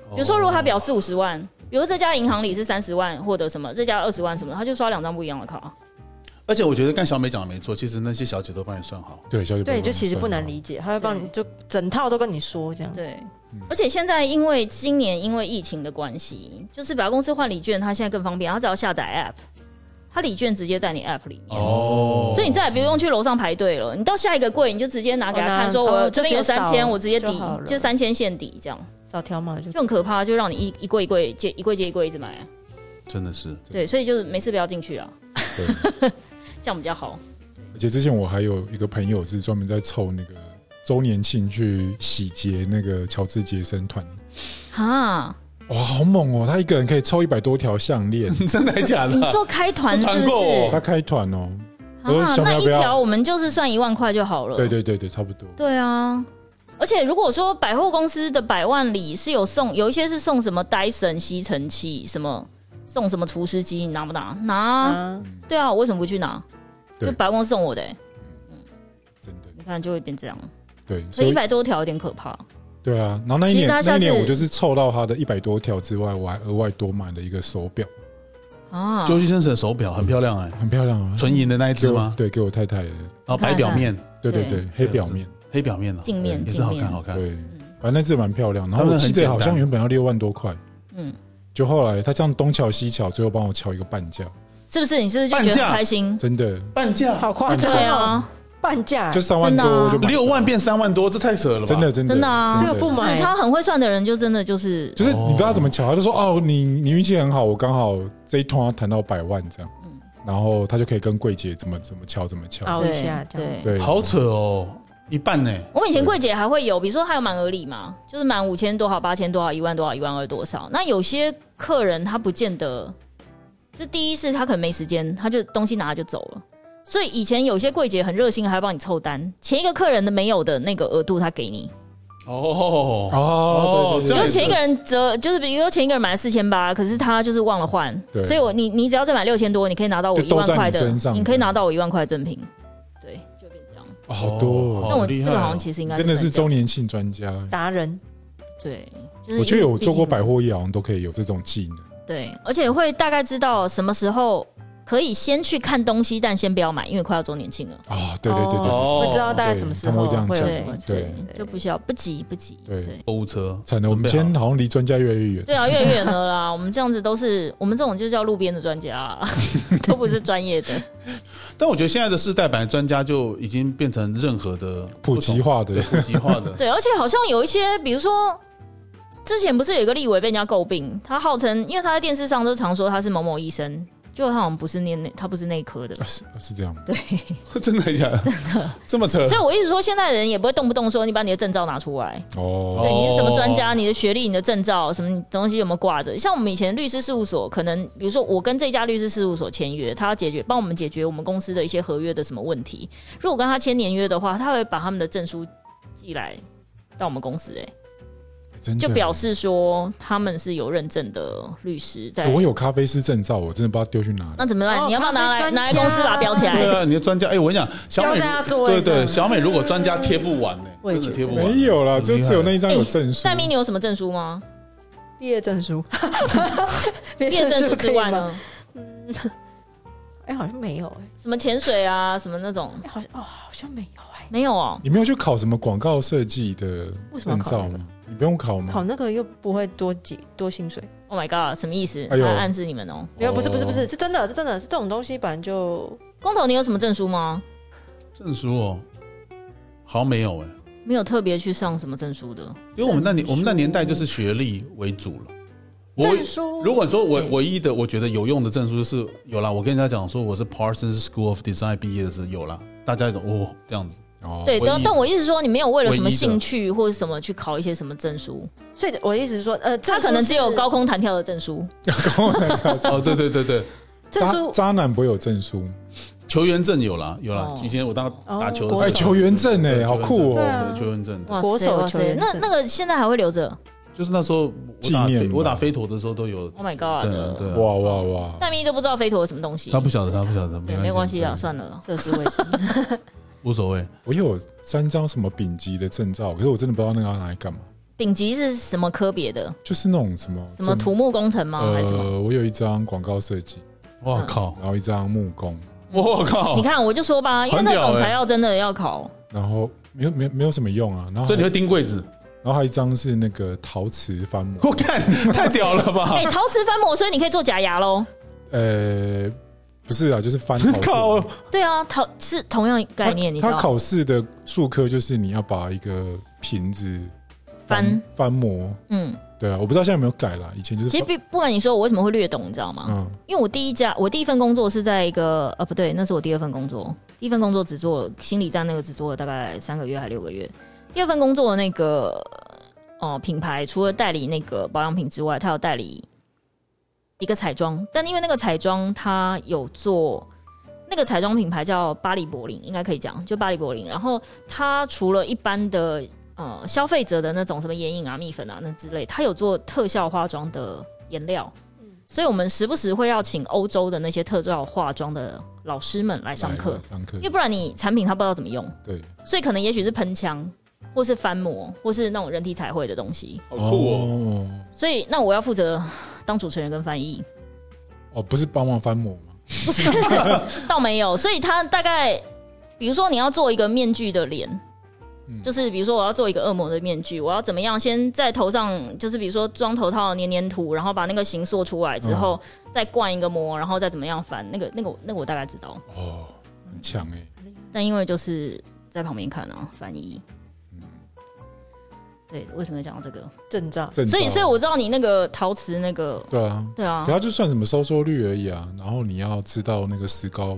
Speaker 1: 哦
Speaker 2: 如说，
Speaker 3: 哦
Speaker 2: 如果他表四五十万，比如这家银行里是三十万获得什么，这家二十万什么，他就刷两张不一样的卡。
Speaker 3: 而且我觉得干小美讲的没错，其实那些小姐都帮你算好。
Speaker 1: 对，小姐
Speaker 4: 对，就其实不难
Speaker 1: 解。
Speaker 4: 理解，他会帮你
Speaker 2: 对
Speaker 4: 就整套都跟你说这样。
Speaker 2: 对，
Speaker 1: 嗯
Speaker 2: 而且现在因为今年因为疫情的关系，就是百货公司换礼券，它现在更方便，它只要下载 app，它礼券直接在你 app 里面。
Speaker 3: 哦，
Speaker 2: 所以你再也不用去楼上排队了，你到下一个柜你就直接拿给他看，说
Speaker 4: 哦拿
Speaker 2: 我
Speaker 4: 哦
Speaker 2: 这边有
Speaker 4: 就直接
Speaker 2: 三
Speaker 4: 扫
Speaker 2: 千，我直接抵
Speaker 4: 就好了
Speaker 2: 就三千现抵这样。
Speaker 4: 少条码就
Speaker 2: 就很可怕，就让你一一柜一柜接一柜接一柜一直买啊、
Speaker 3: 真的是
Speaker 2: 对，所以就是没事不要进去啊，
Speaker 1: 对，
Speaker 2: (laughs) 这样比较好。
Speaker 1: 而且之前我还有一个朋友是专门在凑那个周年庆去洗劫那个乔治杰森团，
Speaker 2: 哈，
Speaker 1: 哇，好猛哦！他一个人可以凑一百多条项
Speaker 2: (laughs)
Speaker 1: 链，
Speaker 3: 真的还假的
Speaker 2: 你
Speaker 3: 啊？
Speaker 2: 说开团
Speaker 3: 是
Speaker 2: 是
Speaker 3: 团
Speaker 2: 不
Speaker 3: 购
Speaker 2: 是
Speaker 3: 哦？
Speaker 1: 他开团哦，我说
Speaker 2: 啊，
Speaker 1: 想
Speaker 2: 那
Speaker 1: 要
Speaker 2: 一
Speaker 1: 不要
Speaker 2: 条我们就是算一万块就好了。
Speaker 1: 对对对对，差不多。
Speaker 2: 对啊。而且如果说百货公司的百万里是有送，有一些是送什么 Dyson 吸尘器，什么送什么除湿机，你拿不拿？拿啊、
Speaker 4: 啊，
Speaker 2: 对啊，我为什么不去拿？
Speaker 1: 对
Speaker 2: 就百货公司送我的欸、
Speaker 1: 真的
Speaker 2: 你看就会变这样。
Speaker 1: 对，
Speaker 2: 所
Speaker 1: 所
Speaker 2: 以一
Speaker 1: 以
Speaker 2: 百多条有点可怕。
Speaker 1: 对啊，然后那一
Speaker 2: 其
Speaker 1: 年
Speaker 2: 实他
Speaker 1: 那
Speaker 2: 下
Speaker 1: 一
Speaker 2: 次
Speaker 1: 年我就是凑到他的一百多条之外，我还额外多买了一个手表，
Speaker 2: 啊，
Speaker 3: 周先生的手表很漂亮哎，
Speaker 1: 很漂亮啊，
Speaker 3: 纯银的那一只
Speaker 1: 给我
Speaker 3: 吗？
Speaker 1: 对，给我太太的，
Speaker 3: 然后白表面、
Speaker 1: 对对
Speaker 2: 对
Speaker 1: 对，黑表面，
Speaker 3: 黑表面呢，
Speaker 2: 镜面
Speaker 3: 也是好
Speaker 2: 镜
Speaker 3: 看，
Speaker 2: 面
Speaker 3: 好看。
Speaker 1: 对，反正那只蛮漂亮。然
Speaker 3: 他
Speaker 1: 后
Speaker 3: 们
Speaker 1: 我记
Speaker 3: 很简
Speaker 1: 得
Speaker 3: 单
Speaker 1: 好像原本要六万多块，
Speaker 2: 嗯，
Speaker 1: 就后来他这样东瞧西瞧，最后帮我瞧一个半价，
Speaker 2: 是不是？你是不是就觉
Speaker 3: 半
Speaker 2: 得
Speaker 3: 价
Speaker 2: 很开心？
Speaker 1: 真的
Speaker 3: 半价
Speaker 4: 好夸
Speaker 2: 对
Speaker 4: 张
Speaker 2: 啊
Speaker 4: 哦，。半价
Speaker 1: 就三万
Speaker 2: 真的
Speaker 1: 多
Speaker 2: 啊
Speaker 1: 我就买
Speaker 3: 六万变三万多，这太扯了吧？
Speaker 1: 真的真的
Speaker 2: 真的啊
Speaker 4: 这个不
Speaker 2: 所以
Speaker 4: 买
Speaker 2: 他很会算的人，就真的就是
Speaker 1: 就是你不知道怎么巧，他就说哦，你你运气很好，我刚好这一通要谈到百万这样，
Speaker 2: 嗯
Speaker 1: 然后他就可以跟柜姐怎么怎么敲怎么敲，
Speaker 4: 熬一下这样。
Speaker 2: 哦对。
Speaker 1: 对，
Speaker 3: 好扯哦，一半呢。
Speaker 2: 我们以前柜姐还会有，比如说还有满额礼嘛，就是满五千多少、八千多少、一万多少、一万二多少。那有些客人他不见得，就第一是他可能没时间，他就东西拿了就走了。所以以前有些柜姐很热心，还要帮你凑单。前一个客人的没有的那个额度，他给你，
Speaker 3: 哦
Speaker 1: 哦对对对
Speaker 3: 这样
Speaker 2: 就
Speaker 3: 也是
Speaker 2: 前一个人折，就是比如说前一个人买了四千八，可是他就是忘了换，
Speaker 1: 对
Speaker 2: 所以我你你只要再买六千多，你可以拿到我
Speaker 1: 就
Speaker 2: 一
Speaker 1: 都
Speaker 2: 万
Speaker 1: 在你
Speaker 2: 块的
Speaker 1: 身，上
Speaker 2: 你可以拿到我一万块的赠品，对，就变这样。
Speaker 1: 哦好多
Speaker 3: 哦
Speaker 1: 哦，
Speaker 2: 但我
Speaker 3: 厉
Speaker 2: 这
Speaker 3: 害
Speaker 2: 个好
Speaker 3: 哦
Speaker 2: 像其实应该
Speaker 1: 真的是
Speaker 2: 不能
Speaker 1: 周年庆专家。
Speaker 4: 达人
Speaker 2: 讲对，就是
Speaker 1: 我觉得
Speaker 2: 因为
Speaker 1: 有做过
Speaker 2: 毕竟
Speaker 1: 百货业，好像都可以有这种技能。
Speaker 2: 对，而且会大概知道什么时候可以先去看东西，但先不要买，因为快要周年庆了。
Speaker 1: 啊，对对对对对，
Speaker 3: 哦
Speaker 4: 会知道大概什么时
Speaker 1: 他
Speaker 4: 候
Speaker 1: 们会这样
Speaker 4: 会有
Speaker 1: 讲
Speaker 2: 对
Speaker 4: 什么。
Speaker 1: 对
Speaker 2: 就不需要，不急不急。
Speaker 1: 对
Speaker 2: 对
Speaker 3: 购物车，
Speaker 1: 惨了，我们今天好像离专家越来越远。
Speaker 2: 对啊，越来越远
Speaker 1: (laughs)
Speaker 2: 了啦！我们这样子都是我们这种就叫路边的专家啊， (laughs) 都不是专业的。
Speaker 3: 但我觉得现在的世代版专家就已经变成任何的
Speaker 1: 普及化
Speaker 3: 不
Speaker 1: 的
Speaker 3: 同、对普及化的，
Speaker 2: 对，而且好像有一些，比如说之前不是有一个立委被人家诟病，他号称因为他在电视上都常说他是某某医生，就他好像不是念那他不是内科的。
Speaker 1: 啊 (laughs) 是啊是这样吗，
Speaker 3: (laughs) 真的假的？真的这么扯？
Speaker 1: (laughs)
Speaker 2: 所以我一直说，现在的人也不会动不动说你把你的证照拿出来，
Speaker 1: 哦
Speaker 2: 对你是什么专家，
Speaker 3: 哦
Speaker 2: 你的学历、你的证照，什么东西有没有挂着？像我们以前律师事务所，可能比如说我跟这家律师事务所签约，他要解决帮我们解决我们公司的一些合约的什么问题。如果跟他签年约的话，他会把他们的证书寄来到我们公司、
Speaker 1: 嗯
Speaker 2: 欸，
Speaker 1: 真的
Speaker 2: 就表示说他们是有认证的律师在。
Speaker 1: 我有咖啡师证照，我真的不知道丢去哪
Speaker 2: 那
Speaker 1: 里。
Speaker 2: 怎么办？
Speaker 4: 哦
Speaker 2: 你要不要拿来
Speaker 4: 咖啡专家
Speaker 2: 拿来公司把它标起
Speaker 3: 对
Speaker 2: 来？
Speaker 3: 啊，你的专家，哎，我跟你讲，小美
Speaker 4: 标在她座位
Speaker 3: 对
Speaker 4: 上
Speaker 3: 对，小美如果专家贴不完呢，
Speaker 4: 我也
Speaker 3: 真的
Speaker 4: 觉
Speaker 3: 贴
Speaker 4: 得
Speaker 3: 不完，
Speaker 1: 没有啦，就只有那一张
Speaker 4: 哎
Speaker 1: 有证书
Speaker 2: 戴。明，你有什么证书
Speaker 4: (laughs)
Speaker 2: 吗？
Speaker 4: 毕业
Speaker 2: (laughs)
Speaker 4: 证书， (laughs) 毕
Speaker 2: 毕业证书
Speaker 4: 可
Speaker 2: 之
Speaker 4: 以
Speaker 2: 外
Speaker 4: 吗？
Speaker 2: 呢？
Speaker 4: 哎，好像没有哎，
Speaker 2: 什么潜水啊，什么那种
Speaker 4: 哎，好像哦，好像没有哎，
Speaker 2: 没有哦。
Speaker 1: 你没有去考什么广告设计的
Speaker 4: 为什么要
Speaker 1: 证
Speaker 4: 考
Speaker 1: 照
Speaker 4: 那个
Speaker 1: 吗？你不用考吗？
Speaker 4: 考那个又不会多几多薪水，
Speaker 2: Oh my god，什么意思？
Speaker 1: 哎呦
Speaker 2: 他暗示你们哦。
Speaker 4: 没有，不是不是不
Speaker 1: 哦
Speaker 4: 是，是真的是真的是这种东西，本来就
Speaker 2: 光头，你有什么证书吗？
Speaker 3: 证书哦，好像没有哎，
Speaker 2: 没有特别去上什么证书的。
Speaker 3: 因为我们那年我们那年代就是学历为主了。我
Speaker 4: 证书
Speaker 3: 如果说我唯一的我觉得有用的证书就是有啦，我跟人家讲说我是 Parsons School of Design 毕业的是有啦，大家一种哦这
Speaker 2: (laughs)
Speaker 3: 样子，
Speaker 1: 哦，
Speaker 2: 对，
Speaker 3: 唯一
Speaker 2: 但但我意思说，你没有为了什么
Speaker 3: 唯一的
Speaker 2: 兴趣或者什么去考一些什么证书，
Speaker 4: 所以我的意思是说，呃，
Speaker 2: 他
Speaker 4: 证书
Speaker 2: 可能
Speaker 4: 是
Speaker 2: 只有高空弹跳的证书。
Speaker 3: 哦对对对对，
Speaker 4: 证
Speaker 1: 渣
Speaker 4: 书
Speaker 1: 渣男不会有证书，
Speaker 3: 球员证有啦有啦
Speaker 2: 哦，
Speaker 3: 以前我当打球的时候
Speaker 4: 哦
Speaker 1: 哎，球员证哎，好酷
Speaker 4: 对
Speaker 1: 哦！
Speaker 4: 啊
Speaker 2: 嗯
Speaker 3: 对球员证，
Speaker 2: 哇
Speaker 4: 国手
Speaker 2: 哇
Speaker 4: 球员
Speaker 2: 那
Speaker 4: 证
Speaker 2: 那个现在还会留着
Speaker 3: 就是那时候我打
Speaker 1: 纪念
Speaker 3: 飞
Speaker 1: 吧
Speaker 3: 我打飞陀的时候都有
Speaker 2: ？Oh my
Speaker 3: 证
Speaker 2: god！
Speaker 3: 啊，对啊，
Speaker 1: 哇哇哇！
Speaker 2: 大咪都不知道飞陀有什么东西
Speaker 3: 他。不晓得他不晓得，
Speaker 2: 对，没关系啊，
Speaker 3: 对
Speaker 2: 算了。
Speaker 4: 涉世未深，
Speaker 3: 无所谓。
Speaker 1: 我有三张什么丙级的证照，可是我真的不知道那个要拿来干嘛。
Speaker 2: 丙级是什么科别的？
Speaker 1: 就是那种什么
Speaker 2: 什么土木工程
Speaker 4: 啊
Speaker 2: 吗？还是什么？
Speaker 1: 呃，我有一张广告设计，
Speaker 3: 我靠，
Speaker 1: 然后一张木工，
Speaker 3: 我靠
Speaker 2: 你，看，我就说吧，因为
Speaker 3: 很
Speaker 2: 那
Speaker 3: 屌
Speaker 2: 种
Speaker 3: 欸
Speaker 2: 才要真的要考。
Speaker 1: 然后没有没有没有什么用啊。然后
Speaker 3: 所以你
Speaker 1: 还
Speaker 3: 会盯柜子，
Speaker 1: 然后还有一张是那个陶瓷翻模，
Speaker 3: (laughs) 我看太屌欸了吧
Speaker 2: 哎，！陶瓷翻模，所以你可以做假牙喽。
Speaker 1: 呃，不是啊，就是
Speaker 3: (laughs)
Speaker 1: 翻
Speaker 3: (laughs)
Speaker 1: 陶
Speaker 3: 靠
Speaker 1: 瓷。，
Speaker 2: 对啊，陶是同样概念，你知
Speaker 1: 他
Speaker 2: 道
Speaker 1: 他
Speaker 2: 吗？
Speaker 1: 考试的术科就是你要把一个瓶子
Speaker 2: 翻，
Speaker 1: 翻模，
Speaker 2: 嗯，
Speaker 1: 对啊，我不知道现在有没有改啦，以前就是
Speaker 2: 其实
Speaker 1: 翻
Speaker 2: 不不管你说，我为什么会略懂，你知道吗？
Speaker 1: 嗯
Speaker 2: 因为我第一家，我第一份工作是在一个呃，不对，那是我第二份工作。第一份工作只做心理站那个，只做了大概三个月还六个月。第二份工作的那个哦、呃品牌，除了代理那个保养品之外，它有代理一个彩妆，但因为那个彩妆它有做。那个彩妆品牌叫巴黎柏林，应该可以讲，就巴黎柏林。然后它除了一般的呃消费者的那种什么眼影啊、蜜粉啊那之类，它有做特效化妆的颜料，所以我们时不时会要请欧洲的那些特效化妆的老师们来上
Speaker 1: 来
Speaker 2: 课
Speaker 1: 了，上课
Speaker 2: 因为，不然你产品它不知道怎么用，
Speaker 1: 对，
Speaker 2: 所以可能也许是喷枪，或是翻模，或是那种人体彩绘的东西。
Speaker 3: 好酷哦！
Speaker 1: 哦
Speaker 2: 所以那我要负责当主持人跟翻译， (laughs)
Speaker 1: 哦，不是帮忙翻模吗？
Speaker 2: 不是倒没有。所以他大概，比如说你要做一个面具的脸。
Speaker 1: 嗯
Speaker 2: 就是比如说，我要做一个恶魔的面具，我要怎么样？先在头上，就是比如说装头套、黏黏土，然后把那个形塑出来之后，再灌一个膜，然后再怎么样翻？那个、那个、那个，我大概知道。
Speaker 1: 哦，很强哎，
Speaker 2: 但因为就是在旁边看啊，翻译。
Speaker 4: 嗯
Speaker 2: 对，为什么要讲到这个？
Speaker 4: 证照
Speaker 1: 证照
Speaker 2: 所以，所以我知道你那个陶瓷那个，
Speaker 1: 啊对啊，
Speaker 2: 对啊
Speaker 1: 可，它就算什么收缩率而已啊。然后你要知道那个石膏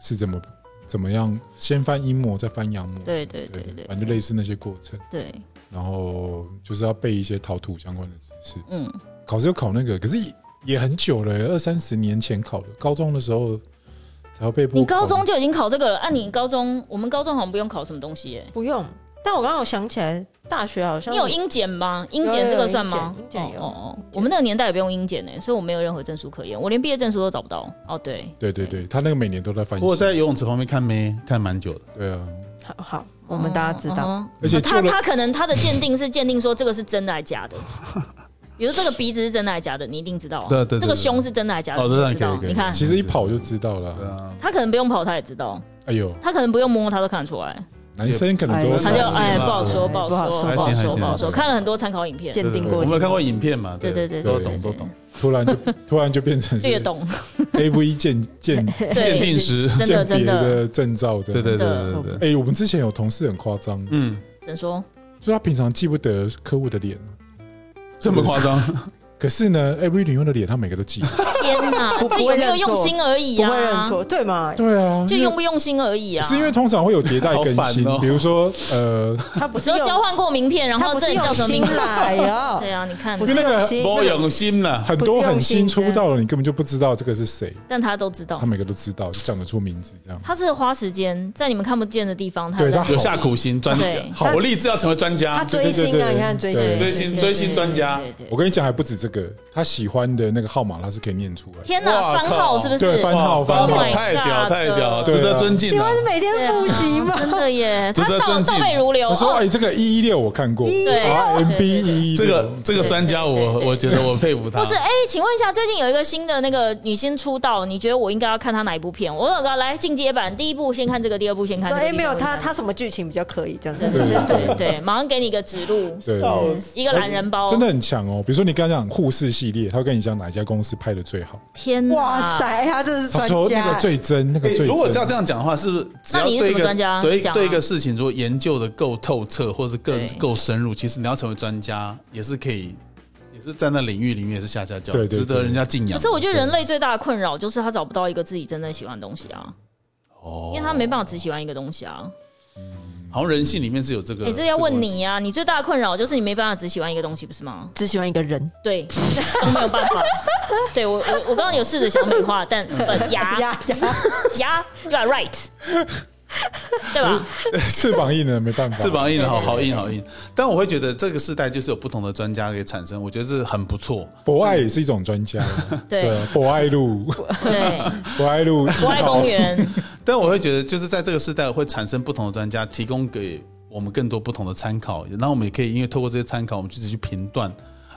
Speaker 1: 是怎么怎么样，先翻阴膜，再翻阳膜。
Speaker 2: 对对对对
Speaker 1: 反正就类似那些过程。
Speaker 2: 对，
Speaker 1: 然后就是要背一些陶土相关的知识。
Speaker 2: 嗯，
Speaker 1: 考试就考那个，可是也也很久了、二三十年前考的，高中的时候才要被迫考。
Speaker 2: 啊你高中就已经考这个了，按、你高中，我们高中好像不用考什么东西耶、
Speaker 4: 不用，但我刚刚有想起来，大学好像
Speaker 2: 你有英检吗？英
Speaker 4: 有
Speaker 2: 检
Speaker 4: 有
Speaker 2: 这个
Speaker 4: 有
Speaker 2: 算
Speaker 4: 英
Speaker 2: 吗？
Speaker 4: 检英检有
Speaker 2: 哦哦，我们那个年代也不用英检呢，所以我没有任何证书可言，我连毕业证书都找不到。哦，对，
Speaker 1: 对对对，他那个每年都在翻新。
Speaker 3: 我在游泳池旁边看妹看蛮久的，
Speaker 1: 对啊，
Speaker 4: 好好，我们大家知道。
Speaker 2: 嗯哼
Speaker 1: 而且
Speaker 2: 他
Speaker 1: 做了
Speaker 2: 他可能他的鉴定是鉴定说这个是真的还是假
Speaker 3: (laughs)
Speaker 2: 的。比如这个鼻子是真的还是假的，你一定知道、啊。
Speaker 3: 对对对
Speaker 2: 这个胸是真的还是假的，
Speaker 3: 哦
Speaker 2: 你
Speaker 3: 这样
Speaker 2: 知道
Speaker 3: 可以可。以
Speaker 2: 你看，
Speaker 1: 其实一跑就知道
Speaker 3: 对
Speaker 1: 了。
Speaker 3: 啊，
Speaker 2: 他可能不用跑，他也知道；
Speaker 1: 哎呦，
Speaker 2: 他可能不用摸，他都看得出来。
Speaker 1: 男生可能都
Speaker 3: 哎
Speaker 2: 他就
Speaker 3: 不好说
Speaker 2: 哎，
Speaker 3: 吧
Speaker 2: 不好说，
Speaker 4: 哎
Speaker 2: 不好说，
Speaker 4: 不好说
Speaker 2: 不好
Speaker 3: 还行
Speaker 2: 说，
Speaker 3: 还
Speaker 2: 不好
Speaker 3: 行
Speaker 2: 说。看了很多参考影片，
Speaker 4: 鉴定过，
Speaker 3: 我们有看过影片嘛？
Speaker 2: 对对对对
Speaker 3: 都
Speaker 2: 对
Speaker 3: 懂
Speaker 2: 对
Speaker 3: 都
Speaker 2: 对
Speaker 3: 懂。
Speaker 1: 突然就突然就变成
Speaker 2: 略
Speaker 1: 是
Speaker 2: 懂，
Speaker 1: (laughs) A V 鉴鉴
Speaker 2: 对
Speaker 3: 鉴定师
Speaker 2: (laughs) 真的
Speaker 1: 鉴
Speaker 2: 真
Speaker 1: 别
Speaker 2: 的，
Speaker 1: 的证照的。
Speaker 3: 对对对
Speaker 2: 的
Speaker 3: 对对对，
Speaker 1: 哎，我们之前有同事很夸张，
Speaker 3: 嗯，
Speaker 2: 怎说？
Speaker 1: 就是他平常记不得客户的脸，
Speaker 3: 这么夸张，
Speaker 2: (laughs)
Speaker 1: 可是呢，A V 女优的脸他每个都记得。
Speaker 2: 天 (laughs) 哪，
Speaker 4: 不
Speaker 2: 这
Speaker 4: 不
Speaker 2: 有
Speaker 4: 会
Speaker 2: 没有
Speaker 4: 认
Speaker 2: 用
Speaker 4: 错
Speaker 2: 心而已
Speaker 4: 不
Speaker 2: 啊？
Speaker 4: 会认，错，对嘛？
Speaker 1: 对啊，
Speaker 2: 就
Speaker 1: 因为
Speaker 2: 用不用心而已啊。
Speaker 1: 是因为通常会有迭代更新
Speaker 3: 好烦哦，
Speaker 1: 比如说呃，
Speaker 4: 他不是
Speaker 2: 只有
Speaker 4: 用
Speaker 2: 交，换过名片，然
Speaker 4: 他
Speaker 2: 后
Speaker 4: 不
Speaker 2: 这
Speaker 4: 是
Speaker 2: 里叫
Speaker 4: 用
Speaker 2: 什么名
Speaker 4: 心
Speaker 2: 字？
Speaker 4: 啦，哎呀，
Speaker 2: 对啊，你看
Speaker 4: 不，是
Speaker 1: 因为那个
Speaker 4: 用心，
Speaker 3: 我
Speaker 1: 啊
Speaker 3: 用心呐，
Speaker 1: 很多很新
Speaker 4: 不是用
Speaker 1: 出
Speaker 4: 心
Speaker 1: 道的，你根本就不知道这个是谁，
Speaker 2: 但他都知道
Speaker 1: 他，每个都知道，就讲得出名字这样。
Speaker 2: 他是花时间在你们看不见的地方，他
Speaker 1: 对
Speaker 2: 在
Speaker 1: 他
Speaker 3: 有下苦心专
Speaker 2: 对
Speaker 3: 好，我立志要成为专
Speaker 4: 他
Speaker 3: 家，
Speaker 4: 追星啊，
Speaker 1: 对对对对
Speaker 4: 你看追
Speaker 1: 对
Speaker 4: 星，
Speaker 3: 追星
Speaker 2: 对
Speaker 3: 追星专家
Speaker 2: 对对对
Speaker 1: 我跟你讲，还不止这个，他喜欢的那个号码他是可以念出来的。
Speaker 2: 天哪，
Speaker 3: 哇
Speaker 2: 番号
Speaker 3: 靠
Speaker 2: 是不
Speaker 1: 对
Speaker 2: 是？
Speaker 1: 番号
Speaker 3: 哇
Speaker 2: Oh my
Speaker 3: 太屌
Speaker 2: God
Speaker 3: 太屌，
Speaker 1: 对啊
Speaker 3: 值得尊敬
Speaker 4: 请
Speaker 3: 啊
Speaker 4: 问！是每天
Speaker 2: 对啊
Speaker 4: 复习吗？
Speaker 2: 真的耶，
Speaker 3: 值
Speaker 2: 他
Speaker 3: 得
Speaker 2: 倒
Speaker 3: 尊敬
Speaker 2: 倒背如流。
Speaker 1: 他说：“
Speaker 2: 哦
Speaker 1: 哎，这个一一六我看过
Speaker 2: 对
Speaker 1: ，R M
Speaker 2: 对
Speaker 1: B
Speaker 2: 对对
Speaker 1: 一
Speaker 3: 这个这个专家，
Speaker 2: 对对
Speaker 3: 我
Speaker 2: 对
Speaker 3: 我觉得我佩服他
Speaker 2: 不。是，哎、请问一下，最近有一个新的那个女星出道，你觉得我应该要看她哪一部片？我有个来进阶版，第一部先看这个，第二部先看这个。
Speaker 4: 哎，没有
Speaker 2: 第三
Speaker 4: 他，
Speaker 2: 部
Speaker 4: 他什么剧情比较可以这样
Speaker 2: 先
Speaker 4: 子？
Speaker 2: 看
Speaker 1: 对
Speaker 2: 这个对
Speaker 1: 对
Speaker 2: 对对，马上给你一个指路，
Speaker 1: 对，
Speaker 3: 笑死
Speaker 2: 一个懒人包。
Speaker 1: 真的，很强哦。比如说你刚刚讲护士系列，他会跟你讲哪一家公司拍的最好，
Speaker 2: 天哪！
Speaker 4: 哇！塞，他这是
Speaker 1: 他
Speaker 4: 专
Speaker 1: 说那
Speaker 4: 家
Speaker 1: 个，最真，那个最真。
Speaker 3: 如果照这样讲的话，是不是只要
Speaker 2: 那你是
Speaker 3: 对
Speaker 2: 什
Speaker 3: 一
Speaker 2: 么
Speaker 3: 个
Speaker 2: 专家
Speaker 3: 对
Speaker 2: 讲啊
Speaker 3: 对一个事情，如果研究的够透彻，或者是更
Speaker 2: 对
Speaker 3: 够深入，其实你要成为专家，也是可以，也是在那领域里面也是下下教，
Speaker 1: 对对
Speaker 3: 值得
Speaker 1: 对
Speaker 3: 人家敬仰。
Speaker 2: 可是我觉得人类最大的困扰就是他找不到一个自己真正喜欢的东西啊，
Speaker 3: 哦
Speaker 2: 因为他没办法只喜欢一个东西啊。
Speaker 3: 好像人性里面是有这个。
Speaker 2: 哎、这要问
Speaker 3: 个
Speaker 2: 你呀、你最大的困扰就是你没办法只喜欢一个东西，不是吗？
Speaker 4: 只喜欢一个人，
Speaker 2: 对， (laughs) 都没有办法。对我我我刚刚有试着想美化，但本牙
Speaker 4: 呀呀，
Speaker 2: (laughs) 牙，you are right，对吧？
Speaker 1: (laughs) 翅膀硬了没办法，
Speaker 3: 翅膀硬，
Speaker 2: 对
Speaker 3: 好
Speaker 2: 对
Speaker 3: 好
Speaker 2: 对
Speaker 3: 硬，好硬。但我会觉得这个时代就是有不同的专家可以产生，我觉得是很不错。
Speaker 1: 博爱也是一种专家，对
Speaker 2: 对
Speaker 1: 啊，博爱路，
Speaker 2: 对，
Speaker 1: 博爱路，
Speaker 2: 国外公园，
Speaker 3: 但我会觉得，就是在这个时代会产生不同的专家，提供给我们更多不同的参考。然后我们也可以因为透过这些参考，我们自己去评断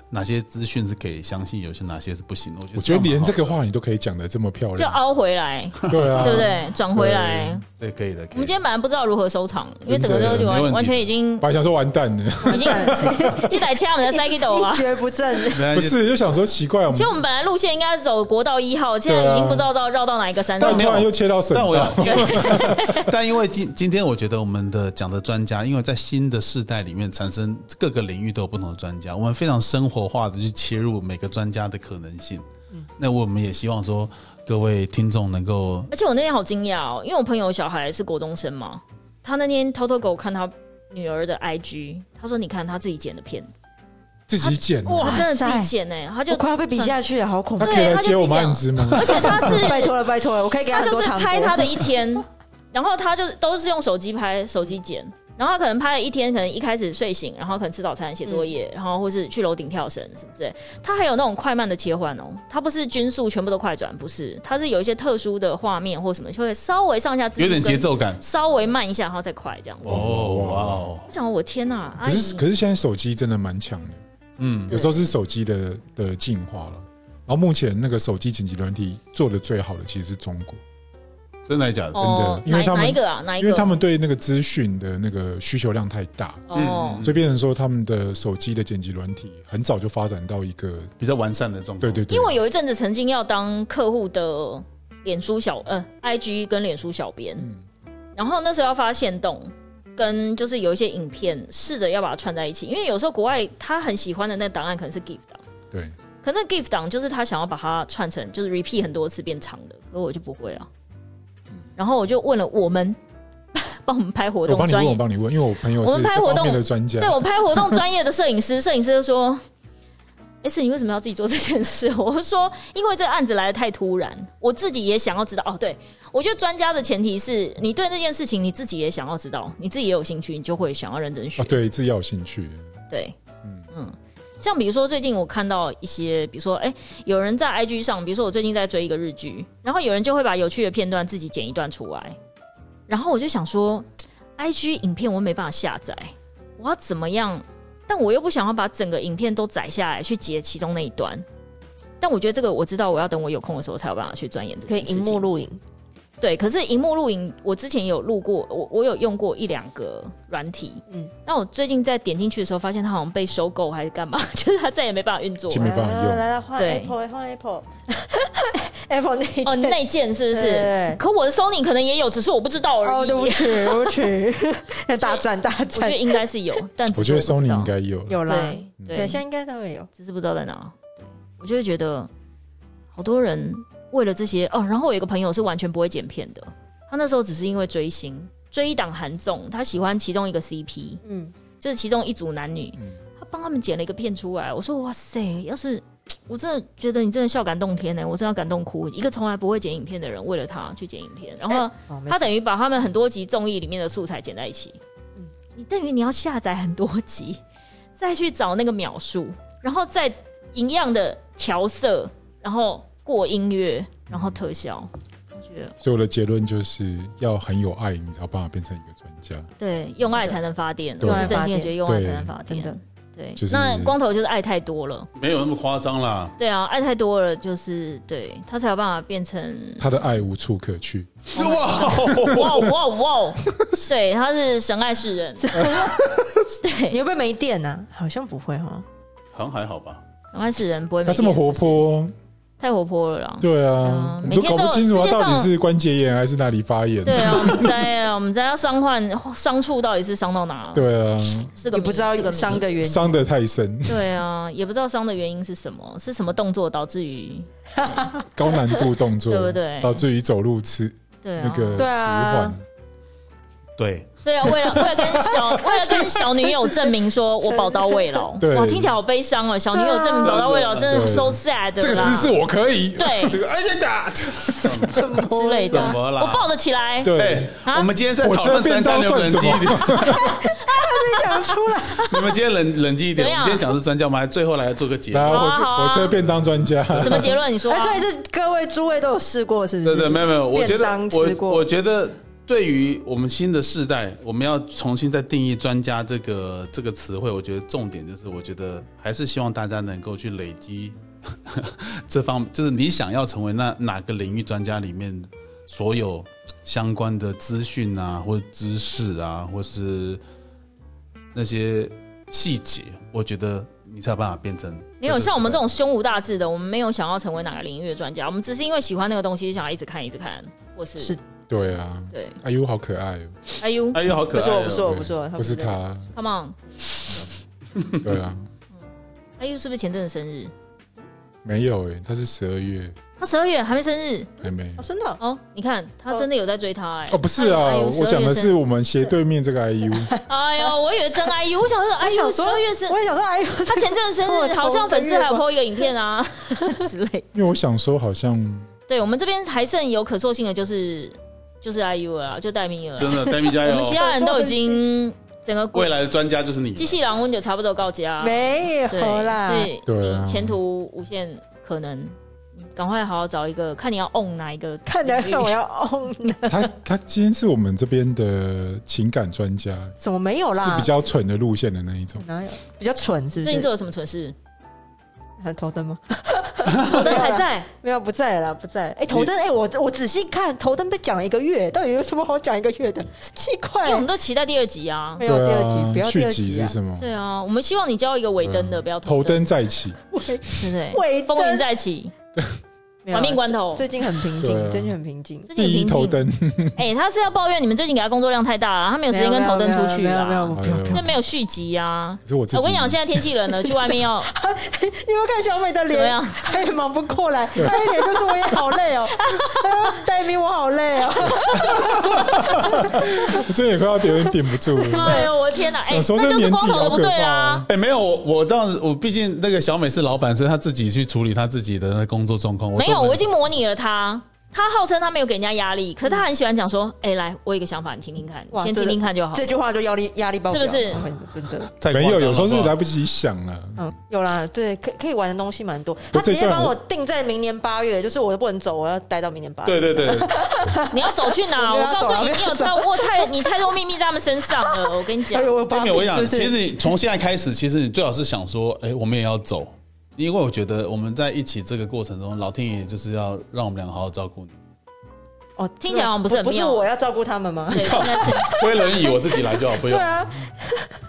Speaker 3: 哪些资讯是可以相信，有些哪些是不行的。我觉得
Speaker 1: 我觉得连这
Speaker 3: 样
Speaker 1: 个话你都可以讲的这么漂
Speaker 2: 就
Speaker 1: 亮，
Speaker 2: 凹回来，
Speaker 1: 对啊，
Speaker 2: 对不？对？转回来。
Speaker 3: 蛮好对可以的。可以的
Speaker 2: 我们今天本来不知道如何收场，因为整个
Speaker 1: 真的
Speaker 2: 都
Speaker 3: 没问
Speaker 2: 完
Speaker 3: 题
Speaker 2: 完全已经
Speaker 1: 本来想说完蛋了，
Speaker 2: 已经进来掐我们的 psyche 斗啊
Speaker 4: 一。蹶
Speaker 2: (laughs)
Speaker 4: 不振。
Speaker 1: (laughs)
Speaker 3: 没
Speaker 1: 不
Speaker 3: 关系
Speaker 1: 是就想说奇怪，我
Speaker 2: 其实我
Speaker 1: 们
Speaker 2: 们本来路线应该是走国道一号，现在已经不知道到绕到哪一个山上
Speaker 1: 但
Speaker 3: 没
Speaker 1: 突
Speaker 3: 有
Speaker 2: 了。
Speaker 1: 然又切到省
Speaker 3: 但我
Speaker 1: 道，
Speaker 3: 有，因为但因为今今天我觉得我们的讲的专家，因为在新的世代里面产生各个领域都有不同的专家，我们非常生活化的去切入每个专家的可能性。那我们也希望说各位听众能够
Speaker 2: 而且我那天好惊讶哦，因为我朋友小孩是国中生嘛，他那天偷偷给我看他女儿的 IG，他说：“你看他自己剪的片子，
Speaker 1: 自己剪，啊
Speaker 2: 哇，
Speaker 4: 哇
Speaker 2: 真的自己
Speaker 4: 塞
Speaker 2: 剪呢、他就
Speaker 4: 我快要被比下去了，好恐怖
Speaker 1: 他！可以来
Speaker 2: 他就
Speaker 1: 接我们
Speaker 2: 自己
Speaker 1: 案
Speaker 2: (laughs)
Speaker 1: 子吗？
Speaker 2: 而且他是
Speaker 4: (laughs) 拜托了，拜托了，我可以给
Speaker 2: 他
Speaker 4: 很
Speaker 2: 就
Speaker 4: 多
Speaker 2: 是
Speaker 4: 糖
Speaker 2: 拍
Speaker 4: 果
Speaker 2: 他的一天，然后他就都是用手机拍，手机剪。然后他可能拍了一天，可能一开始睡醒，然后可能吃早餐、写作
Speaker 4: 嗯
Speaker 2: 业，然后或是去楼顶跳绳什么之类。他还有那种快慢的切换哦，他不是均速全部都快转，不是，他是有一些特殊的画面或什么，就会稍微上下字，
Speaker 3: 有点节，奏感。
Speaker 2: 稍微慢一下，然后再快这样子。
Speaker 3: 哦，哇哦，
Speaker 2: 我想，我天呐，阿
Speaker 1: 可是
Speaker 2: 姨，
Speaker 1: 可是现在手机真的蛮强的，
Speaker 3: 嗯，
Speaker 1: 有时候是手机的的进化了。然后目前那个手机紧急软体做的最好的其实是中国，
Speaker 3: 真的假的？
Speaker 2: 哦，
Speaker 1: 因为他
Speaker 2: 哪
Speaker 1: 们
Speaker 2: 哪一个啊？哪一
Speaker 1: 因
Speaker 2: 个？
Speaker 1: 为他们嗯对那个资讯的那个需求量太大，
Speaker 3: 嗯
Speaker 2: 哦，
Speaker 1: 所以变成说他们的手机的剪辑软体很早就发展到一个，
Speaker 3: 比较完善的状况。
Speaker 1: 对对对，
Speaker 2: 嗯因为我有一阵子曾经要当客户的脸书小呃 IG 跟脸书小编，
Speaker 1: 嗯
Speaker 2: 然后那时候要发现动，跟就是有一些影片试着要把它串在一起，因为有时候国外他很喜欢的那个档案可能是 GIF 档，
Speaker 1: 对，
Speaker 2: 可那 GIF 档就是他想要把它串成就是 repeat 很多次变长的，可我就不会啊。
Speaker 1: 嗯
Speaker 2: 然后我就问了我们 (laughs) 帮我们拍活
Speaker 1: 我
Speaker 2: 动
Speaker 1: 帮你
Speaker 2: 专
Speaker 1: 问，
Speaker 2: 业
Speaker 1: 我，帮你问，因为我朋友
Speaker 2: 我
Speaker 1: 是
Speaker 2: 们拍活
Speaker 1: 这
Speaker 2: 动
Speaker 1: 方面的专家
Speaker 2: (laughs) 对，我拍活动专业的摄影师，摄影师就说：“ S，你为什么要自己做这件事？ (laughs) 我就说，因为这个案子来的太突然，我自己也想要知道。哦，对，我觉得专家的前提是你对那件事情你自己也想要知道，你自己也有兴趣，你就会想要认真学。
Speaker 1: 啊，对自己要有兴趣，
Speaker 2: 对
Speaker 1: 嗯
Speaker 2: 嗯，像比如说最近我看到一些，比如说哎、有人在 IG 上，比如说我最近在追一个日剧，然后有人就会把有趣的片段自己剪一段出来，然后我就想说，IG 影片我没办法下载，我要怎么样？但我又不想要把整个影片都载下来去截其中那一段。但我觉得这个我知道，我要等我有空的时候才有办法去钻研这
Speaker 4: 可以
Speaker 2: 件事
Speaker 4: 荧
Speaker 2: 情。
Speaker 4: 幕录影，
Speaker 2: 对，可是荧幕录影，我之前有录过，我我有用过一两个软体，
Speaker 4: 嗯
Speaker 2: 嗯，那我最近在点进去的时候，发现它好像被收购还是干嘛， (laughs) 就是它再也没办法运作
Speaker 1: 基本
Speaker 2: 了。
Speaker 1: 没办法用
Speaker 4: 来来来，换
Speaker 2: 对
Speaker 4: Apple，换 (laughs) Apple，Apple 那一
Speaker 2: 哦，
Speaker 4: 件
Speaker 2: 内建是不
Speaker 4: 对
Speaker 2: 是？
Speaker 4: 对对
Speaker 2: 可我的 Sony 可能也有，只是我不知道而
Speaker 4: 哦，
Speaker 2: 已。
Speaker 4: 对
Speaker 2: (laughs)
Speaker 4: 不
Speaker 2: 我
Speaker 4: 起，对不起，大战大
Speaker 2: 觉
Speaker 4: 战
Speaker 2: 得，应该
Speaker 1: (laughs)
Speaker 2: 是有，但
Speaker 1: 我
Speaker 2: 只
Speaker 1: 觉
Speaker 2: 是
Speaker 1: 得
Speaker 2: 不知
Speaker 1: Sony
Speaker 2: 道
Speaker 1: 应该有，
Speaker 4: 有啦，
Speaker 2: 对
Speaker 4: 对，
Speaker 2: 对，
Speaker 4: 现在应该都会有。
Speaker 2: 只是不知道在哪。我就会觉得好多人为了这些哦，然后我有一个朋友是完全不会剪片的，他那时候只是因为追星，追一档韩综，他喜欢其中一个 CP，
Speaker 4: 嗯，
Speaker 2: 就是其中一组男女，
Speaker 1: 嗯
Speaker 2: 他帮他们剪了一个片出来。我说哇塞，要是我真的觉得你真的笑感动天欸呢、我真的要感动哭。一个从来不会剪影片的人，为了他去剪影片，然后
Speaker 4: 哦没
Speaker 2: 他
Speaker 4: 事
Speaker 2: 等于把他们很多集综艺里面的素材剪在一起。你等于你要下载很多集，再去找那个秒数，然后再一样的调色，然后过音乐，然后特效。我觉得
Speaker 1: 所以我的结论就是要很有爱，你才有办法变成一个专家。
Speaker 2: 对，用爱才能发电。
Speaker 1: 对
Speaker 2: 我是真心的觉得用爱才能发
Speaker 4: 真
Speaker 2: 电。
Speaker 4: 的，
Speaker 2: 对，
Speaker 1: 就是
Speaker 2: 那光头就是爱太多了。
Speaker 3: 没有那么夸张啦。
Speaker 2: 对啊，爱太多了，就是对他才有办法变成
Speaker 1: (laughs) 他的爱无处可去，
Speaker 3: 哇，
Speaker 2: 哇哇哇！对，他是神爱
Speaker 1: (laughs)
Speaker 2: 世人，对
Speaker 4: 你，会不会没电啊？好像不会哦。
Speaker 3: 好像还好吧？
Speaker 2: 神爱世人不会没
Speaker 1: 他这么
Speaker 2: 电
Speaker 1: 活，
Speaker 2: 是不
Speaker 1: 泼，
Speaker 2: 是太活泼了啦。
Speaker 1: 对
Speaker 2: 啊
Speaker 1: 啊，我们都
Speaker 2: 每天
Speaker 1: 搞
Speaker 2: 都
Speaker 1: 不
Speaker 2: 有
Speaker 1: 清楚他
Speaker 2: 世界
Speaker 1: 到
Speaker 2: 上
Speaker 1: 底是关节炎还是哪里发炎。
Speaker 2: 对啊，我们在啊，我们在要伤患伤处到底是伤到哪？，
Speaker 1: 对啊，
Speaker 2: 是个
Speaker 4: 也
Speaker 2: 谜
Speaker 4: 不知道
Speaker 2: 是个谜
Speaker 4: 伤的原因，
Speaker 1: 伤得太深，
Speaker 2: 对啊，也不知道伤的原因是什么，是什么动作导致于
Speaker 1: 高难度动作，
Speaker 2: (laughs) 对不对
Speaker 1: 导致于走路迟
Speaker 2: 对
Speaker 1: 那
Speaker 2: 啊，
Speaker 1: 个迟
Speaker 4: 对啊
Speaker 1: 缓。
Speaker 3: 对，
Speaker 2: 所以啊，为了为了跟小为了跟小女友证明说我宝刀未
Speaker 1: (laughs)
Speaker 2: 老，
Speaker 1: 对
Speaker 2: 哇，听起来好悲伤哦。小女友证明宝刀未老，真的
Speaker 1: 对
Speaker 2: so sad 的啦
Speaker 1: 这个姿势我可以，
Speaker 2: 啊对
Speaker 1: 这个哎呀呀，
Speaker 2: 之类的，
Speaker 3: 怎么啦
Speaker 2: 我抱得起来，
Speaker 1: 对
Speaker 3: 哎，，我们今天在讨论专家，
Speaker 1: 火
Speaker 3: 你
Speaker 1: 车
Speaker 3: 们
Speaker 1: 便当
Speaker 3: 冷静一点。
Speaker 4: 讲出来，
Speaker 3: 你们今天冷冷静一
Speaker 2: 怎
Speaker 3: 点。我
Speaker 2: 样
Speaker 3: 们今天讲的是专家，我们还最后来做个
Speaker 1: (laughs)
Speaker 3: 结。
Speaker 1: 来
Speaker 2: 好啊
Speaker 1: 火
Speaker 2: 好啊
Speaker 1: 车火车便当专家，
Speaker 2: 什么结论？你说啊
Speaker 4: 哎，所以是各位诸位都有试过，是不
Speaker 3: 对
Speaker 4: 是？
Speaker 3: 对，没有没有，我觉
Speaker 4: 便
Speaker 3: 得
Speaker 4: 当吃
Speaker 3: 我我
Speaker 2: 哦
Speaker 4: 过，
Speaker 3: 觉得对于我们新的世代，我们要重新再定义“专家”这个这个词汇。我觉得重点就是，我觉得还是希望大家能够去累积 (laughs) 这方，就是你想要成为那哪个领域专家里面所有相关的资讯啊，或者知识啊，或是那些细节，我觉得你才有办法变成
Speaker 2: 没有
Speaker 3: 个时
Speaker 2: 像我们这
Speaker 3: 代
Speaker 2: 种胸无大志的，我们没有想要成为哪个领域的专家，我们只是因为喜欢那个东西，想要一直看一直看，或是
Speaker 4: 是
Speaker 1: 对啊，
Speaker 2: 对，
Speaker 1: 哎呦好可爱哦，
Speaker 2: 哎呦
Speaker 3: 哎呦，好可
Speaker 4: 不
Speaker 3: 爱、
Speaker 4: 是我，
Speaker 3: 哦！
Speaker 4: 不是我，不是我，
Speaker 1: 不是，他，
Speaker 2: ，come on，
Speaker 1: 对啊，
Speaker 2: 哎呦是不是前阵子生日？
Speaker 1: 没有哎，他是十二月
Speaker 2: 他十二月还没生日
Speaker 1: 还没
Speaker 4: 哦，。真的哦，
Speaker 2: 哦，你看他真的有在追他哎、
Speaker 1: 哦，不是啊，
Speaker 2: 哎呦
Speaker 1: 我讲的，
Speaker 2: 12月
Speaker 1: 是我们斜对面这个
Speaker 2: (laughs)
Speaker 1: IU，
Speaker 2: 生哎呦，我以为真 IU，我想说
Speaker 4: 我
Speaker 2: IU 十二月生
Speaker 4: 我，也想说，哎呦，
Speaker 2: 他前阵子生
Speaker 4: 我
Speaker 2: 日
Speaker 4: 头
Speaker 2: 好像粉丝还有
Speaker 4: 一个月吧
Speaker 2: po 一个影片啊之类。
Speaker 1: 因为我想说好
Speaker 2: (laughs)
Speaker 1: 像
Speaker 2: 对我们这边还剩有可塑性的就是就是 IU 了啦，就戴米尔啦
Speaker 3: 真。哦的，戴米加
Speaker 2: 我
Speaker 3: 油！
Speaker 2: 们其他人都已经整个
Speaker 3: 未来的专家就是你了。
Speaker 2: 机器狼温就差不多告家，
Speaker 4: (laughs) 没
Speaker 2: 对
Speaker 4: 有啦，
Speaker 2: 所以
Speaker 1: 对啊
Speaker 2: 你前途无限可能。赶快好好找一个，看你要 on 哪一个领域，
Speaker 4: 看来我要 (laughs) on 了，
Speaker 1: 他他今天是我们这边的情感专家，
Speaker 4: 怎么没有
Speaker 1: 是
Speaker 4: 啦？
Speaker 1: 比较蠢的路线的那一种。
Speaker 4: 哪有比较蠢，是不
Speaker 2: 最近
Speaker 4: 是？
Speaker 2: 做了什么蠢事？
Speaker 4: 还头灯吗？
Speaker 2: 我的还
Speaker 4: (laughs)
Speaker 2: 在，
Speaker 4: 没有，不在了啦，不在了。哎，头灯，哎，我我仔细看，头灯被讲了一个月，到底有什么好讲一个月的？奇
Speaker 2: 因
Speaker 4: 怪
Speaker 2: 为我，们都期待第二集啊
Speaker 4: 没。有第二
Speaker 1: 对啊
Speaker 4: 集，不要第
Speaker 1: 续
Speaker 4: 二
Speaker 1: 集
Speaker 4: 集
Speaker 1: 是
Speaker 4: 啊！
Speaker 1: 什么？
Speaker 2: 对啊，我们希望你交一个尾灯的，不要
Speaker 1: 头
Speaker 2: 灯，
Speaker 1: 灯再起，
Speaker 2: 对不对？
Speaker 4: 尾
Speaker 2: 风云
Speaker 4: 灯
Speaker 2: 再起，
Speaker 4: 没有
Speaker 2: 玩命关头
Speaker 4: 最近很平静
Speaker 1: 对啊，
Speaker 4: 最近很平静。
Speaker 2: 最近
Speaker 1: 第一
Speaker 2: 平
Speaker 1: 头
Speaker 2: 静。
Speaker 1: 灯，
Speaker 2: 哎、他是要抱怨你们最近给他工作量太大了，啊他没有时间跟头灯出去
Speaker 4: 没有没有
Speaker 2: 啦，
Speaker 4: 没有
Speaker 1: 哎呦
Speaker 4: 没有，
Speaker 2: 这没有续集啊。
Speaker 1: 可是我自己，
Speaker 2: 我跟你讲，现在天气冷了，去外面
Speaker 1: (laughs)
Speaker 2: 要
Speaker 1: 哎
Speaker 4: (laughs) 你有没有看小美的
Speaker 2: 怎么
Speaker 4: 脸
Speaker 2: 样？
Speaker 4: 她也忙不过来，
Speaker 1: 啊
Speaker 4: 她一脸就是我也好累 (laughs) 哦，戴明我好累哦。
Speaker 1: 我最近也快要有点顶不住了。
Speaker 2: 哎呦，我的天哪！ (laughs) 哎、
Speaker 1: 想说
Speaker 2: 那
Speaker 1: 这
Speaker 2: 就
Speaker 1: 年
Speaker 2: 是
Speaker 1: 底
Speaker 2: 光头的
Speaker 1: 好
Speaker 2: 不
Speaker 1: 可
Speaker 2: 对
Speaker 1: 怕
Speaker 2: 啊
Speaker 1: 啊。
Speaker 3: 哎、没有，我我这样子，我毕竟那个小美是老板，所以她自己去处理她自己的那工作状况。
Speaker 2: 没有，
Speaker 3: 都
Speaker 2: 我已经模拟了他。他号称他没有给人家压力，可是他很喜欢讲说：“哎、来，我有一个想法，你听听看，你
Speaker 4: 嗯哇
Speaker 2: 先
Speaker 4: 这
Speaker 2: 听听看就好。
Speaker 4: 这句话就压力压力爆表，
Speaker 2: 是
Speaker 4: 哎
Speaker 2: 不是
Speaker 4: 真的，
Speaker 3: 太
Speaker 1: 没
Speaker 3: 夸张
Speaker 1: 有，
Speaker 3: 了
Speaker 1: 有时候是
Speaker 3: 好不好
Speaker 1: 来不及想啊了。
Speaker 4: 嗯，有啦，对，可可以玩的东西蛮多。
Speaker 1: 不
Speaker 4: 他
Speaker 1: 这
Speaker 4: 直接
Speaker 1: 段
Speaker 4: 帮
Speaker 1: 我
Speaker 4: 我定在明年八月，就是我不能走，我要待到明年八月。
Speaker 3: 对对
Speaker 2: (laughs)
Speaker 3: 对，
Speaker 2: 你要走去哪？
Speaker 4: 我
Speaker 2: 我
Speaker 4: 没有要
Speaker 2: 告
Speaker 4: 走啊
Speaker 2: 诉你，
Speaker 4: 没有
Speaker 2: 你有
Speaker 4: 走
Speaker 2: 超过太你太多秘密在他们身上了。
Speaker 4: (laughs)
Speaker 2: 我跟你讲
Speaker 4: 哎，呦，我有把
Speaker 3: 没有，我想，
Speaker 4: 就是
Speaker 3: 其实你从现在开始，其实你最好是想说，哎、我们也要走，因为我觉得我们在一起这个过程中，老天爷就是要让我们两个好好照顾你。
Speaker 4: 哦，
Speaker 2: 听起来好像不
Speaker 4: 不
Speaker 2: 是很
Speaker 4: 不是
Speaker 2: 妙啊
Speaker 4: 我要照顾他们吗？
Speaker 2: 对，啊哎应该是
Speaker 3: 推轮椅我自己来就好，不
Speaker 4: 对
Speaker 3: 用。
Speaker 4: 啊，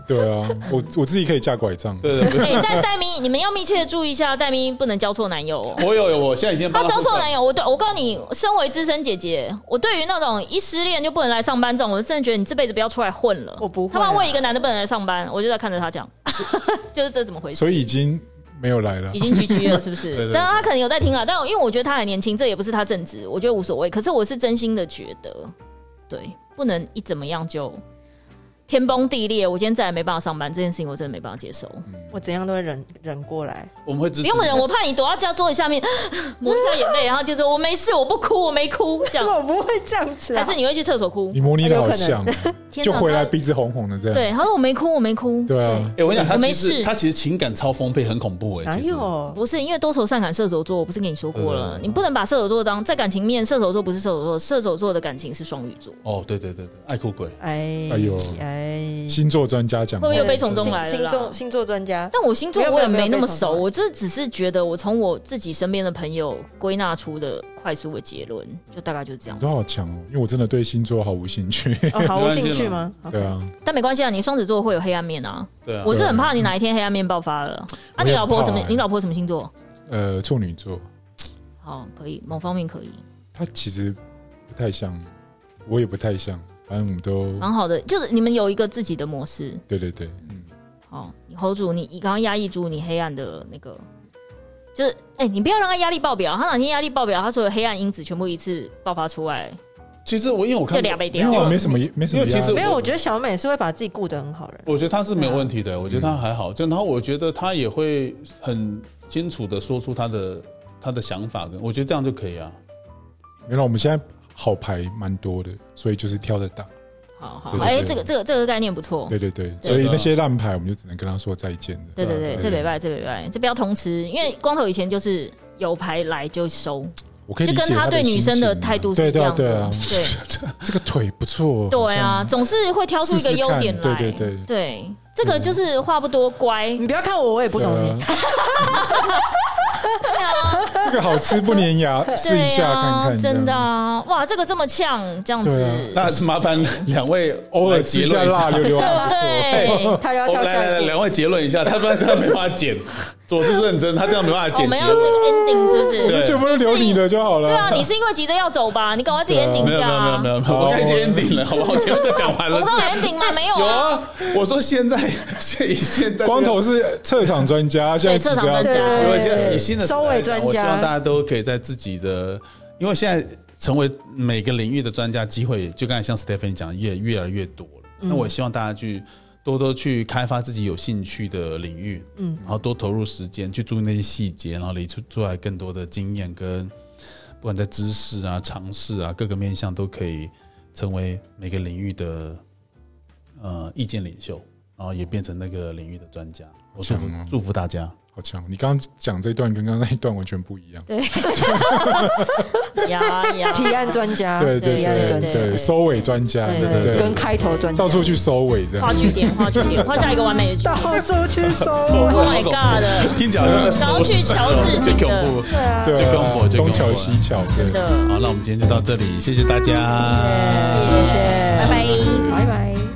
Speaker 1: 对啊，我我自己可以架拐杖。
Speaker 3: 对对不用。
Speaker 2: 哎，但戴咪，你们要密切的注意一下，戴咪不能交错男友
Speaker 4: (laughs)
Speaker 2: 哦。
Speaker 3: 我有有，我现在已经帮
Speaker 2: 她
Speaker 3: 她
Speaker 2: 交错
Speaker 3: 护
Speaker 2: 男友，我对我告诉你，身为资深姐姐，我对于那种一失恋就不能来上班这种，我真的觉得你这辈子不要出来混了。
Speaker 4: 我不会
Speaker 2: 他
Speaker 4: 啊
Speaker 2: 妈为一个男的不能来上班，我就在看着他讲， (laughs) 就是这怎么回事？
Speaker 1: 所以已经没有来了
Speaker 2: (laughs) 已。经 GG 了，是不是？
Speaker 3: 对对
Speaker 2: 当然他可能有在听啊，但因为我觉得他还年轻，这也不是他正职，我觉得无所谓。可是我是真心的觉得，对，不能一怎么样就天崩地裂。我今天再也没办法上班，这件事情我真的没办法接受。
Speaker 4: 我怎样都会忍忍过来。
Speaker 3: 我们会支
Speaker 2: 不
Speaker 3: 持。
Speaker 2: 用忍，我怕你躲到家桌子下面 (laughs) 抹一下眼泪，然后就说我没事，我不哭，我没哭，这
Speaker 4: (laughs)
Speaker 2: 样。
Speaker 4: 我不会这样子
Speaker 2: 还
Speaker 4: 啊，
Speaker 2: 是你会去厕所哭
Speaker 3: (laughs)
Speaker 1: 你？模拟的好像，啊
Speaker 2: (laughs) 天哪
Speaker 1: 就回来
Speaker 2: 他
Speaker 1: 鼻子红红的这样。
Speaker 2: 对，他说我没哭，我没哭。
Speaker 1: 对啊，
Speaker 3: 哎、我想他
Speaker 2: 我没
Speaker 3: 其
Speaker 2: 事
Speaker 3: 实他其实情感超丰沛，很恐怖哎、
Speaker 4: 哪
Speaker 3: 其实
Speaker 4: 有？
Speaker 2: 不是因为多愁善感射手座，我不是跟你说过了，
Speaker 3: 对
Speaker 2: 你不能把射手座当在感情面，射手座不是射手座，射手座的感情是双鱼座，
Speaker 3: 哦，对对对对，爱哭鬼。
Speaker 4: 哎
Speaker 1: 哎呦
Speaker 4: 哎，
Speaker 1: 星座专家讲话
Speaker 2: 会不会又悲从中来了啦？
Speaker 4: 星座星座专 (laughs) 家，
Speaker 2: 但我星座
Speaker 4: 没有
Speaker 2: 我也
Speaker 4: 没有
Speaker 2: 没那么
Speaker 4: 没有
Speaker 2: 熟，
Speaker 4: 没有
Speaker 2: 我这只是觉得我从我自己身边的朋友归纳出的快速的结论，就大概就是这样
Speaker 1: 你。都好强哦，因为我真的对星座毫无兴 (laughs) 趣。
Speaker 4: 哦，毫无
Speaker 3: 没关系
Speaker 4: 兴趣
Speaker 3: 了
Speaker 4: 吗？
Speaker 1: 对啊，
Speaker 2: 但没关系啊，你双子座会有黑暗面啊，
Speaker 3: 对啊，
Speaker 2: 我是很怕你哪一天黑暗面爆发了。啊，
Speaker 1: 我也
Speaker 2: 你老婆
Speaker 1: 怕
Speaker 2: 什么
Speaker 1: 欸？
Speaker 2: 你老婆什么星座？
Speaker 1: 呃，处女座，
Speaker 2: 好，可以，某方面可以，
Speaker 1: 他其实不太像，我也不太像，反正我们都
Speaker 2: 蛮好的。就是你们有一个自己的模式。
Speaker 1: 对对对，啊嗯，
Speaker 2: 好，你 hold 住你，你刚刚压抑住你黑暗的那个，就是哎、你不要让他压力爆表，他哪天压力爆表，他所有黑暗因子全部一次爆发出来，
Speaker 3: 其实我因为我看
Speaker 2: 就俩被
Speaker 1: 因
Speaker 2: 掉
Speaker 1: 为我没什么没什么
Speaker 3: 因为其
Speaker 1: 压
Speaker 3: 实
Speaker 1: 力，
Speaker 4: 没有，我觉得小美是会把自己顾得很好的人。
Speaker 3: 我觉得他是没有问题的，我觉得他还好。就然后我觉得他也会很清楚的说出他的他的想法，跟我觉得这样就可以啊。
Speaker 1: 原来我们现在好牌蛮多的，所以就是挑着打。
Speaker 2: 好好，
Speaker 1: 对
Speaker 2: 好
Speaker 1: 对
Speaker 2: 哎、
Speaker 1: 对
Speaker 2: 这个这个这个概念不错。
Speaker 1: 对对哦对，啊所以那些烂牌我们就只能跟他说再见了。
Speaker 2: 对对对，这礼拜这礼拜这不要同吃，因为光头以前就是有牌来就收，
Speaker 1: 我可以
Speaker 2: 就
Speaker 1: 理
Speaker 2: 跟
Speaker 1: 解
Speaker 2: 他
Speaker 1: 他
Speaker 2: 对女生
Speaker 1: 的
Speaker 2: 的
Speaker 1: 心情啊
Speaker 2: 态度
Speaker 1: 对
Speaker 2: 是这
Speaker 1: 对啊
Speaker 2: 样
Speaker 1: 对
Speaker 2: 的
Speaker 1: 啊，，
Speaker 2: 对
Speaker 1: (laughs) 这个腿不错，哦
Speaker 2: 对啊，总是会挑出一个优点
Speaker 1: 试试
Speaker 2: 来，
Speaker 1: 看对对对
Speaker 2: 这个就是话不多，乖，
Speaker 4: 你不要看我，我也不
Speaker 1: 好
Speaker 4: 懂
Speaker 1: 像，
Speaker 4: 你。
Speaker 1: 对啊 (laughs) 啊，这个好吃不粘 (laughs) 牙，试一
Speaker 2: 对
Speaker 1: 下
Speaker 2: 啊
Speaker 1: 看，看，
Speaker 2: 真的
Speaker 1: 这样
Speaker 2: 啊，哇，这个这么呛，这样
Speaker 1: 对啊
Speaker 2: 子，
Speaker 3: 那麻烦两位
Speaker 1: 偶尔吃一下辣溜溜
Speaker 2: 对
Speaker 1: 啊， (laughs)
Speaker 2: 对，
Speaker 4: 他要
Speaker 3: 我
Speaker 4: 跳
Speaker 3: 们来来
Speaker 4: 下
Speaker 3: 来，
Speaker 4: 一步，
Speaker 3: 两位结论一下，他不然这样没办法剪。我是认真，他这样没办法
Speaker 2: 我
Speaker 3: 剪
Speaker 2: 们
Speaker 3: 结
Speaker 2: 要这个
Speaker 3: 论。
Speaker 2: ending 是不
Speaker 1: 我
Speaker 2: 是
Speaker 1: 就？全部都留你的就好了。(laughs)
Speaker 2: 对啊，你是因为急着要走吧？你赶快自己
Speaker 1: 对啊
Speaker 2: ending
Speaker 3: 没
Speaker 2: 一
Speaker 3: 有
Speaker 2: 下
Speaker 3: 没有没有
Speaker 2: 啊
Speaker 3: 没！有，
Speaker 1: 好
Speaker 3: 我刚已经 ending 了，好吧，我前面都讲完
Speaker 2: 我
Speaker 3: 了
Speaker 2: 们。刚刚有 ending 吗？没有
Speaker 3: 有
Speaker 2: 啊。
Speaker 3: 啊，我说现在现以现在
Speaker 1: 光头是撤场专家，现在急着要走
Speaker 2: 对撤场专家
Speaker 3: 因为现在以新的时代
Speaker 4: 收尾专
Speaker 3: 我希
Speaker 4: 家
Speaker 3: 望大家都可以在自己的，因为现在成为每个领域的专家机会，就刚才像 Stephanie 讲，越越来越多了。那我也希望大家去多多去开发自己有兴趣的领域，嗯，然后多投入时间去注意那些细节，然后理出出来更多的经验跟不管在知识啊、尝试啊各个面向都可以成为每个领域的呃意见领袖，然后也变成那个领域的专家。我祝福
Speaker 1: 强哦
Speaker 3: 祝福大家。
Speaker 1: 好强！你刚刚讲这段跟刚刚那一段完全不一样。啊
Speaker 2: 呀呀！
Speaker 4: 提案专家，
Speaker 1: 对啊对
Speaker 4: 提案
Speaker 1: 对
Speaker 4: 专
Speaker 1: 对
Speaker 4: 家，
Speaker 1: 对，收尾专家，
Speaker 2: 对
Speaker 1: 对
Speaker 2: 对
Speaker 1: 对
Speaker 4: 跟
Speaker 1: 对，
Speaker 4: 开头专家
Speaker 1: 到，处去收尾这
Speaker 2: 画
Speaker 1: 样。
Speaker 2: 句点，画句点，画下一个完美
Speaker 1: (laughs)
Speaker 2: 的句点。
Speaker 4: (laughs) 到处去收尾。
Speaker 2: Oh my god！
Speaker 3: 听起来真的是
Speaker 2: 嗯然后去瞧事情
Speaker 3: (laughs) 最恐
Speaker 2: 的
Speaker 3: 怖。
Speaker 1: 对
Speaker 3: 就跟我
Speaker 1: 啊，
Speaker 3: 就跟我
Speaker 1: 东瞧西瞧，对。
Speaker 2: 的，
Speaker 3: 好，那我们今天就到这里，谢谢大家。
Speaker 4: 谢谢，
Speaker 2: 拜拜。
Speaker 4: 拜拜。